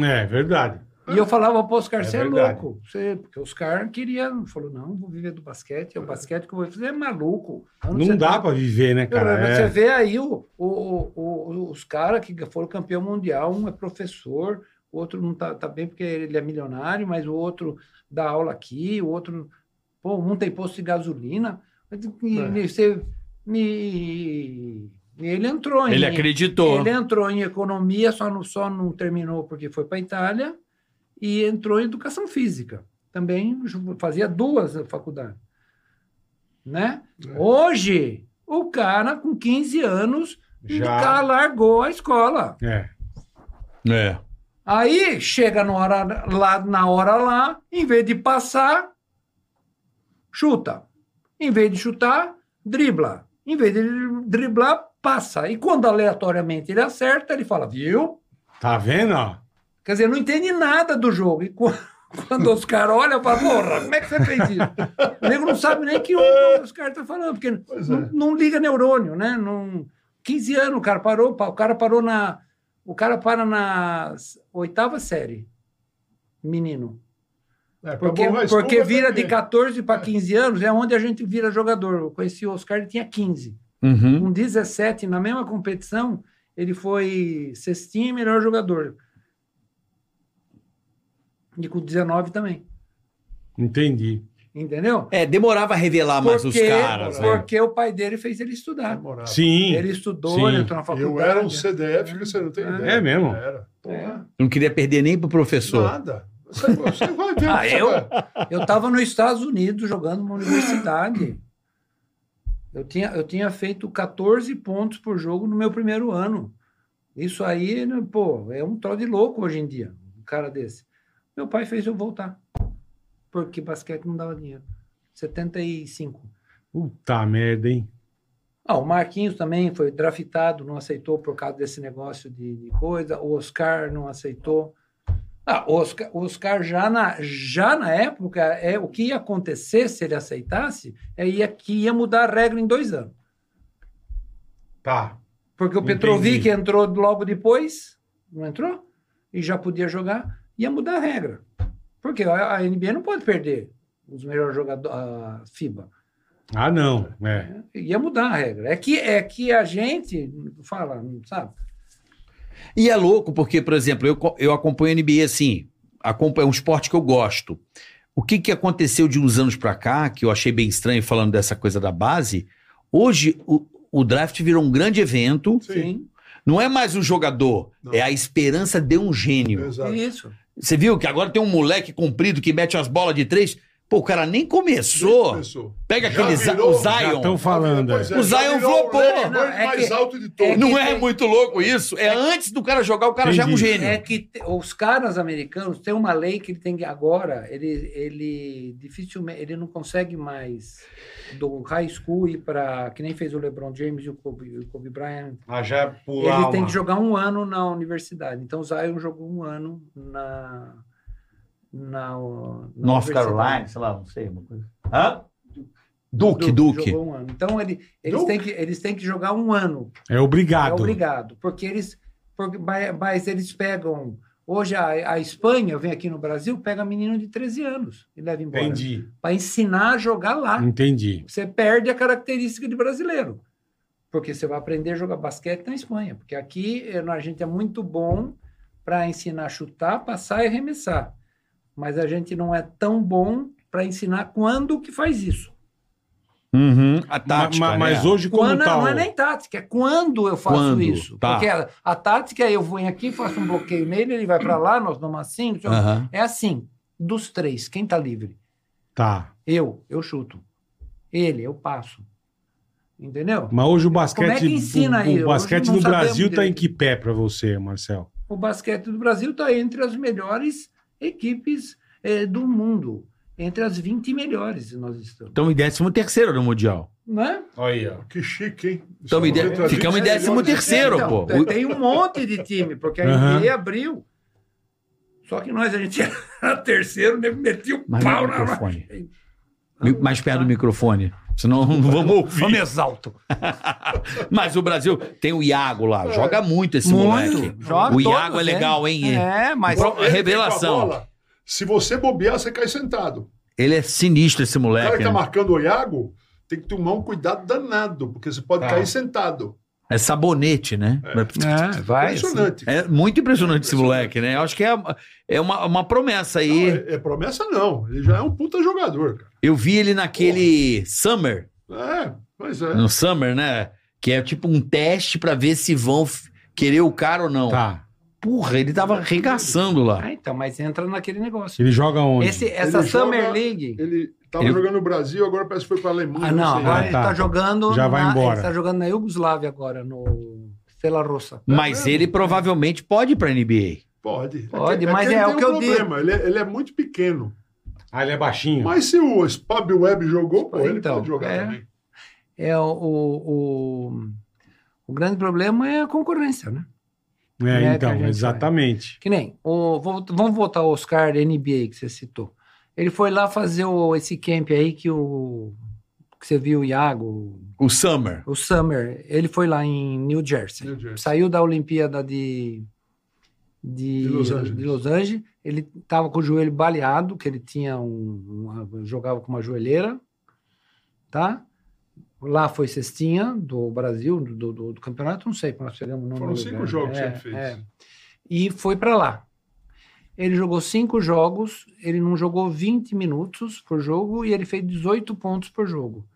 B: É verdade.
E: E eu falava pro Oscar,
B: É
E: você é,
B: verdade.
E: louco. Você, porque o Oscar queria, falou, não, vou viver do basquete, é o basquete que eu vou fazer, é maluco. Onde
B: Não
E: você
B: dá
E: tá?
B: pra viver, né, cara?
E: Você
B: É.
E: vê aí o, o- o- o- os caras que foram campeão mundial, um é professor, o outro não tá, tá bem porque ele é milionário, mas o outro dá aula aqui, o outro. Pô, um tem posto de gasolina. Mas e-
D: É.
E: e você- e- e ele entrou
C: Ele
E: em,
C: acreditou.
E: ele entrou em economia, só não, só não terminou porque foi para a Itália, e entrou em educação física. Também ju- fazia duas faculdades. Né? Hoje, o cara com 15 anos
B: Já.
E: já largou a escola.
B: É.
C: É.
E: Aí chega na hora lá, na hora lá, em vez de passar, chuta. Em vez de chutar, dribla. Em vez de driblar, passa. E quando aleatoriamente ele acerta, ele fala, viu?
B: Tá vendo, ó?
E: Quer dizer, não entende nada do jogo. E <laughs> qu- quando os caras olham, falam, porra, como é que você fez isso? O nego não sabe nem que o- os caras estão falando, porque
D: Pois
E: não,
D: é.
E: não liga neurônio, né? Não, 15 anos o cara parou, pa- o cara parou na. O cara para na oitava série, menino.
D: É, pra
E: Porque,
D: borrar a escova
E: porque vira de
D: também.
E: 14 para 15 anos é onde a gente vira jogador. Eu conheci o Oscar, ele tinha 15.
C: Uhum.
E: Com 17, na mesma competição, ele foi cestinha e melhor jogador. E com 19 também.
B: Entendi.
E: Entendeu?
C: É, demorava a revelar mais os caras, né?
E: porque o pai dele fez ele estudar.
D: Demorava.
B: Sim.
E: Ele estudou,
B: Sim.
E: ele entrou na faculdade.
D: Eu era um CDF que você não tem
E: É.
D: ideia.
B: É mesmo? É.
D: Era. Porra,
C: Não queria perder nem pro professor.
D: nada. Você, você vai ver.
E: Ah,
D: você
E: eu?
D: vai-
E: Eu estava nos Estados Unidos jogando numa universidade. Eu tinha, eu tinha feito 14 pontos por jogo no meu primeiro ano. Isso aí, né, pô, é um troll de louco hoje em dia, um cara desse. Meu pai fez eu voltar, porque basquete não dava dinheiro. 75.
B: Puta merda, hein?
E: Ah, o Marquinhos também foi draftado, não aceitou por causa desse negócio de, de coisa. O Oscar não aceitou. Ah, o Oscar, o Oscar já, na, já na época, é, o que ia acontecer se ele aceitasse é ia, que ia mudar a regra em dois anos.
B: Tá.
E: Porque o
B: Entendi.
E: Petrovic entrou logo depois, não entrou? E já podia jogar, ia mudar a regra. Porque a, a NBA não pode perder os melhores jogadores, a FIBA.
B: Ah, não. É.
E: Ia mudar a regra. É que, é que a gente fala, sabe?
C: E é louco, porque, por exemplo, eu, co- eu acompanho a NBA assim, acompanho, é um esporte que eu gosto. O que, que aconteceu de uns anos pra cá, que eu achei bem estranho falando dessa coisa da base, hoje o, o draft virou um grande evento.
E: Sim.
C: Não é mais um jogador,
D: Não.
C: é a esperança de um gênio.
D: Exato.
E: Isso.
C: Você viu que agora tem um moleque comprido que mete as bolas de três. Pô, o cara nem começou.
D: Começou.
C: Pega
D: Já
C: aquele Za-
D: virou-
C: o
B: Já
C: Zion.
B: estão falando.
D: Pois
B: é.
D: é,
C: O
D: já
C: Zion
D: virou
C: flopou.
D: O recorde
C: Não,
D: mais
C: é que-
D: alto de todos.
C: Não é muito louco isso? É antes do cara jogar, o cara já é um
B: Entendi.
C: gênio.
E: É que te- os caras americanos têm uma lei que ele tem que agora, ele, ele dificilmente, ele não consegue mais do high school ir para que nem fez o LeBron James e o Kobe, o Kobe Bryant.
G: Ah, já é
E: Ele
G: pular
E: tem
G: uma-
E: que jogar um ano na universidade. Então o Zion jogou um ano na na, na
G: North
E: universidade.
G: Carolina, sei lá, não sei. Uma coisa. Hã?
C: Duque, Duque.
E: Jogou um ano. Então ele, eles
D: Duke?
E: têm que eles têm que jogar um ano
B: É obrigado.
E: É obrigado, porque eles. porque- mas, mas eles pegam. Hoje a, a Espanha vem aqui no Brasil, pega menino de 13 anos e leva embora.
B: Entendi.
E: Para ensinar a jogar lá.
B: Entendi.
E: Você perde a característica de brasileiro. Porque você vai aprender a jogar basquete na Espanha. Porque aqui eh, a gente é muito bom para ensinar a chutar, passar e arremessar. Mas a gente não é tão bom para ensinar quando que faz isso.
C: Uhum. A
B: Ma-
C: tática.
B: ma- mas
C: né?
B: hoje, como tá
E: Quando,
B: tal.
E: não é nem tática, é quando eu faço
C: Quando,
E: isso.
C: tá.
E: Porque a, a tática é eu venho aqui, faço um bloqueio nele, ele vai pra lá, nós damos assim. não sei o quê.
C: Aham.
E: É assim, dos três, quem tá livre?
B: Tá.
E: Eu, eu chuto. Ele, eu passo. Entendeu?
B: Mas hoje o basquete.
E: Como é que ensina
B: o-
E: aí?
B: O,
E: Hoje
B: basquete
E: não
B: no
E: sabemos
B: Brasil tá em
E: direito.
B: que pé pra você, Marcel?
E: O basquete do Brasil tá entre as melhores equipes eh, do mundo. Entre as 20 melhores nós estamos.
C: Estamos Então, em 13 terceiro no Mundial.
E: Né?
G: Olha aí, ó.
D: Que chique, hein? é
C: Tamo em de-
D: Entre as
E: um
C: ficamos em
D: 20
C: décimo
D: melhores
C: terceiro.
D: equipes.
C: pô.
E: tem- Tem um monte de time, porque a
B: Aham.
E: NBA abriu. Só que nós, a gente era <laughs> terceiro, nem metia o
C: Mais
E: pau
C: perto do
E: na
C: microfone. Mi- Mais perto do microfone. Senão <laughs> não vamos ouvir.
F: Vamos exalto.
C: Mas o Brasil tem o Iago lá. Joga muito esse moleque.
E: Joga
C: o
E: todos,
C: Iago é
E: né?
C: legal, hein?
E: É, mas
C: Pro-
D: Ele tem com a
C: Revelação.
D: bola, Se você bobear, você cai sentado.
C: Ele é sinistro, esse
D: O cara
C: moleque.
D: que tá
C: né?
D: marcando o Iago tem que tomar um cuidado danado, porque você pode
G: Tá.
D: cair sentado.
C: É sabonete, né?
E: É, vai.
D: Impressionante.
C: É muito impressionante esse moleque, né? Eu acho que é, é uma, uma promessa aí.
D: Não, é, é promessa, não. Ele já é um puta jogador, cara.
C: Eu vi ele naquele Summer,
D: É, pois é.
C: no Summer, né? Que é tipo um teste pra ver se vão f- querer o cara ou não.
B: Tá.
C: Porra, ele tava arregaçando lá.
E: Ah, então, mas entra naquele negócio.
B: Ele joga onde?
E: Esse, essa
D: Ele
E: Summer
D: joga-
E: League.
D: Ele tava
C: Ele-
D: jogando no Brasil, agora parece que foi pra Alemanha.
E: Ah, não,
D: sei
E: agora
D: lá.
E: ele
B: tá.
E: tá jogando.
B: Já vai
E: na,
B: embora.
E: Ele tá jogando na Iugoslávia agora, no Stella Rossa.
C: Mas ele provavelmente pode ir pra NBA.
D: Pode.
E: Pode,
D: que-
E: mas
D: que
E: é
D: ele
E: o
D: tem
E: que eu digo.
D: problema. Ele é, ele é muito pequeno.
B: Ah, ele é baixinho.
D: Mas se o Spab Web jogou, pô, ele
E: Então,
D: pode jogar
E: é.
D: também.
E: É o, o, o, o grande problema é a concorrência, né?
B: É,
E: né,
B: então,
E: que a gente vai.
B: exatamente.
E: Que nem, o, vol- vamos voltar ao Oscar NBA que você citou. Ele foi lá fazer o, esse camp aí que o que você viu o Iago,
C: O Summer.
E: o Summer, ele foi lá em New Jersey.
D: New Jersey.
E: Saiu da Olimpíada de de,
D: De Los Angeles.
E: de Los Angeles. ele estava com o joelho baleado, que ele tinha um, uma- jogava com uma joelheira, tá? Lá foi cestinha do Brasil, do, do, do campeonato, não sei como nós pegamos o nome.
D: Foram
E: do
D: cinco
E: lugar.
D: jogos que
E: É,
D: ele fez.
E: é e foi para lá. Ele jogou cinco jogos, ele não jogou 20 minutos por jogo e ele fez 18 pontos por jogo.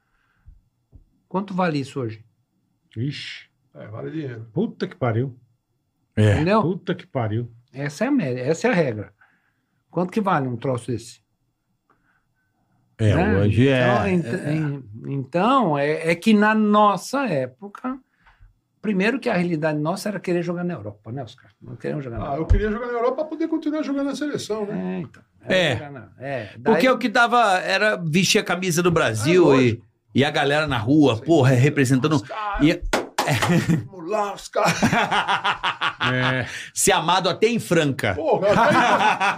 E: Quanto vale isso hoje?
B: Ixi.
D: É, vale dinheiro.
B: Puta que pariu.
C: É.
E: Entendeu?
B: Puta que pariu.
E: Essa é a média, essa é a regra. Quanto que vale um troço desse?
C: É,
E: né?
C: hoje
E: Então,
C: é.
E: ent- em- então, é, é que na nossa época, primeiro que a realidade nossa era querer jogar na Europa, né, Oscar? Não queremos jogar na
D: Ah, eu
E: Europa.
D: queria jogar na Europa para poder continuar jogando na seleção, né?
E: É, então.
C: É.
E: jogar na- é, daí-
C: Porque o que dava era vestir a camisa do Brasil
D: Ah,
C: e, e a galera na rua, porra, representando.
D: Os caras,
C: E-
D: Vamos <laughs> lá, os caras.
B: É.
C: Ser amado até em Franca.
E: <laughs>
D: Porra, até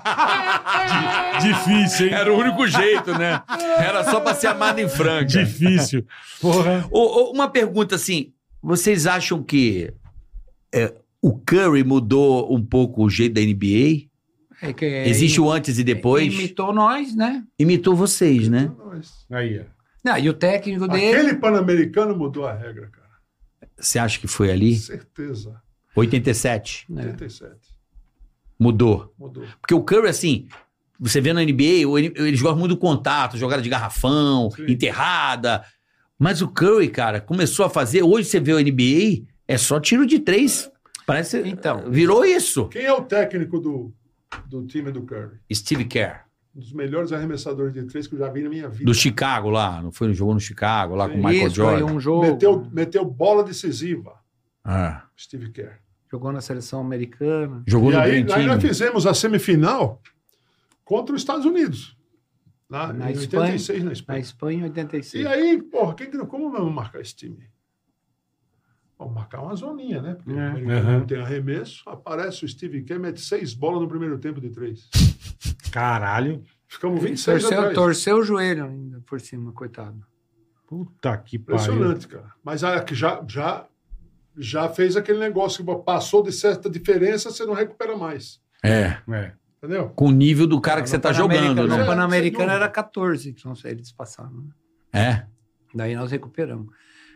B: Ah, Difícil, hein?
C: Era o único jeito, né? <laughs> Era só pra ser amado em Franca.
B: Difícil. Porra.
C: Ô, ô, uma pergunta assim: vocês acham que é, o Curry mudou um pouco o jeito da NBA?
E: é que-
C: Existe o antes e depois?
E: Imitou nós, né?
C: Imitou vocês, né?
D: nós.
B: Aí, ó.
E: Não, e o técnico dele.
D: Aquele pan-americano mudou a regra, cara.
C: Você acha que foi ali?
D: Certeza.
C: 87?
E: né?
D: 37.
C: Mudou.
D: Mudou.
C: Porque o Curry, assim, você vê na NBA, o- ele- eles gostam muito do contato, jogada de garrafão,
D: Sim.
C: enterrada. Mas o Curry, cara, começou a fazer. Hoje você vê o NBA, é só tiro de três. Parece.
E: Então.
C: Virou isso.
D: Quem é o técnico do, do time do Curry?
C: Steve Kerr.
D: Um dos melhores arremessadores de três que eu já vi na minha vida.
C: Do Chicago lá, não foi? Jogou no Chicago lá com o Michael
E: Isso, ganhou
C: Jordan.
E: um jogo.
D: meteu, meteu bola decisiva,
E: um-
C: É.
D: Steve Kerr.
E: Jogou na seleção americana.
C: Jogou
D: e
C: no
D: aí,
C: Dream
D: aí nós
C: Team.
D: fizemos a semifinal contra os Estados Unidos. Na,
E: Na
D: em
E: Espanha.
D: 86, na
E: Na
D: Espanha.
E: Espanha, em
D: E
E: 86.
D: aí, porra, quem, que não- como vamos marcar esse time? Vamos marcar uma zoninha, né? Porque o
E: É.
D: americano
B: Aham.
D: não tem arremesso. Aparece o Steve Kerr, mete seis bolas no primeiro tempo de três.
B: Caralho.
D: Ficamos 26
E: torceu,
D: atrás.
E: torceu o joelho ainda por cima, coitado.
B: Puta que pariu.
D: Impressionante, cara. Mas a- que já, já, já fez aquele negócio que passou de certa diferença, você não recupera mais.
C: É.
B: É.
D: Entendeu?
C: Com o nível do cara que você tá jogando,
E: No
D: né?
E: Pan-Americano
D: Sem dúvida.
E: era 14, que não sei, eles passaram. né?
C: né?
E: Daí nós recuperamos.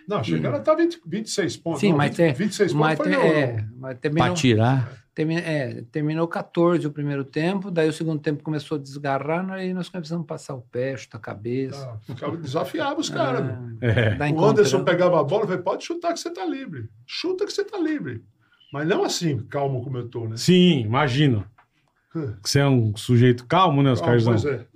D: Não, chegaram a tá estar 20, 26 pontos.
E: Hum. Sim,
D: não,
E: mas
D: 20,
E: tem-
D: 26 pontos
E: Mas,
D: foi
E: te-
D: não,
E: é,
D: não.
E: mas
C: É. Pra
E: terminou, <laughs>
C: tirar.
E: termi- é, terminou 14 o primeiro tempo, daí o segundo tempo começou a desgarrar, né? aí nós começamos a passar o pé, chutar a cabeça. né?
D: Ah, ficava- desafiava os
E: Ah,
D: caras. meu.
B: É.
E: daí
D: O Anderson
E: encontramos-
D: pegava a bola e falava, pode chutar que você tá livre. Chuta que você tá livre. Mas não assim, calmo como eu tô, né?
B: Sim, imagino. Que você é um sujeito calmo, né, os
D: Calmo,
B: caras
D: pois é.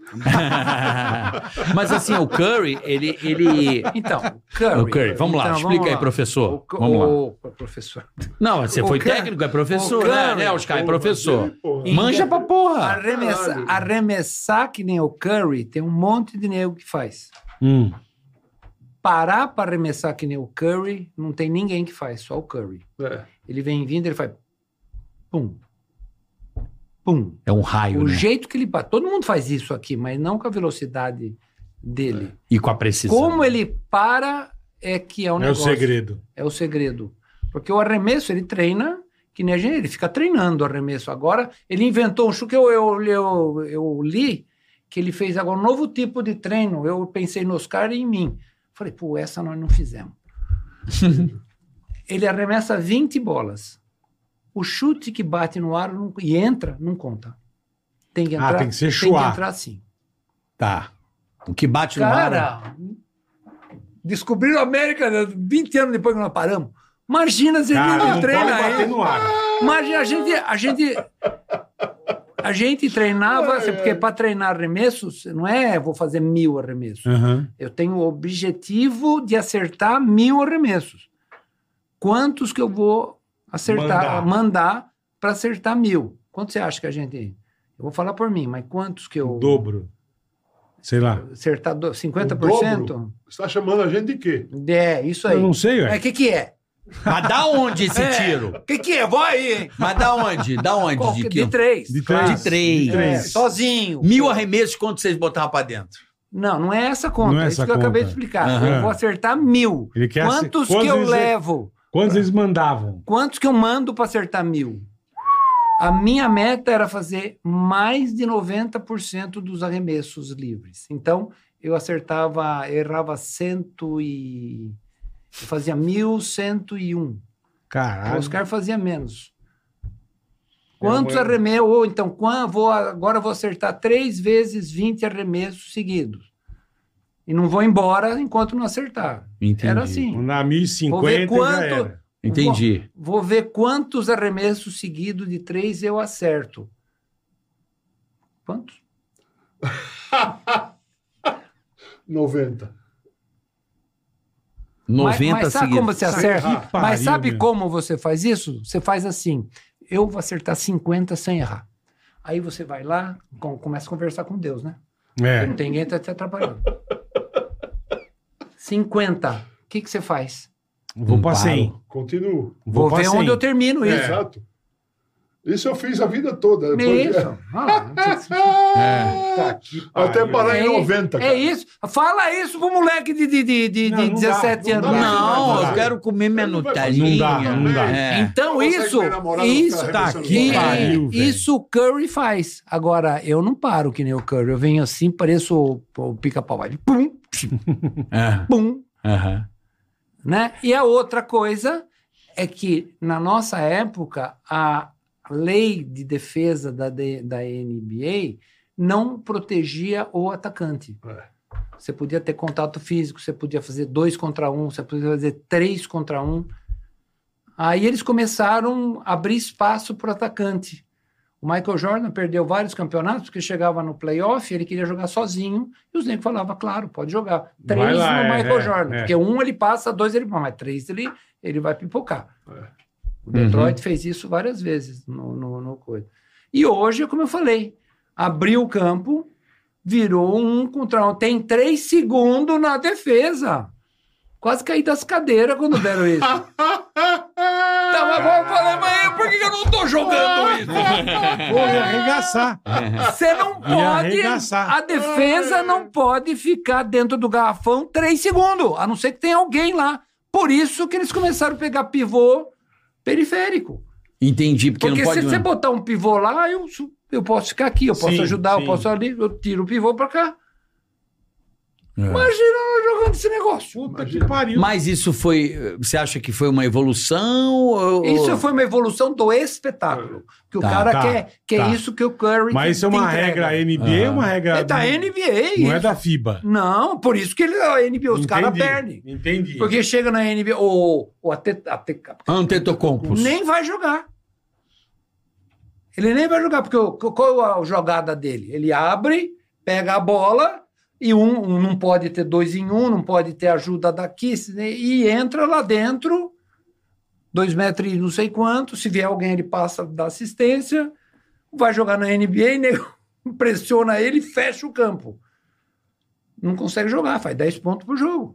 C: Mas assim, o Curry, ele. ele...
E: Então, o Curry.
C: O Curry, vamos lá,
E: Então,
C: explica aí, professor.
E: O, cu-
C: vamos lá.
E: o, professor.
C: Não, você
E: o
C: foi
E: Curry-
C: técnico, é professor,
E: o
C: né,
E: Curry-
C: né, Oscar? É
D: Pô, mas
C: professor.
D: ele, porra,
E: E-
C: Manja pra porra.
E: Arremessar,
D: caralho.
E: arremessar que nem o Curry, tem um monte de nego que faz.
B: Hum.
E: Parar para arremessar que nem o Curry, não tem ninguém que faz, só o Curry.
D: é.
E: Ele vem vindo, ele faz. Pum. Pum.
C: É um raio,
E: o
C: né?
E: jeito que ele bate. Todo mundo faz isso aqui, mas não com a velocidade dele.
C: E com a precisão.
E: Como ele para é que é o
B: É o
E: negócio.
B: segredo.
E: É o segredo. Porque o arremesso, ele treina, que nem a gente, ele fica treinando o arremesso. Agora, ele inventou um chute que eu, eu, eu, eu li, que ele fez agora um novo tipo de treino. Eu pensei no Oscar e em mim. Falei, pô, essa nós
B: <laughs>
E: não fizemos. ele arremessa 20 bolas. O chute que bate no ar não- e entra, não conta. Tem que
B: Ah,
E: entrar,
B: tem que ser
E: Tem
B: chuá.
E: que entrar assim.
C: Tá. O que bate no ar.
E: Cara, descobriram a América né, 20 anos depois que nós paramos. Imagina se ele
B: Cara,
E: não
B: não pode
E: treina
B: bater
E: aí.
B: no ar.
E: Imagina, a gente, a gente, a gente treinava, assim, porque para treinar arremessos, não é vou fazer mil arremessos.
B: Aham.
E: Eu tenho o objetivo de acertar mil arremessos. Quantos que eu vou acertar,
B: Mandar.
E: mandar para acertar mil? Quanto você acha que a gente. Eu vou falar por mim, mas quantos que eu.
B: Dobro. Sei lá.
E: Acertar do- 50%?
D: Você tá chamando a gente de quê?
E: É, isso aí.
B: Eu não sei,
E: Mas
B: ué.
E: o que, que é?
C: Mas dá onde esse
E: <laughs> É.
C: tiro?
E: O que, que é? Vou aí, hein?
C: Mas dá onde? Dá onde?
E: Qual
C: de
E: que- é?
C: que...
E: de três.
B: De
E: claro.
B: três.
C: De três.
B: De
E: É,
B: três.
E: sozinho.
C: Mil arremessos, quanto vocês botavam pra dentro?
E: Não, não é essa conta.
B: Não é
E: é
B: essa
E: isso que eu acabei de
B: conta.
E: explicar.
C: Aham.
E: Eu vou acertar mil.
B: Ele quer acer-
E: Quantos que
B: quantos
E: eu
B: eles-
E: levo?
B: Quantos eles mandavam?
E: Quantos que eu mando para acertar mil? A minha meta era fazer mais de 90% dos arremessos livres. Então, eu acertava, errava cento e... Eu fazia 1.101. O
B: Caralho.
E: Oscar fazia menos. Quantos
B: Eu- eu-
E: arremessos? Ou então, quan- vou, agora eu vou acertar três vezes 20 arremessos seguidos. E não vou embora enquanto não acertar.
C: Entendi.
E: Era assim.
B: Mandar
E: Vou
B: 1050
E: ver
B: já
E: quanto-
B: era.
C: Entendi.
E: Vou ver quantos arremessos seguidos de três eu acerto. Quantos?
D: 90.
C: 90
E: mas, mas sabe
C: seguidos.
E: como você acerta?
B: Que pariu,
E: mas sabe
B: meu.
E: como você faz isso? Você faz assim: eu vou acertar 50 sem errar. Aí você vai lá, com- começa a conversar com Deus, né? Não
B: É.
E: tem ninguém tá te atrapalhando. 50. O que, que você faz?
B: Vou pra 100.
D: Continuo.
E: Vou,
B: pra É.
E: ver
B: 100.
E: onde eu termino isso.
D: Exato. Isso eu fiz a vida toda. Depois-
E: É Isso. Ah,
C: É.
B: Tá que
D: Até
B: pariu.
D: parar em 90,
E: é
D: cara.
E: isso. Fala isso pro moleque de, de, de, de,
B: Tá Não,
E: de
B: não dá,
E: 17
D: não
E: anos.
D: dá.
C: Não,
D: Não
C: eu
D: dá.
C: quero comer minha
D: Não vai
C: Nutelinha.
D: fazer.
B: Não dá, não dá.
C: É.
E: Então
D: Consegue
E: isso,
D: ver namorado
E: isso,
D: ficar
B: Tá,
D: arremessando
B: que
E: e-
D: bola?
B: pariu, velho.
E: isso o Curry faz. Agora, eu não paro que nem o Curry. Eu venho assim, pareço o, o pica-pau. Vai, Pum,
C: É.
E: pum,
C: Aham.
E: né? E a outra coisa é que, na nossa época, a lei de defesa da, D- da NBA não protegia o atacante.
D: É.
E: Você podia ter contato físico, você podia fazer dois contra um, você podia fazer três contra um. Aí eles começaram a abrir espaço para o atacante. O Michael Jordan perdeu vários campeonatos porque chegava no playoff, ele queria jogar sozinho, e os negros falavam, claro, pode jogar.
B: Vai
E: Três
B: lá,
E: no
B: é,
E: Michael
B: é,
E: Jordan,
B: é.
E: porque um ele passa, dois ele mas três ele, ele vai pipocar.
D: É.
E: O Detroit fez isso várias vezes no, no, no coisa. E hoje, como eu falei, abriu o campo, virou um contra um. Tem três segundos na defesa. Quase caí das cadeiras quando deram isso. tá, mas vamos falar, mas por que eu não tô jogando isso?
B: Pô, <laughs> ia arregaçar.
E: Você não pode.
B: arregaçar.
E: A defesa não pode ficar dentro do garrafão três segundos, a não ser que tenha alguém lá. Por isso que eles começaram a pegar pivô periférico.
C: Entendi, porque,
E: Porque
C: não pode.
E: se você botar um pivô lá, eu, su- eu posso ficar aqui, eu posso
B: Sim,
E: ajudar,
B: sim.
E: eu posso ali, eu tiro o pivô pra cá.
C: É.
E: Imagina eu jogando esse negócio.
B: Puta que pariu.
C: Mas isso foi. Você acha que foi uma evolução? Ou...
E: Isso foi uma evolução do espetáculo. Que
C: Tá,
E: o cara
B: tá,
E: quer, que
B: tá.
E: é isso que o Curry
B: Mas isso é
E: te
B: uma
E: entrega.
B: regra NBA, é uma regra.
E: É da NBA.
B: Não é
E: isso.
B: da FIBA.
E: Não, por isso que ele, a NBA, os caras
B: Entendi,
E: perdem.
B: Entendi.
E: Porque chega na NBA, ou, ou até, até
C: Antetokounmpos.
E: nem vai jogar. Ele nem vai jogar, porque o- qual é a jogada dele? Ele abre, pega a bola, e um, um não pode ter dois em um, não pode ter ajuda daqui, se- e entra lá dentro, dois metros e não sei quanto, se vier alguém ele passa da assistência, vai jogar na NBA, nego <laughs> pressiona ele e fecha o campo. Não consegue jogar, faz 10 pontos pro jogo.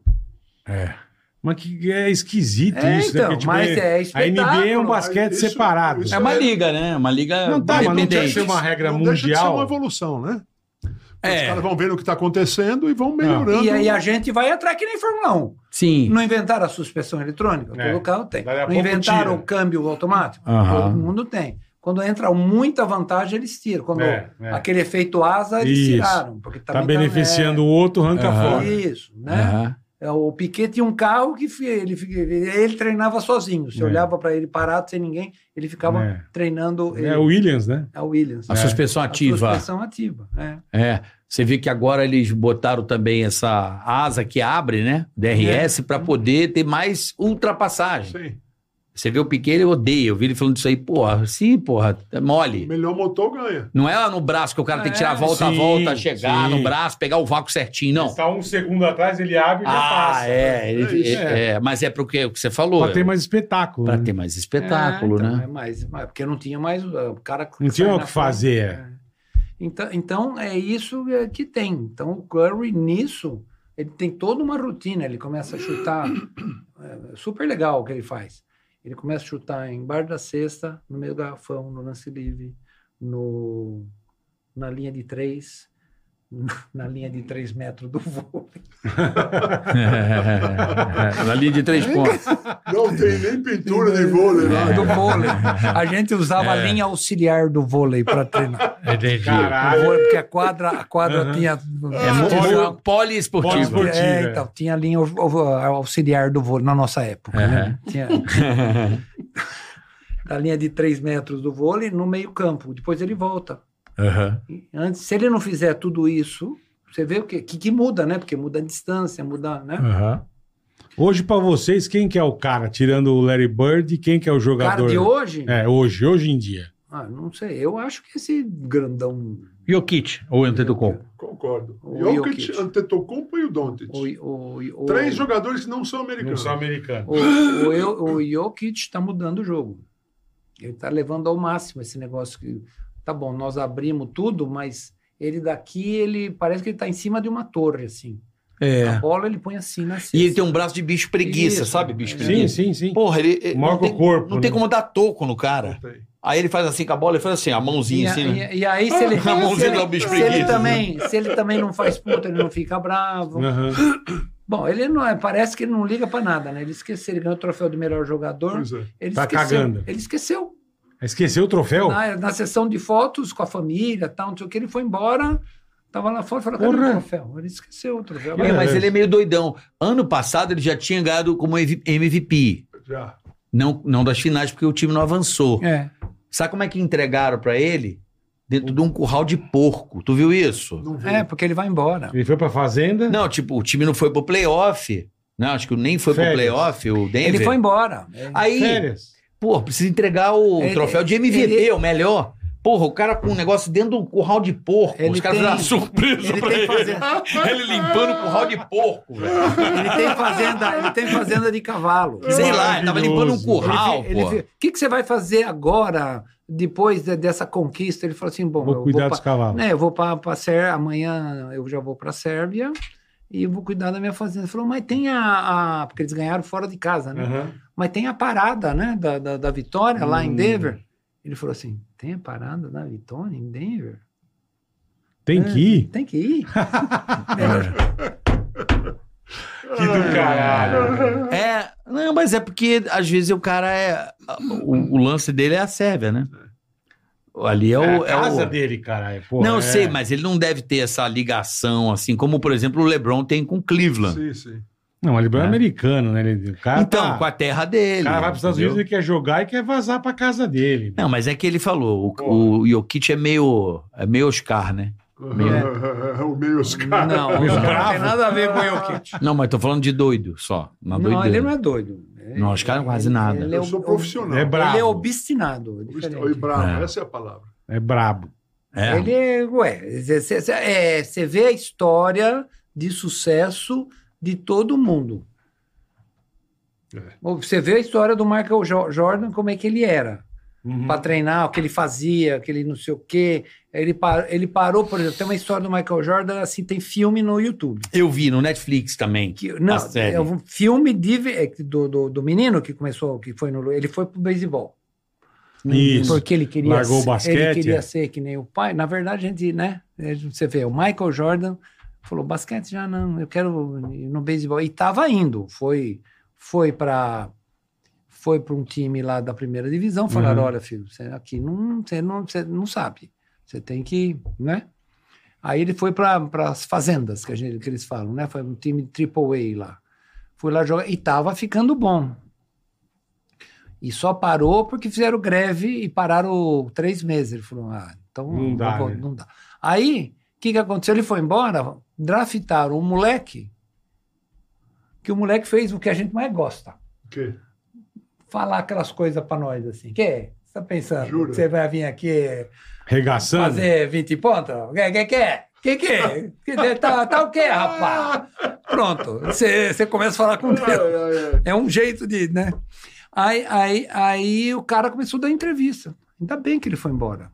B: Mas que é esquisito
E: É,
B: isso, né?
E: então,
B: Porque,
E: mas é
B: A NBA é um
E: espetáculo.
B: basquete
D: Isso-
B: separado.
D: isso
C: É uma liga, né? Uma liga
B: Não tá, mas não tinha que
C: independente.
B: ser uma regra
D: não deixa de ser uma
B: mundial.
D: evolução, né? Os
C: É,
D: caras vão vendo o que está acontecendo e vão melhorando.
E: E aí a gente vai atrás que nem Fórmula 1.
C: sim.
E: Não inventaram a suspensão eletrônica?
B: É.
E: Todo carro tem.
B: Daí a
E: Não
B: pouco
E: inventaram
B: tira.
E: o câmbio automático?
C: Aham.
E: Todo mundo tem. Quando entra muita vantagem, eles tiram. Quando
B: É, é.
E: aquele efeito asa, eles
B: Isso.
E: tiraram. Porque
B: Tá
E: também
B: beneficiando o outro, arranca
C: Aham.
E: é,
B: fora.
E: Isso, né? É, O Piquet tinha um carro que fi- ele, fi- ele treinava sozinho. Você
B: É.
E: olhava para ele parado, sem ninguém, ele ficava
B: É.
E: treinando ele,
B: É o Williams, né?
E: a Williams. É.
C: A suspensão
E: A
C: ativa.
E: suspensão ativa, é.
C: É. Você vê que agora eles botaram também essa asa que abre, né? DRS, pra poder ter mais ultrapassagem.
D: Sim.
C: Você vê o Piquet, ele odeia. Eu vi ele falando isso aí, porra, sim, porra, é
D: O
C: mole.
D: melhor motor ganha.
C: Não é lá no braço que o cara tem que tirar a volta a
B: sim,
C: volta, chegar
B: sim.
C: no braço, pegar o vácuo certinho, não.
B: Está um segundo atrás, ele abre e já
C: Ah,
B: passa.
C: é, ele-
B: isso.
C: é, é. Mas é porque o que você falou.
B: Pra ter
C: é,
B: mais espetáculo.
C: pra
B: né?
C: ter mais espetáculo,
E: É, então,
C: né?
E: é mais, mais- porque não tinha mais uh, o cara. que
B: Não
E: sai
B: tinha o
E: na
B: que
E: frente.
B: fazer, é.
E: É. Então, então é isso é, que tem. Então o Curry nisso ele tem toda uma rotina. Ele começa a chutar é, super legal o que ele faz. Ele começa a chutar em bar da cesta, no meio do garrafão, no lance livre, no na linha de três, <laughs> na linha de três metros do voo.
C: <laughs> Na linha de três pontos.
D: Não tem nem pintura de vôlei
B: É.
D: lá.
E: Do vôlei. A gente usava a linha auxiliar do vôlei para treinar.
B: Caralho.
E: O vôlei, porque a quadra, a quadra
B: Aham.
E: tinha.
C: É muito
B: Poli-
C: poliesportivo.
B: poliesportivo.
E: É,
B: esportiva.
E: então, tinha a linha au- au- auxiliar do vôlei na nossa época.
B: É.
E: Né? Tinha a linha de 3 metros do vôlei no meio-campo. Depois ele volta.
C: Aham.
E: E Antes, se ele não fizer tudo isso, você vê o que, que, que muda, né? Porque muda a distância, muda, né?
C: Aham.
B: Hoje, pra vocês, quem que é o cara? Tirando o Larry Bird, quem que é o
E: O cara
B: jogador?
E: de hoje,
B: É, hoje, hoje em dia.
E: ah, não sei, eu acho que esse grandão,
C: Jokic ou Antetokounmpo?
D: Concordo.
E: O
D: Jokic,
E: Jokic.
D: Antetokounmpo e o Doncic.
E: o, o, o,
D: Três jogadores que não são americanos.
B: americano.
E: O, o, Eu- o Jokic está mudando o jogo. Ele está levando ao máximo esse negócio que tá bom, nós abrimos tudo, mas ele daqui ele parece que ele está em cima de uma torre assim. A
C: É.
E: bola ele põe assim na cesta.
C: E ele tem um braço de bicho preguiça,
E: Isso.
C: sabe? Bicho
E: Sim,
B: Sim,
C: preguiça.
B: sim, sim.
C: Porra, ele. ele
B: Maior
C: não
B: que o
C: tem,
B: corpo,
C: Não tem
B: né?
C: como dar toco no
D: Não
C: cara.
D: tem.
C: Aí ele faz assim com a bola, ele faz assim, a
E: E,
C: mãozinha
E: a-
C: assim, né?
E: e- e aí se ele,
C: <laughs> A mãozinha
E: se
C: dá né?
E: ele,
C: um bicho
E: se ele
C: preguiça,
E: também, se ele também não faz ponto, ele não fica bravo.
B: Aham.
E: Bom, ele não é, parece que ele não liga para nada, né? Ele esqueceu, ele ganhou o troféu de melhor jogador.
D: Pois é.
E: Ele
B: Tá
E: esqueceu.
B: cagando.
E: Ele esqueceu.
B: Esqueceu o troféu?
E: Na, né, na sessão de fotos com a família, tal, não sei o que, ele foi embora, tava lá fora, falou, cadê
B: Porra.
E: o troféu? Ele esqueceu o troféu.
C: É, mas
B: É.
C: ele é meio doidão. Ano passado ele já tinha ganhado como MVP.
D: Já.
C: Não, não das finais, porque o time não avançou.
E: É.
C: Sabe como é que entregaram pra ele? Dentro de um curral de porco. Tu viu isso?
D: Não vi.
E: É, porque ele vai embora.
B: Ele foi pra fazenda?
C: Não, tipo, o time não foi pro playoff. Não, acho que nem foi pro
B: Férias.
C: playoff, o Denver.
E: Ele foi embora.
C: Aí,
B: Férias.
C: pô, precisa entregar o
B: É,
E: Ele-
C: troféu de MVP,
E: ele-
C: o melhor. Porra, o cara com um negócio dentro do curral de porco.
H: Ele
C: os caras
H: tem-
C: fizeram uma surpresa
H: ele
C: pra
H: tem
C: ele.
H: fazenda.
C: Ele limpando o curral de porco, velho.
H: Ele tem fazenda, ele tem fazenda de cavalo.
C: Sei lá, ele tava limpando um
B: É Maravilhoso.
C: curral,
H: ele,
C: pô.
H: O
E: que, que você vai fazer agora, depois de- dessa conquista? Ele falou assim: bom,
B: Vou Né?
E: eu
B: cuidar
E: vou
B: dos cavalos.
E: É, eu vou para Sérvia, amanhã eu já vou para Sérvia e vou cuidar da minha fazenda. Ele falou, mas tem a, a- Porque eles ganharam fora de casa, né?
B: Aham.
E: Mas tem a parada, né? Da, da, da vitória lá em
B: Hum.
E: Denver. Ele falou assim: tem a parada da vitória em Denver?
B: Tem que ir.
E: Tem
D: <laughs>
E: que ir.
D: Ah,
B: Que do caralho.
C: É, não, mas é porque às vezes o cara é. O, o lance dele é a Sérvia, né? Ali é o.
B: É
C: é
B: a
C: o-
B: casa dele, caralho. porra,
C: não, eu
B: é.
C: sei, mas ele não deve ter essa ligação, assim, como, por exemplo, o LeBron tem com Cleveland.
D: Sim, sim.
B: Não, o LeBron é
C: É.
B: americano, né? Ele, o cara
C: então,
B: tá-
C: com a terra dele.
B: o cara vai para os Estados
C: entendeu?
B: Unidos, ele quer jogar e quer vazar para casa dele.
C: Não, mas é que ele falou,
D: Porra.
C: o, o Jokic é meio, é meio Oscar,
E: <laughs>
C: né?
D: <laughs> É o meio os caras.
E: Não, não,
B: Bravo.
E: tem nada a ver com o Jokic.
C: Não, mas tô falando de doido só. Na
E: Não,
C: doideira.
E: ele não é doido. É-
C: Não, os caras quase nada.
E: Ele é,
D: Eu
E: o-
D: sou
E: o-
D: profissional.
B: É brabo.
E: ele é obstinado. é diferente.
D: Oi, bravo,
C: É.
D: essa é a palavra.
B: É brabo.
C: É.
E: Ele, é- ué, você é, cê vê a história de sucesso de todo mundo.
D: É.
E: Você vê a história do Michael Jo- Jordan, como é que ele era,
C: Hum.
B: Uhum.
E: para treinar, o que ele fazia, o que ele não sei o quê. Ele, par- ele parou, por exemplo, tem uma história do Michael Jordan, assim, tem filme no YouTube.
C: Eu vi no Netflix também.
E: Que, não,
C: A série.
E: é um filme de vi- é que do, do, do menino que começou, que foi no. Ele foi pro beisebol.
B: Isso.
E: né? Porque ele queria,
B: Largou o
E: ser-
B: basquete,
E: ele
B: é.
E: queria ser que nem o pai. Na verdade, a gente, né? é, Você vê, o Michael Jordan falou: basquete já não, eu quero ir no beisebol. E tava indo. Foi, foi para foi para um time lá da primeira divisão. Falaram:
B: Uhum.
E: olha, filho, você aqui não, você não, você não sabe. Você tem que, né? Aí ele foi para as fazendas, que, a gente, que eles falam, né? Foi um time Triple A lá. Fui lá jogar e tava ficando bom. E só parou porque fizeram greve e pararam três meses. Ele falou, ah, então
B: Não
E: eu
B: dá,
E: vou-
B: né?
E: não dá. Aí, o que, que aconteceu? Ele foi embora, draftaram um moleque, que o moleque fez o que a gente mais gosta.
D: O quê?
E: Falar aquelas coisas pra nós, assim. Que? Você tá pensando?
D: Jura?
E: que Você vai vir aqui
B: Regaçando.
E: fazer 20 pontos? Que que que é? Que que é? Que- Tá, tá o
B: <laughs>
E: quê, rapaz? Pronto. Você você começa a falar com Deus.
D: Ai, ai, ai.
E: É um jeito de, né? Aí, aí, aí o cara começou a dar entrevista. Ainda bem que ele foi embora.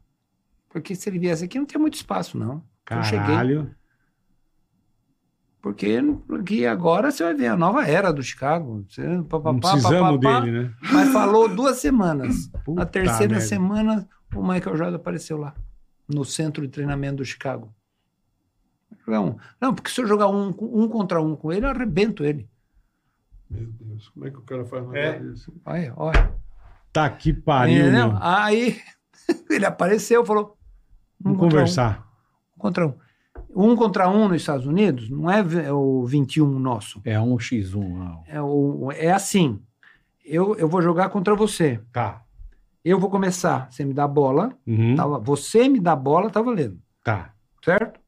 E: Porque se ele viesse aqui, não tinha muito espaço, não. Então, Eu cheguei.
B: Caralho.
E: Porque, porque agora você vai ver a nova era do Chicago. Você, pá, pá,
B: Não
E: pá,
B: precisamos
E: pá, pá, pá.
B: dele, né?
E: Mas falou duas semanas.
B: Puta
E: Na terceira
B: merda.
E: semana, o Michael Jordan apareceu lá, no centro de treinamento do Chicago. Não, não porque se eu jogar um, um contra um com ele, eu arrebento ele.
D: Meu Deus, como é que o cara faz nada
B: É.
D: disso?
E: Olha, olha.
B: Tá que pariu,
E: Entendeu?
B: meu.
E: Aí <laughs> ele apareceu, falou.
B: Vamos
E: contra
B: conversar.
E: Um, um contra um. Um contra um nos Estados Unidos não é v- é o 21 nosso.
C: É um X1 lá.
E: É, o, é assim. Eu, eu vou jogar contra você.
B: Tá.
E: Eu vou começar. Você me dá a bola.
B: Uhum.
E: Tá, você me dá a bola, tá valendo.
B: Tá.
E: Certo?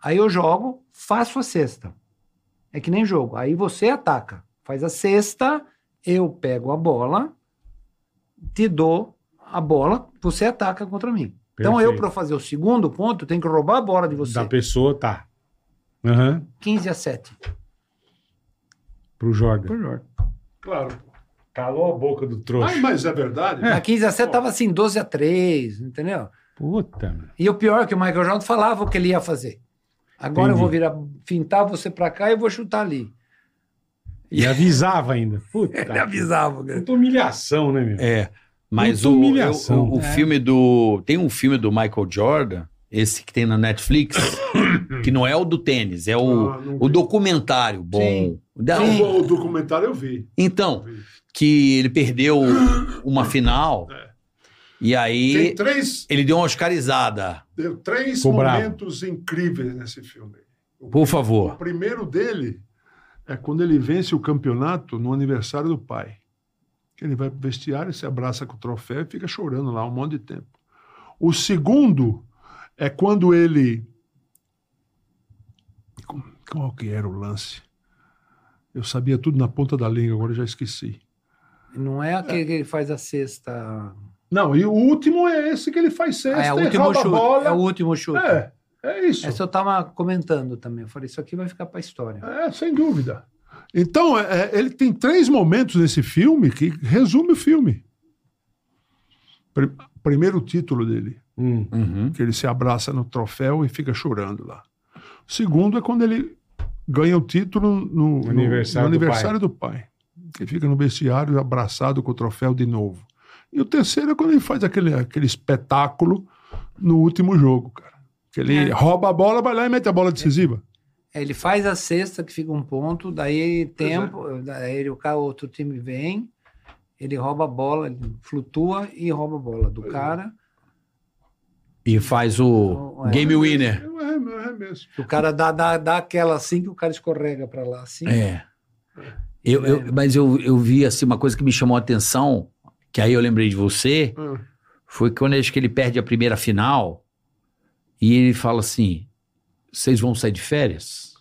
E: Aí eu jogo, faço a cesta. É que nem jogo. Aí você ataca. Faz a cesta, eu pego a bola, te dou a bola, você ataca contra mim. Então eu,
B: Perfeito.
E: para fazer o segundo ponto, tenho que roubar a bola de você.
B: Da pessoa, tá. Aham.
E: 15 a 7.
B: Pro Jordan.
D: Claro.
B: Calou a boca do trouxa.
D: Ai, mas é verdade?
E: Na 15 a 7 tava assim, 12 a 3, entendeu?
B: Puta, meu.
E: E o pior é que o Michael Jordan falava o que ele ia fazer. Agora
B: Entendi.
E: eu vou virar, fintar você para cá e eu vou chutar ali.
B: E avisava ainda. Puta.
E: Ele avisava. cara.
B: Puta humilhação, né, meu?
C: É, mas
B: Muita
C: o,
B: humilhação.
C: o- o
E: É.
C: filme do. Tem um filme do Michael Jordan, esse que tem na Netflix,
E: <coughs>
C: que não é o do tênis, é o,
D: Ah, não
C: o
D: vi.
C: documentário bom.
E: Sim.
C: Da-
D: Não, o documentário eu vi.
C: Então, que ele
E: <coughs>
C: perdeu uma final
D: É.
C: e
D: Tem
C: aí
D: três,
C: ele deu uma oscarizada.
D: deu três
B: Ficou bravo.
D: momentos incríveis nesse filme. O
C: Por
D: O
C: favor.
D: primeiro dele é quando ele vence o campeonato no aniversário do pai. Que ele vai pro vestiário, se abraça com o troféu e fica chorando lá um monte de tempo. O segundo é quando ele. Como- Qual que era o lance? Eu sabia tudo na ponta da língua, agora eu já esqueci.
B: É.
E: Não é aquele que ele faz a cesta.
D: Não, e o último é esse que ele faz
E: Ah,
D: sexta,
E: é, o
D: e
E: último
D: rouba a
E: chute, é o
D: bola.
E: último chute.
D: É, é isso.
E: Essa eu estava comentando também. Eu falei, isso aqui vai ficar para história.
D: É, sem dúvida. Então, é- é- ele tem três momentos nesse filme que resume o filme. Pri- primeiro título dele,
B: Hum.
C: Uhum.
D: que ele se abraça no troféu e fica chorando lá. O segundo é quando ele ganha o título no, no-
B: aniversário do
D: no aniversário do pai. Ele fica no vestiário abraçado com o troféu de novo. E o terceiro é quando ele faz aquele, aquele espetáculo no último jogo, cara. Que ele rouba a bola, vai lá e mete a bola decisiva.
E: É, Ele faz a sexta, que fica um ponto, daí tempo,
D: é.
E: daí ele, o cara, outro time vem, ele rouba a bola, ele flutua e rouba a bola do
D: é.
E: cara.
C: E faz o
E: É.
C: game winner.
D: É, é mesmo.
E: O cara dá, dá, dá aquela assim que o cara escorrega para lá, assim.
C: É. Eu, eu- mas eu, eu vi assim, uma coisa que me chamou a atenção, que aí eu lembrei de você,
D: Hum.
C: foi quando acho que ele perde a primeira final e ele fala assim: vocês vão sair de férias?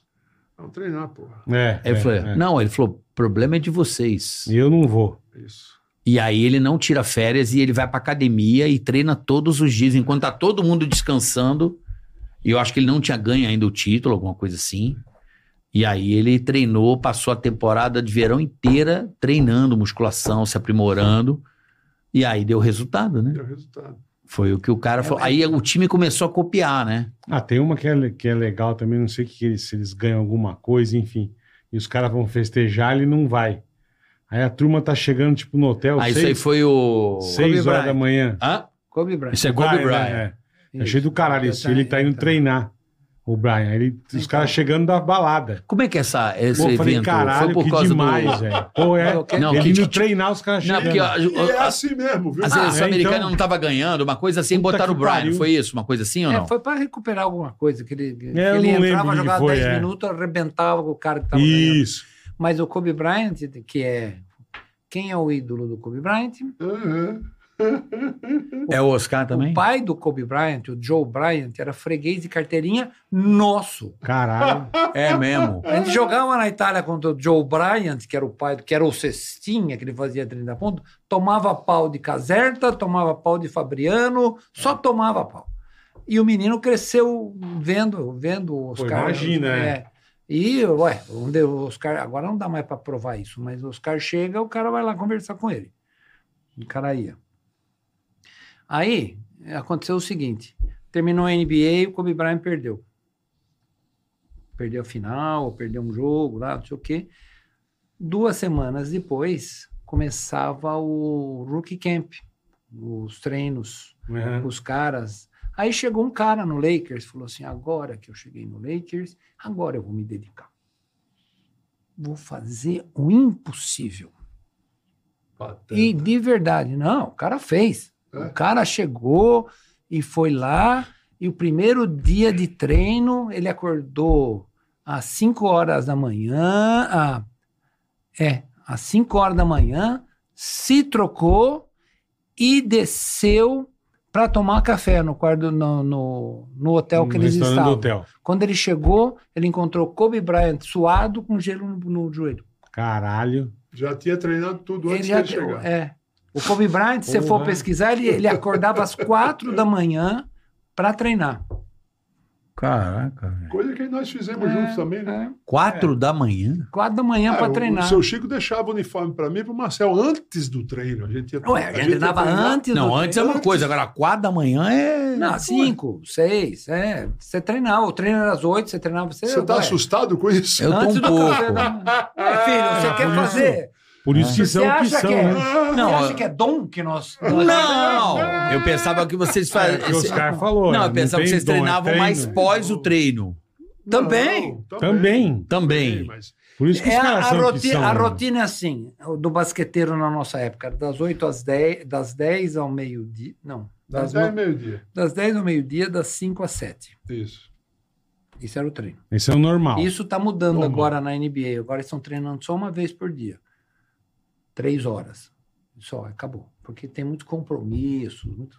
D: Vamos treinar, porra.
B: É,
C: Aí eu
B: é,
C: falei,
B: é.
C: não, ele falou, o problema é de vocês.
B: Eu não vou.
D: É Isso.
C: E aí ele não tira férias e ele vai pra academia e treina todos os dias, enquanto tá todo mundo descansando. E eu acho que ele não tinha ganho ainda o título, alguma coisa assim. E aí ele treinou, passou a temporada de verão inteira treinando musculação, se aprimorando. E aí deu resultado, né?
D: Deu É resultado.
C: Foi o que o cara falou. Aí o time começou a copiar, né?
B: Ah, tem uma que é, le- que é legal também, não sei que eles, se eles ganham alguma coisa, enfim. E os caras vão festejar, ele não vai. Aí a turma tá chegando, tipo, no hotel,
C: aí
B: seis,
C: Ah, isso aí foi o.
B: seis
E: Kobe
B: horas da
E: Bryant.
B: manhã.
C: Hã?
E: Kobe Bryant.
C: Isso é Kobe
B: Brian,
C: Bryant.
B: né? É, é cheio do caralho isso. Ele tá indo treinar, o Brian. Aí Ele, os caras chegando da balada.
C: Como é que é essa, esse
B: Pô, eu
C: evento?
B: falei, caralho,
C: foi por
B: que
C: causa
B: demais,
C: <laughs> do.
B: velho. Pô, é.
E: Não, que-
C: Não,
B: ele
C: que-
B: indo treinar, os caras
C: Não,
B: chegando.
C: porque a-
D: E é
C: a-
D: assim mesmo, viu?
C: A
B: Ah,
C: seleção
B: é,
C: americana
B: então.
C: não estava ganhando, uma coisa assim,
B: Puta
C: botaram o
B: que
C: Brian,
B: pariu.
C: foi isso? Uma coisa assim ou
E: É,
C: não?
E: foi para recuperar alguma coisa, que ele, que
B: É, eu não
E: ele
B: lembro
E: entrava,
B: que
E: jogava
B: foi,
E: 10
B: é.
E: minutos, arrebentava com o cara que tava ganhando.
B: Isso.
E: Mas o Kobe Bryant, que é. Quem é o ídolo do Kobe Bryant?
D: Aham.
B: um
C: É o Oscar também?
E: O pai do Kobe Bryant, o Joe Bryant, era freguês de carteirinha nosso.
B: Caralho.
C: É mesmo.
E: A gente jogava na Itália contra o Joe Bryant, que era o pai, que era o cestinha, que ele fazia 30 pontos, tomava pau de Caserta, tomava pau de Fabriano, só
B: É.
E: tomava pau. E o menino cresceu vendo, vendo os
B: Pô,
E: caras.
B: imagina,
E: é.
B: é.
E: E, ué, um onde o Oscar, agora não dá mais para provar isso, mas o Oscar chega, o cara vai lá conversar com ele. O cara ia. Aí, aconteceu o seguinte, terminou a NBA e o Kobe Bryant perdeu. Perdeu a final, ou perdeu um jogo lá, não sei o quê. Duas semanas depois, começava o Rookie Camp, os treinos
B: Uhum.
E: os caras. Aí chegou um cara no Lakers, falou assim: agora que eu cheguei no Lakers, agora eu vou me dedicar. Vou fazer o impossível. E de verdade, não, o cara fez.
D: É.
E: O cara chegou e foi lá, e o primeiro dia de treino, ele acordou às 5 horas da manhã, ah, é, às 5 horas da manhã, se trocou e desceu para tomar café no quarto, no, no, no hotel que
B: No
E: eles
B: Hum, restaurante do
E: estavam.
B: hotel.
E: Quando ele chegou, ele encontrou Kobe Bryant suado com gelo no, no joelho.
B: Caralho.
D: Já tinha treinado tudo
E: Ele
D: antes
E: já,
D: dele chegar.
E: é. O Kobe Bryant, se você for
B: Porra.
E: pesquisar, ele, ele acordava às quatro da manhã para treinar.
C: Caraca, velho.
D: Coisa que nós fizemos
E: É,
D: juntos também, né?
E: é.
C: Quatro da manhã?
E: Quatro da manhã
D: Ah,
E: para
D: o-
E: treinar.
D: O seu Chico deixava o uniforme pra mim e pro Marcel antes do treino. A gente ia,
E: Ué, é, a gente
D: ia
E: treinava
D: treinar.
E: antes. do
C: Não, antes é
E: treino.
C: uma coisa, agora quatro da manhã é.
E: Não, cinco, seis, é. Você treinava, o treino era às oito, você treinava... Você,
D: Você tá
E: ué,
D: assustado com isso?
C: Eu tô
E: Antes
C: um
E: do café da
C: pouco.
E: manhã. Ué, filho, você quer fazer...
B: Por isso que são o que
E: acha
B: são,
E: que é?
B: né?
C: Não,
E: você acha
C: eu-
E: que é dom que nós...
C: Não! Eu pensava que vocês
B: É o que o
C: faziam.
B: Oscar falou.
C: Não,
B: né?
C: eu pensava que
B: tem
C: vocês
B: dom, é
C: treinavam
B: treino.
C: mais pós o treino.
D: Não,
E: Também.
B: Também.
C: Também.
D: mas
B: Por isso que os
E: É,
B: caras
E: a,
B: são o que
E: roti-
B: são.
E: a
B: né?
E: rotina é assim, o do basqueteiro na nossa época, das 8 às 10, das 10 ao meio-dia, não,
D: das
E: das,
D: 10
E: no-
D: meio-dia.
E: das 10 ao meio-dia, das 5 às 7.
D: Isso.
E: Isso era o treino.
B: Esse é o normal.
E: Isso está mudando
D: Normal.
E: agora na NBA. Agora eles estão treinando só uma vez por dia. Três horas. Só, acabou. Porque tem muitos compromissos. Muitas...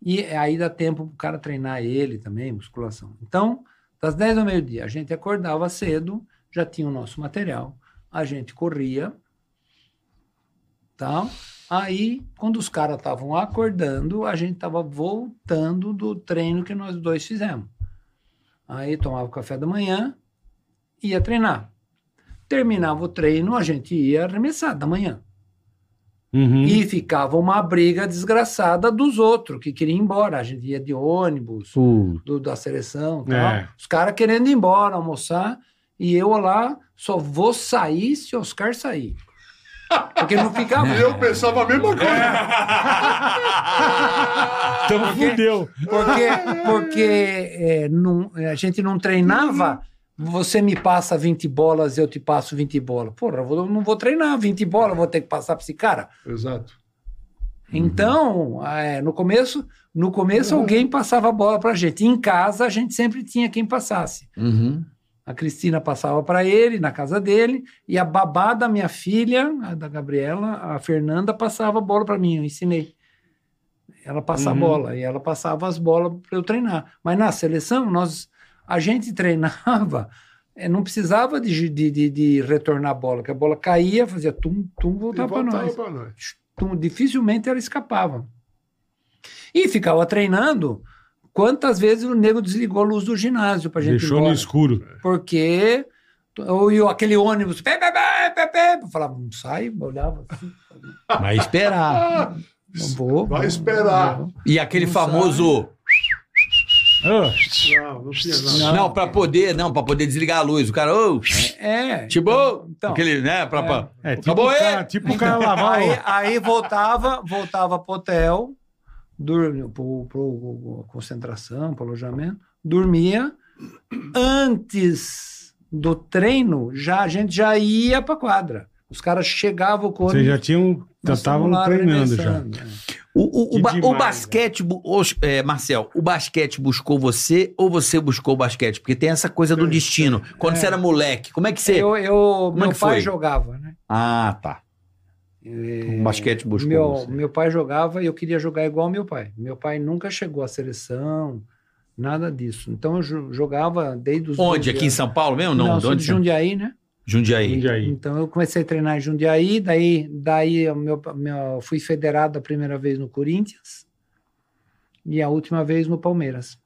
E: E aí dá tempo para o cara treinar ele também, musculação. Então, das 10 ao meio-dia, a gente acordava cedo, já tinha o nosso material, a gente corria, tal, tá? Aí, quando os caras estavam acordando, a gente estava voltando do treino que nós dois fizemos. Aí tomava o café da manhã, ia treinar. Terminava o treino, a gente ia arremessar da manhã.
B: Uhum.
E: E ficava uma briga desgraçada dos outros que queriam ir embora. A gente ia de ônibus,
B: <laughs>
E: do- da seleção e tal.
B: É.
E: Os caras querendo ir embora, almoçar. E eu lá só vou sair se Oscar sair. Porque não
B: <laughs>
E: ficava.
D: Eu pensava a mesma coisa.
B: Então fudeu.
E: Porque, porque é, não- a gente não treinava.
B: Uhum.
E: Você me passa 20 bolas, eu te passo 20 bolas. Porra, eu vou- eu não vou treinar 20 bolas, vou ter que passar para esse cara.
D: Exato.
E: Então, é, no começo, no começo alguém passava a bola pra gente. Em casa a gente sempre tinha quem passasse.
C: Uhum.
E: A Cristina passava para ele na casa dele e a babá da minha filha, a da Gabriela, a Fernanda passava a bola para mim, eu ensinei. Ela passa
B: Uhum.
E: a bola e ela passava as bolas para eu treinar. Mas na seleção nós a gente <laughs> treinava eh, não precisava de, de, de- de retornar a bola, que a bola caía, fazia tum, tum,
D: E
E: voltava para
D: voltava
E: nós.
D: pra nós.
E: Então, dificilmente ela escapava. E ficava treinando. Quantas vezes o nego desligou a luz do ginásio pra gente
B: Deixou no
E: ir embora?
B: escuro.
E: Porque ou eu, aquele ônibus, pé, pé, pé, pé, pé, eu falava, não sai, eu olhava assim,
C: Vai esperar.
D: Ah,
E: não vou.
D: Vai
E: não
D: esperar.
E: vou.
C: E aquele
E: Não
C: famoso.
B: Ah,
D: não, não tinha nada.
C: Não, pra poder, não, pra poder desligar a luz. O cara, ô,
E: É.
C: tipo,
E: então,
C: aquele, né, pra, pra-
B: é, tipo
C: Acabou
B: o cara,
C: ele.
B: tipo o cara lavar
E: aí,
B: o...
E: aí voltava, voltava pro hotel, dormia pro, pro concentração, pro alojamento, dormia antes do treino, já a gente já ia pra quadra. Os caras chegavam com
B: Vocês já tinham... Já estavam treinando já.
C: O, o- o
B: Que
C: ba- o
B: demais,
C: basquete, bu- os- é, Marcel, o basquete buscou você ou você buscou o basquete? Porque tem essa coisa do
D: Tem,
C: destino. Quando você era moleque, como é que você.
E: Eu, eu-
C: Como é
E: meu
C: que
E: pai
C: foi?
E: jogava, né?
C: Ah, tá. O Um basquete buscou
E: É, Meu,
C: você.
E: meu pai jogava e eu queria jogar igual meu pai. Meu pai nunca chegou à seleção, nada disso. Então eu jo- jogava desde os
C: Onde?
E: 12
C: Aqui em
E: anos.
C: São Paulo mesmo? Não,
E: Não,
C: de
E: sou de
C: onde? é?
E: Jundiaí, né?
C: Jundiaí.
B: Jundiaí.
E: Então eu comecei a treinar em Jundiaí, daí, daí eu meu, meu, fui federado a primeira vez no Corinthians e a última vez no Palmeiras,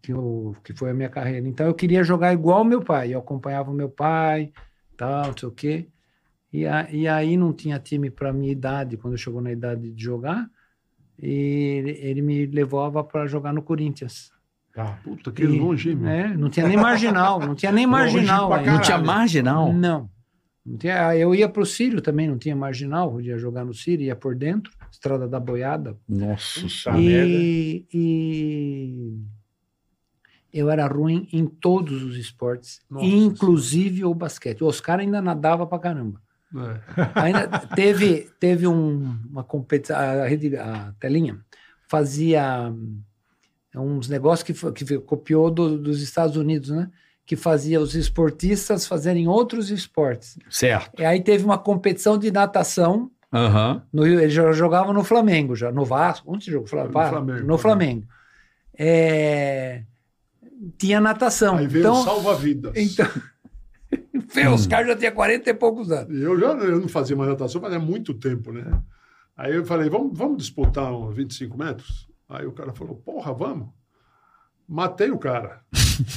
E: que, eu, que foi a minha carreira. Então eu queria jogar igual meu pai, eu acompanhava o meu pai, tal, não sei o quê. E, a, e aí não tinha time para minha idade, quando chegou na idade de jogar, e ele, ele me levava para jogar no Corinthians.
D: Ah, Puta, que longe, hein, meu?
E: né? não tinha nem marginal, não tinha nem
B: Longe
E: marginal.
B: pra
E: ainda.
C: Não tinha
B: Caralho.
C: marginal?
E: Não. Não tinha- ah, eu ia para o Sírio também, não tinha marginal, podia jogar no Sírio, ia por dentro, Estrada da Boiada.
C: Nossa
B: Tá, merda.
E: e, e eu era ruim em todos os esportes,
D: Nossa
E: inclusive o basquete. O Oscar ainda nadava pra caramba.
D: É.
E: Ainda teve, teve um- uma competição, a, rede- a telinha fazia hum, uns negócios que, fo- que veio- copiou do- dos Estados Unidos, né? Que fazia os esportistas fazerem outros esportes.
C: Certo.
E: E aí teve uma competição de natação,
C: Aham.
E: no Rio, eles já jogavam no Flamengo, já, no Vasco, onde você jogou? Fla-
D: No
E: Pá,
D: Flamengo,
E: No Flamengo. É, tinha natação.
D: Aí veio
E: então,
D: o salva-vidas.
E: então... <laughs> Fê, os caras já tinham 40 e poucos anos.
D: E Eu já eu não fazia mais natação, mas é muito tempo, né? Aí eu falei, vamos, vamos disputar um uns 25 metros? Aí o cara falou, porra, vamos. Matei o cara.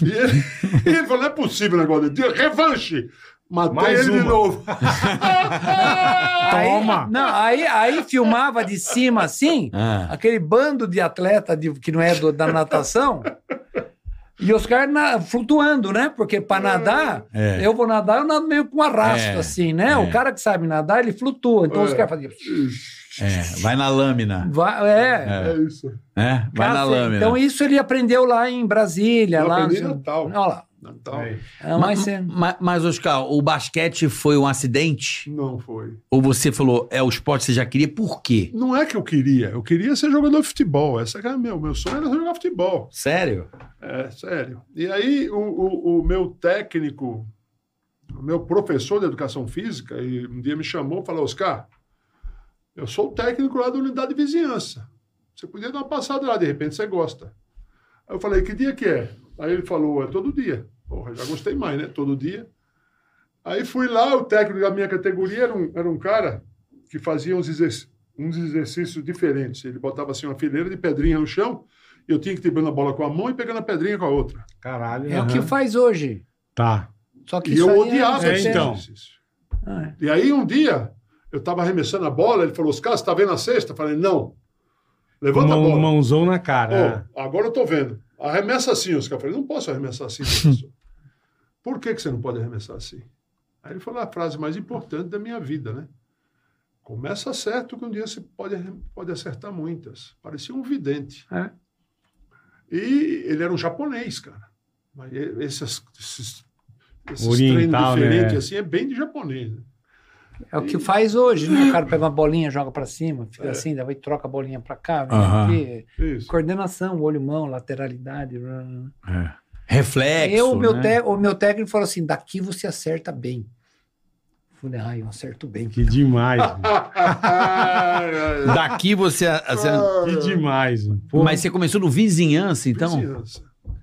D: E ele, e ele <laughs> falou, não é possível o negócio de revanche. Matei
B: Mais
D: ele de
B: uma. <laughs>
D: novo.
E: Então, Aí-
B: Toma!
E: não, aí, aí filmava de cima assim,
C: Ah.
E: aquele bando de atleta de- que não é do- da natação. E os caras na- flutuando, né? Porque para nadar,
C: É.
E: eu vou nadar, eu nado meio com arrasto,
C: É,
E: assim, né? O
C: é.
E: cara que sabe nadar, ele flutua. Então os
D: É.
E: caras faziam.
C: É, Vai na lâmina.
E: Vai, é.
D: É isso.
C: É, vai na
E: Cacete.
C: lâmina.
E: Então isso ele aprendeu lá em Brasília.
D: Eu
E: lá, assim.
D: aprendi
E: não sei-
D: Natal.
E: Olha lá.
D: Natal.
E: É, mas
C: Ma-
E: você-
C: ma- mas, Oscar, o basquete foi um acidente?
D: Não foi.
C: Ou você falou, é o esporte que você já queria, por quê?
D: Não é que eu queria. Eu queria ser jogador de futebol. Essa que era meu. Meu sonho era jogar futebol.
C: Sério?
D: É, sério. E aí, o, o- o meu técnico, o meu professor de educação física, ele um dia me chamou e falou: Oscar, eu sou o técnico lá da unidade de vizinhança. Você podia dar uma passada lá, de repente você gosta. Aí eu falei: que dia que é? Aí ele falou: é todo dia. Porra, já gostei mais, né? Todo dia. Aí fui lá, o técnico da minha categoria era um, era um cara que fazia uns, exerc- uns exercícios diferentes. Ele botava assim uma fileira de pedrinha no chão, e eu tinha que ir driblando a bola com a mão e pegando a pedrinha com a outra.
B: Caralho.
E: É o
B: aham.
E: que faz hoje.
B: Tá.
E: Só que
D: E
E: isso
D: eu
E: aí é-
D: odiava
B: é,
D: esse
B: então.
D: exercício. E aí um dia, eu estava arremessando a bola, ele falou, Oscar, você está vendo a cesta? Eu falei, não. Levanta a
B: Mão-
D: bola.
B: mãozão na cara.
D: Ô, agora eu tô vendo. Arremessa assim, os caras. Eu Falei, não posso arremessar assim, professor. Por que, que você não pode arremessar assim? Aí ele falou a frase mais importante da minha vida, né? Começa certo que um dia você pode, arre- pode acertar muitas. Parecia um vidente.
E: É.
D: E ele era um japonês, cara. Mas e- esses, esses, esses
B: Oriental,
D: treinos diferentes,
B: né?
D: assim, é bem de japonês. né?
E: É o que faz hoje, né? O
C: <laughs>
E: cara pega uma bolinha, joga pra cima,
D: É.
E: fica assim, daí troca a bolinha pra cá, vem
B: Aham.
E: aqui.
D: <laughs> Isso.
E: Coordenação, olho-mão, lateralidade. blá, blá, blá.
C: É. Reflexo.
E: eu, o meu
C: né?
E: te- o meu técnico falou assim: daqui você acerta bem. Falei, ai, eu acerto bem.
B: Que demais. mano.
C: Daqui você. você-
E: <laughs>
B: que demais. mano. Pô,
C: Mas você começou no vizinhança, então?
D: Vizinhança.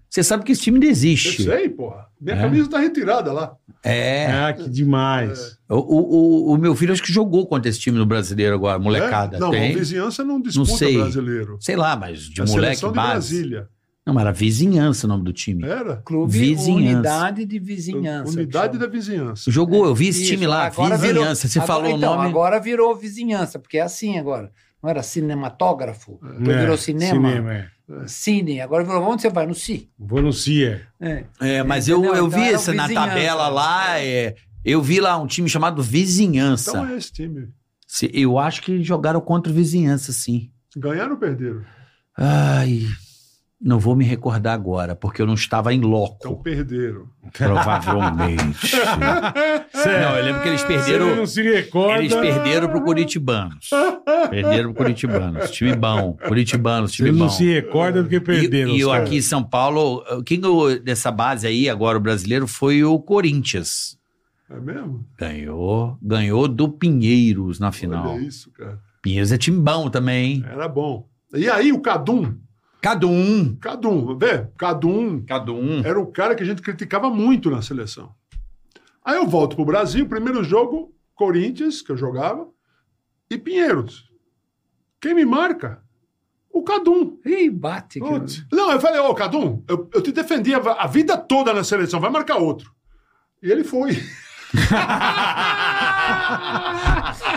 C: Você sabe que esse time ainda
D: Eu
C: existe.
D: sei, porra. Minha
C: É.
D: camisa tá retirada lá.
C: É.
B: Ah, que demais.
C: O, o, o- o meu filho acho que jogou contra esse time no brasileiro agora, molecada.
D: É? Não,
C: Tem.
D: a vizinhança não disputa
C: Não sei.
D: brasileiro.
C: Sei lá, mas de
D: a
C: moleque
D: seleção de
C: base.
D: Brasília.
C: Não, mas era vizinhança o nome do time.
E: É.
D: Era?
E: Clube
C: Vizinhança.
E: Unidade de Vizinhança.
D: Unidade
E: que
D: da vizinhança.
C: Jogou, eu vi esse
E: Isso,
C: time lá,
E: agora
C: vizinhança.
E: virou-
C: Você
E: Agora,
C: falou
E: então,
C: o nome.
E: Agora virou vizinhança, porque é assim agora. Não era cinematógrafo, depois
B: É,
E: virou cinema,
B: é.
E: cine. Agora virou, onde você vai? No CI.
B: Vou no CIA.
E: É.
C: É, mas eu,
E: Entendeu?
C: eu
E: Então
C: vi
E: era o
C: essa na
E: vizinhança.
C: tabela lá. é, eu vi lá um time chamado Vizinhança.
D: Então é esse time.
C: Se- Eu acho que jogaram contra o Vizinhança, sim.
D: Ganharam ou perderam?
C: Ai, não vou me recordar agora, porque eu não estava em
D: Então
C: loco.
D: perderam.
C: Provavelmente. não, eu lembro que eles
B: Você
C: perderam.
B: não se recorda.
C: Eles perderam pro Curitibanos. Perderam pro Curitibanos. Time bom. Curitibanos,
B: Você
C: time bom.
B: não se recorda do que perderam.
C: E, e eu
B: cara.
C: aqui em São Paulo, quem ganhou dessa base aí agora, o brasileiro, foi o Corinthians.
D: É mesmo?
C: Ganhou, ganhou do Pinheiros na final.
D: Olha isso, cara.
C: Pinheiros é time bom também, hein?
D: Era bom. E aí o Cadum.
C: Cada um.
D: Cadum, vê? Cadum
C: Cada um. <laughs>
D: era o cara que a gente criticava muito na seleção. Aí eu volto pro Brasil, primeiro jogo, Corinthians, que eu jogava, e Pinheiros. Quem me marca? O Cadum.
E: Ih, bate. que-
B: Putz.
D: Não, eu falei, ô, Cadum, eu, eu te defendi a, a vida toda na seleção, vai marcar outro. E
B: <laughs>
D: ele foi.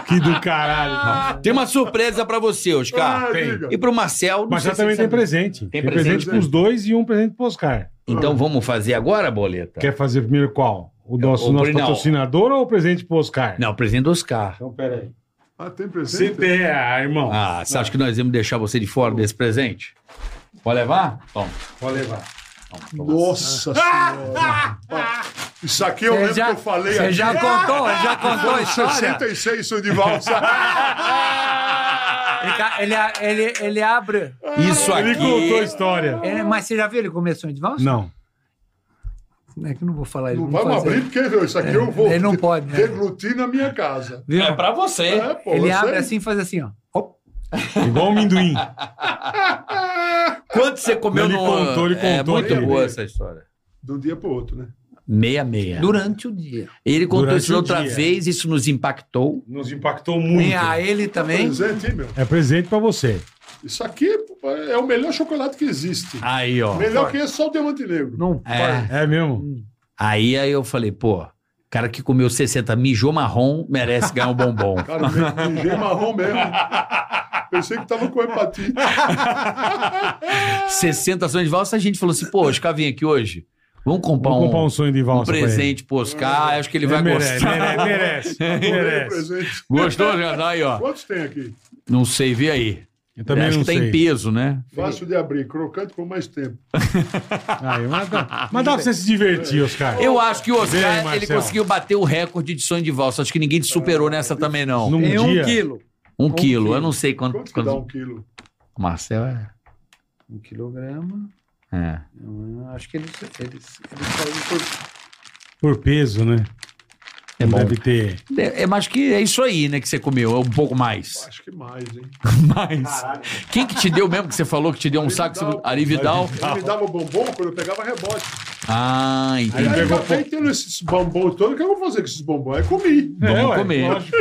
B: Que do caralho.
C: Tem uma surpresa pra você, Oscar.
D: Ah,
B: tem.
D: diga.
C: E pro Marcel, não
B: Mas
C: sei
B: já
C: se
B: também
C: você-
B: tem presente. Tem
C: presente, né?
B: presente pros dois e um presente pro Oscar.
C: Então vamos fazer agora, boleta?
B: Quer fazer primeiro qual? O nosso,
C: o
B: nosso
C: Brinal.
B: patrocinador ou o presente pro Oscar?
C: Não, presente do Oscar.
B: Então, peraí.
D: Ah, tem
B: Você
D: presente?
B: tem, ah, irmão.
C: Ah, você acha que nós íamos deixar você de fora desse presente? Pode levar? Toma.
B: Pode levar.
D: Nossa Senhora. Ah! Isso aqui eu
E: Você
D: lembro
E: já-
D: que eu falei
E: Você
D: aqui. Ah,
E: já contou, já contou a
D: Anos
E: história.
D: 66, isso de
E: <laughs>
D: valsa. Ah,
E: Ele, ca- ele, a- ele, ele abre.
C: Isso
B: Ah, Ele contou a
C: aqui.
B: história.
E: ele- mas você já viu ele começou de valsa?
B: Não.
E: É que eu não vou falar isso.
D: Não vamos abrir, porque isso aqui eu vou
E: Ele não pode, né?
D: deglutir na minha casa.
E: Viu?
C: É pra você.
D: É, pô,
E: ele
D: eu
E: abre
D: sei.
E: assim e faz assim, ó.
B: Igual o amendoim.
C: Quanto você comeu
B: Ele
C: no...
B: contou, ele
C: É
B: contou
C: muito
B: também.
C: boa essa história.
D: De um dia pro outro, né?
C: Meia, meia.
E: Durante o dia.
C: Ele contou
B: Durante
C: isso
B: o
C: outra
B: dia.
C: vez, isso nos impactou.
B: Nos impactou muito.
E: E a ele também.
D: Presente, hein, meu.
B: É presente pra você.
D: Isso aqui pô, é o melhor chocolate que existe.
E: Ah,
C: Aí, ó.
D: melhor que esse, só o Diamante Negro.
E: Não
C: É.
B: É mesmo?
C: Aí, aí eu falei, pô, cara que comeu 60 mijou marrom merece ganhar um
B: <laughs>
C: bombom.
D: Cara, me- mijei marrom mesmo. Pensei que tava com hepatite.
C: 60 ações de valsa, a gente falou assim, pô, Oscar vem aqui hoje, vamos comprar,
B: Vamos comprar
C: um,
B: um sonho de
C: um
B: valsa. pra ele.
C: presente pro Oscar, acho que ele vai
B: É. merece, né?
C: gostar. <laughs>
B: Merece, merece.
D: Adorei o
B: merece.
D: presente.
C: Gostou, Leandro? Aí, ó.
D: Quantos tem aqui?
C: Não sei, vê aí.
B: Eu também
C: acho
B: não
C: que tá
B: sei.
C: em peso, né?
D: Fácil de abrir, crocante por mais tempo.
B: Aí, mas, dá, mas dá pra você se divertir, Oscar.
C: Eu acho que o
B: Vem,
C: Oscar,
B: Marcelo.
C: ele conseguiu bater o recorde de sonho de valsa. Acho que ninguém te superou nessa também, não.
B: Num
E: Tem um
B: dia.
E: quilo.
C: Um quilo,
E: quilo.
C: eu não sei quanto...
D: Quanto que
C: quanto-
D: dá um quilo?
C: O Marcel é...
E: Um quilograma.
C: é.
E: Eu Acho que ele, ele, ele saiu
B: Por peso, né?
C: É
B: Não
C: bom.
B: Deve ter.
C: É, é, mas que é isso aí, né, que você comeu, é um pouco mais. <laughs>
D: Acho que mais, hein?
C: mais. Quem que te deu mesmo que você falou que te deu um saco? que você- Ari Vidal.
D: Ele me dava bombom quando eu pegava rebote.
C: Ah,
D: Aí
C: entendi.
D: eu acabei tendo esses bombons todos. O que eu vou fazer com esses bombons? É comi.
C: Vamos
B: ué,
C: comer.
B: lógico.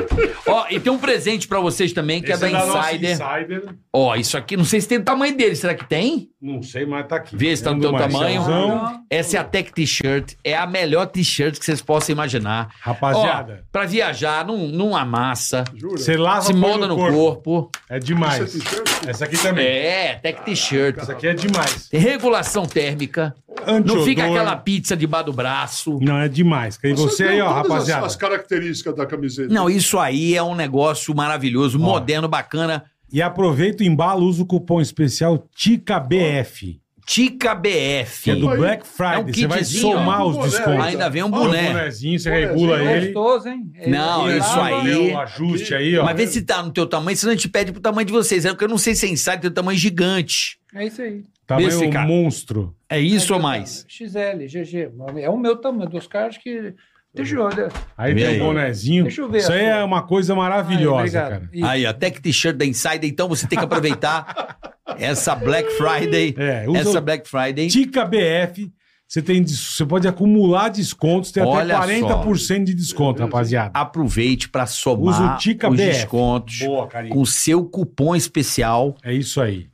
C: Ó, e tem um presente pra vocês também, que
B: Esse
C: é da
B: nossa
C: Insider.
B: Insider.
C: Ó, isso aqui, não sei se tem o tamanho dele, será que tem?
B: Não sei, mas tá aqui.
C: Vê se tá no teu
B: Marcelzão.
C: tamanho. Essa é a Tech T-shirt, é a melhor t-shirt que vocês possam imaginar.
B: Rapaziada,
C: Ó, pra viajar, não, não amassa,
D: Jura?
B: você lava
C: se
B: põe
C: molda no corpo.
B: É
D: Isso é
B: demais.
D: t-shirt?
B: Essa aqui também.
C: É, Tech T-shirt.
B: Essa aqui é demais.
C: Tem regulação térmica,
B: Antiodor.
C: não fica aquela pizza debaixo do braço.
B: Não, é demais. E você
D: Vocês
B: aí,
D: dão
B: ó,
D: todas as-
B: rapaziada.
D: As, características da camiseta.
C: Não, isso aí é um negócio maravilhoso, moderno, bacana.
B: E aproveita o embalo, usa o cupom especial TICABF,
C: Tica
B: que é do
C: BF.
D: Aí,
B: Black
C: é
B: Friday.
C: um
B: Você vai
C: kitzinho,
B: somar
D: ó,
B: os
D: boné,
B: descontos.
D: aí,
C: Ainda vem um
B: Olha o
C: boné.
B: bonezinho, você
D: Bonézinho.
B: regula ele.
E: Gostoso, hein?
C: Não,
E: Ele
C: isso
E: lava,
C: aí.
B: Deu O ajuste aí, ó.
C: Mas vê se tá no teu tamanho, senão a gente pede pro tamanho de vocês. É porque eu não sei se é insight, tem um tamanho gigante.
E: É isso aí.
B: Tamanho
C: desse, cara.
B: Tá monstro.
C: É isso ou mais?
E: XL, GG. É o meu tamanho, dos caras que. né? Deixa eu olhar.
B: Aí
C: Vê
B: tem
C: aí.
B: o bonezinho.
E: Deixa eu ver
B: Isso
E: a
B: aí
E: sua.
B: é uma coisa
E: Ai,
B: maravilhosa,
E: obrigado.
B: cara.
E: E-
C: Aí, ó, Tech T-shirt da Insider, então você tem que
B: <laughs>
C: aproveitar essa Black Friday.
B: É, usa
C: Essa
B: o
C: Black Friday.
B: Tica BF. Você, tem, des- você pode acumular descontos, tem
C: Olha
B: até 40% de desconto, rapaziada.
C: Aproveite pra
B: Usa
C: somar
B: o Tica
C: os
B: BF.
C: descontos
B: Boa, carinho.
C: com o seu cupom especial
B: É isso aí.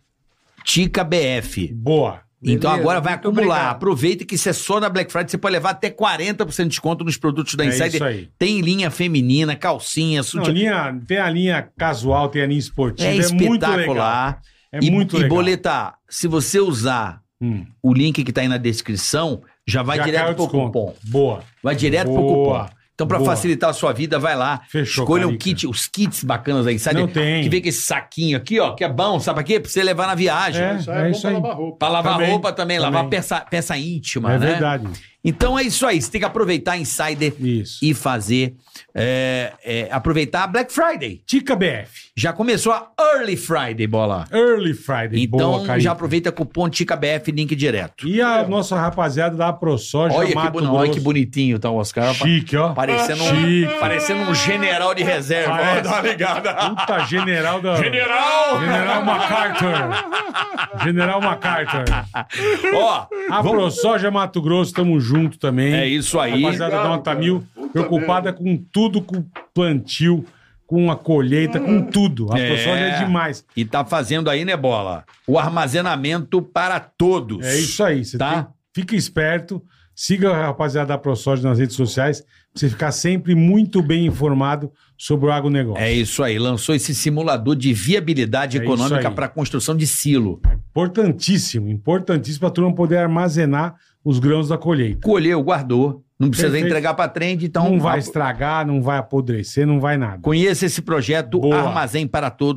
C: Tica BF.
B: Boa.
C: Então
E: Beleza,
C: agora vai
E: muito
C: acumular.
E: obrigado.
C: Aproveita que isso é só na Black Friday. Você pode levar até 40% de desconto nos produtos da
B: É
C: Insider.
B: isso aí.
C: Tem linha feminina, calcinha,
B: Não,
C: sutiã.
B: linha- tem a linha casual, tem a linha esportiva.
C: É
B: É, muito legal.
C: espetacular.
B: É
C: e,
B: muito
C: e
B: legal.
C: boleta, se você usar
B: Hum.
C: o link que tá aí na descrição, já vai
B: Já cai
C: direto
B: o
C: pro
B: desconto.
C: cupom.
B: Boa.
C: Vai direto
B: Boa.
C: pro cupom. Então, para
B: Boa.
C: facilitar a sua vida, vai lá.
B: Fechou,
C: Escolha um
B: Carica.
C: kit, os kits bacanas aí, sabe?
B: Não tem.
C: Que vem com esse saquinho aqui, ó, que é bom, sabe pra quê? Pra você levar na viagem.
B: É,
D: Isso aí é,
B: é
D: bom
B: isso
D: pra
B: aí.
D: lavar roupa.
C: Pra lavar
B: Também,
C: roupa também, lavar
B: também.
C: peça, peça íntima,
B: É
C: né?
B: verdade.
C: Então é isso aí. Você tem que aproveitar a Insider
B: Isso.
C: e fazer. é, é, aproveitar a Black Friday.
B: Tica BF.
C: Já começou a Early Friday, bola.
B: Early Friday.
C: Então
B: Boa, Carica.
C: já aproveita cupom TICABF, link direto.
B: E a nossa rapaziada da ProSoja
C: Olha que,
B: Mato
C: bonito, olha
B: Grosso.
C: que bonitinho tá o Oscar.
B: Chique, ó.
C: Parecendo um,
B: Chique.
C: parecendo um general de reserva.
B: Parece.
C: Ó, dá uma ligada.
B: Puta general da...
F: General!
B: General MacArthur. General MacArthur.
C: Ó,
B: A ProSoja Mato Grosso, tamo junto também.
C: é isso aí.
B: Rapaziada da
D: Obrigado,
B: Nota
D: cara.
B: Mil,
D: Puta
B: preocupada com tudo, com plantio, com a colheita, com
D: Hum.
B: tudo. A
C: É.
B: ProSoja é demais.
C: E tá fazendo aí, né, Bola? O armazenamento para todos.
B: É isso aí. Você
C: Tá.
B: tem- fica esperto, siga a rapaziada da ProSoja nas redes sociais, pra você ficar sempre muito bem informado sobre o agronegócio.
C: É isso aí. Lançou esse simulador de viabilidade
B: É isso
C: econômica
B: aí.
C: para construção de silo.
B: Importantíssimo, importantíssimo para a turma poder armazenar os grãos da colheita.
C: Colheu, guardou. Não precisa
B: Perfeito.
C: entregar para trend, então.
B: Não vai
C: a-
B: estragar, não vai apodrecer, não vai nada.
C: Conheça esse projeto
B: Boa.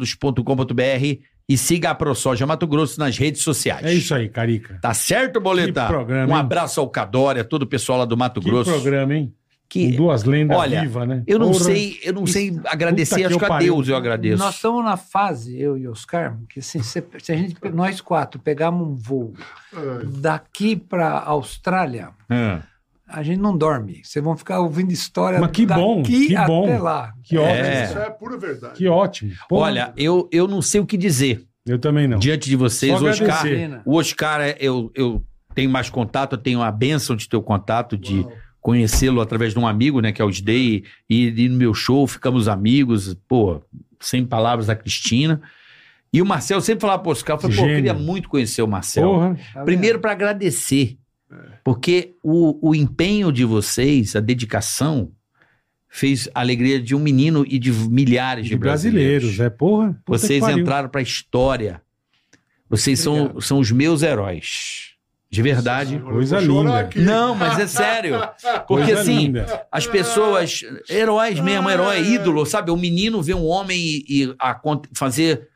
C: armazenparatodos.com.br e siga a ProSoja Mato Grosso nas redes sociais.
B: É isso aí, Carica.
C: Tá certo, Boleta?
B: Que programa,
C: um
B: hein?
C: abraço ao Cadória, todo o pessoal lá do Mato
B: que
C: Grosso.
B: programa, hein?
C: Que-
B: Com duas lendas
C: Olha,
B: vivas, né?
C: Eu não
B: Porra.
C: sei, eu não sei agradecer,
B: que
C: acho
B: eu
C: que a
B: pariu.
C: Deus eu agradeço.
E: Nós estamos na fase, eu e Oscar, que assim, se, se a gente, nós quatro pegarmos um voo
D: É.
E: daqui para Austrália,
C: É.
E: a gente não dorme. Vocês vão ficar ouvindo história
B: Mas que bom,
E: daqui
B: que bom.
E: até lá.
B: Que ótimo.
C: É.
D: Isso é pura verdade.
B: Que ótimo. Pô,
C: Olha, eu, eu não sei o que dizer
B: Eu também não.
C: diante de vocês.
B: Só
C: O Oscar,
B: agradecer.
E: Imagina.
C: o Oscar é- eu, eu tenho mais contato, eu tenho a bênção de ter o contato, de conhecê-lo através de um amigo, né, que é o Sday, e ele no meu show, ficamos amigos, pô, sem palavras a Cristina. E o Marcel sempre falava pro Oscar, eu falei, pô, eu
B: Gênio.
C: queria muito conhecer o Marcel.
B: Porra.
E: Tá vendo?
C: Primeiro para agradecer,
B: É.
C: porque o, o empenho de vocês, a dedicação, fez a alegria de um menino e de milhares de,
B: De
C: brasileiros.
B: brasileiros, é porra. Puta que
C: Vocês
B: pariu.
C: entraram para a história. Vocês são, são os meus heróis. De verdade.
D: Agora eu
B: Coisa
D: vou chorar
B: linda.
D: aqui.
C: Não, mas
D: <laughs>
C: é
B: <laughs>
C: sério. Porque
B: Coisa
C: assim,
B: linda.
C: as pessoas. Heróis mesmo, herói, ídolo, sabe? O menino vê um homem e, e acon- fazer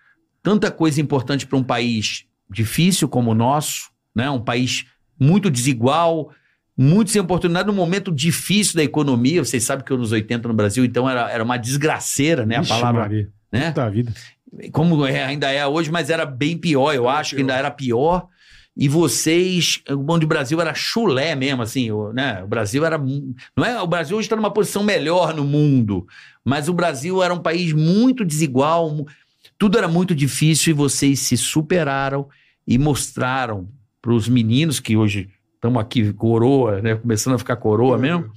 C: tanta coisa importante para um país difícil como o nosso, né? Um país muito desigual, muito sem oportunidade, num momento difícil da economia. Vocês sabem que nos 80 no Brasil, então era, era uma desgraceira, né? A
B: Ixi,
C: palavra.
B: Maria.
C: Né?
B: Puta vida.
C: como é- ainda é hoje, mas era bem pior, eu acho que ainda era pior. E vocês, o Bom de Brasil era chulé mesmo, assim, o- né? O Brasil era. mu- Não é, o Brasil hoje está numa posição melhor no mundo, mas o Brasil era um país muito desigual, mu- tudo era muito difícil e vocês se superaram e mostraram para os meninos que hoje estamos aqui coroa, né? Começando a ficar coroa mesmo,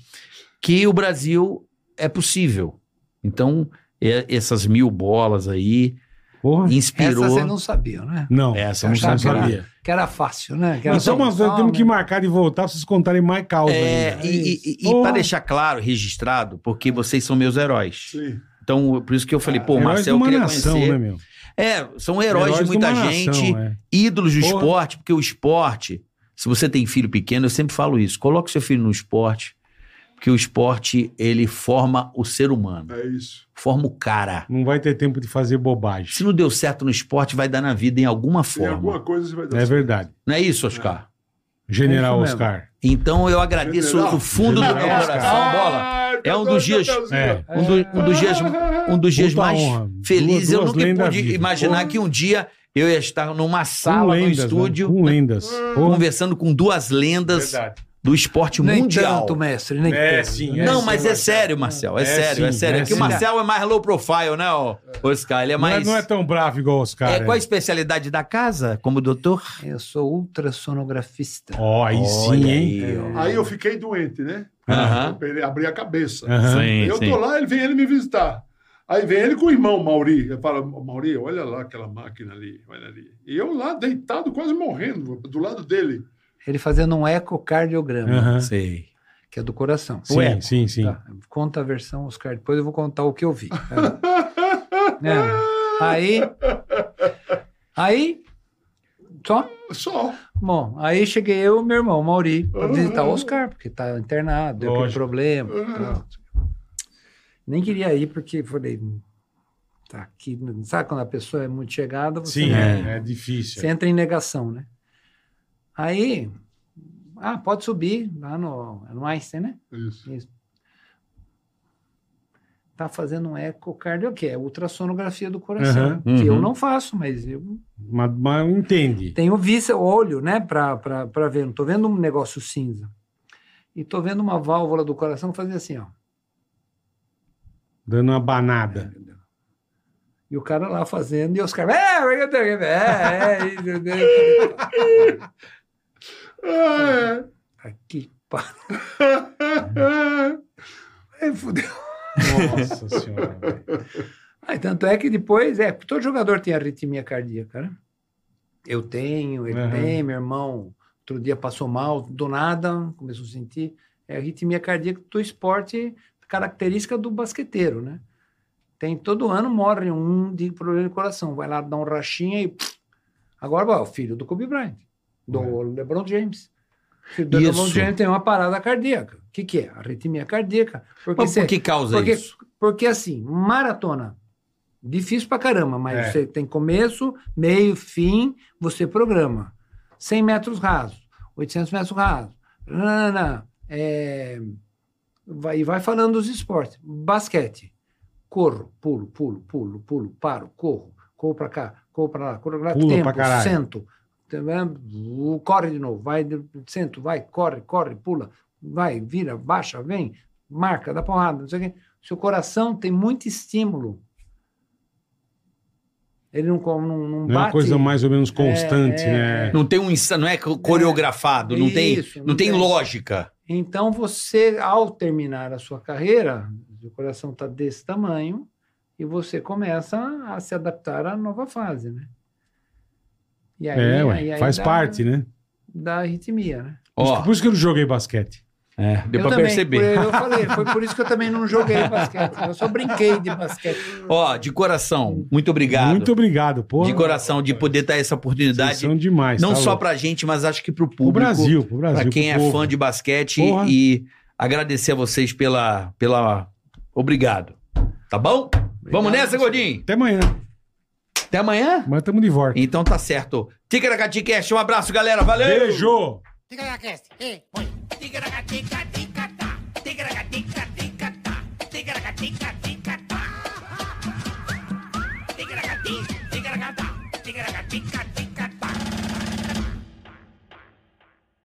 C: que o Brasil é possível. Então, é- essas mil bolas aí
B: Porra.
C: inspirou. é?
E: Essa você não sabia, né?
B: É, Não.
C: Essa eu não
B: Tá,
E: Achava que era-
C: sabia.
E: Que era fácil, né? Que era
B: Nós
E: só
B: temos,
E: um
B: nós temos
E: salve.
B: que marcar de voltar pra vocês contarem mais causa.
C: É,
B: ainda.
C: e
B: Porra.
C: para deixar claro, registrado, porque vocês são meus heróis.
D: Sim.
C: Então, por isso que eu falei, pô, o
B: Heróis
C: Marcel
B: de
C: eu
B: uma
C: queria
B: nação,
C: conhecer.
B: né, meu?
C: É, são heróis, de muita
B: uma
C: gente,
B: nação, é.
C: ídolos do
B: Porra.
C: esporte, porque o esporte, se você tem filho pequeno, eu sempre falo isso, coloque seu filho no esporte, porque o esporte, ele forma o ser humano,
D: É isso.
C: forma o cara.
B: Não vai ter tempo de fazer bobagem.
C: Se não deu certo no esporte, vai dar na vida em alguma
D: Tem
C: forma.
D: alguma coisa que vai dar
B: É verdade.
C: Não é isso, Oscar?
B: General
E: É isso mesmo.
B: Oscar.
C: Então, eu agradeço
D: General.
C: o fundo do meu
B: General
D: Ah,
C: coração,
B: Oscar.
C: Bola.
D: tá
C: É um dos dias-
B: É.
C: Um, do- um dos dias, um dos dias
B: Puta
C: mais
B: honra.
C: felizes.
B: Duas-
C: eu
B: duas lendas
C: nunca pude
B: vivas.
C: imaginar que um dia eu ia estar numa
B: com
C: sala,
B: lendas,
C: num estúdio,
B: Né? Com lendas. Porra.
C: conversando com duas lendas
B: Verdade.
C: do esporte
E: Nem
C: mundial.
E: tanto, mestre, nem
B: É,
E: tanto.
B: sim, é.
C: não,
B: sim,
C: mas é
B: Marcelo.
C: sério, Marcel. É,
B: É
C: sério, é
B: sim,
C: sério. É,
B: é
C: que o
B: sim.
C: Marcel é mais low profile, né, ó, Oscar? Ele é
B: Mas
C: mais.
B: não é tão bravo igual o Oscar.
C: É,
B: é.
C: qual a especialidade da casa, como doutor?
E: Eu sou ultrassonografista.
B: Ó, aí sim,
C: Olha
B: hein?
C: aí, ó.
D: Aí eu fiquei doente, né?
C: Aham.
D: Ele abri a cabeça.
B: Aham.
C: Sim,
D: eu
C: sim.
D: tô lá, ele vem ele me visitar. Aí vem ele com o irmão, Mauri. Eu falo, Mauri, olha lá aquela máquina ali, olha ali. E eu lá, deitado, quase morrendo, do lado dele.
E: Ele fazendo um ecocardiograma,
B: Aham.
C: Sei.
E: que é do coração.
B: Sim, sim, sim.
E: Tá, conta a versão, Oscar. Depois eu vou contar o que eu vi. É. É. Aí. Aí. Só.
D: Só.
E: Bom, aí cheguei eu e meu irmão, Mauri, para
D: Uhum.
E: visitar o Oscar, porque tá internado, deu aquele
B: Lógico.
E: problema.
D: Uhum.
E: tal. Nem queria ir, porque falei. Tá aqui. Sabe quando a pessoa é muito chegada? Você
B: Sim,
E: não-
B: é, é difícil.
E: Você entra em negação, né? Aí, ah, pode subir lá no, no Einstein, né?
D: Isso.
E: Tá fazendo um ecocardio, que é ultrassonografia do coração,
C: Uhum,
E: que
C: uhum.
E: eu não faço, mas eu
B: Mas, mas entende.
E: tenho vista, olho, né, pra, pra, pra ver. Não tô vendo um negócio cinza. E tô vendo uma válvula do coração fazer assim, ó.
B: Dando
C: <laughs>
B: uma banada.
E: E o cara lá fazendo, e os caras. É, é, é, é, é, é.
D: É.
E: Aqui, pá. Aí fudeu.
B: Nossa senhora. velho.
E: Aí, tanto é que depois, é, todo jogador tem arritmia cardíaca, né? Eu tenho, ele
B: Aham.
E: tem, meu irmão, outro dia passou mal, do nada, começou a sentir. É arritmia cardíaca do esporte, característica do basqueteiro, né? Tem todo ano morre um de problema de coração. Vai lá dar um rachinha e. pff. Agora, ó, o filho do Kobe Bryant, do LeBron James. O filho do
C: É. Isso.
E: LeBron James tem uma parada cardíaca. O que, que é? Arritmia cardíaca. Porque
C: Mas
E: você-
C: por que causa
B: é
E: porque,
C: isso?
E: porque assim, maratona, difícil pra caramba, mas
B: É.
E: você tem começo, meio, fim, você programa. 100 metros rasos, 800 metros rasos, nanana, é, vai, e vai falando dos esportes. Basquete, corro, pulo, pulo, pulo, pulo, paro, corro, corro pra cá, corro pra lá, corro pra lá,
B: Pula pra
E: tempo,
B: caralho.
E: sento, também, corre de novo, vai, sento, vai, corre, corre, pula, vai, vira, baixa, vem, marca, dá porrada, não sei o quê. Seu coração tem muito estímulo. Ele não, co- não, não
B: Não é uma
E: bate.
B: coisa mais ou menos constante,
E: É, é,
B: né?
C: Não tem um insta- não é co- coreografado, não tem,
E: Isso,
C: não, tem, lógica.
E: Então você, ao terminar a sua carreira, o coração está desse tamanho e você começa a se adaptar à nova fase, né? E aí,
B: É, ué,
E: aí- aí
B: faz
E: dá-
B: parte, né?
E: da arritmia, né?
C: Ó,
B: Por isso que eu não joguei basquete.
C: deu
E: Eu
C: pra
E: também,
C: perceber. <laughs>
E: por- eu falei, foi por isso que eu também não joguei basquete. Eu só brinquei de basquete.
C: Ó, de coração, muito obrigado.
B: Muito obrigado, porra.
C: de coração, de poder dar essa
B: Vocês
C: oportunidade,
B: são demais.
C: não
B: tá
C: só
B: louco?
C: pra gente, mas acho que pro
B: pro
C: público.
B: Brasil, pro Brasil.
C: Pra quem
B: pro
C: é
B: povo.
C: fã de basquete
B: Porra.
C: e agradecer a vocês pela, pela. Obrigado. Tá bom? Vamos nessa, Godinho?
B: Até amanhã.
C: Até amanhã?
B: Mas estamos de volta.
C: Então tá certo. Ticaracatecast, um abraço, galera. Valeu!
B: Beijo!
A: Ticaracast, eh, põe. Ticaracatica, ticatá. Ticaracatica, ticatá. Ticaracatica,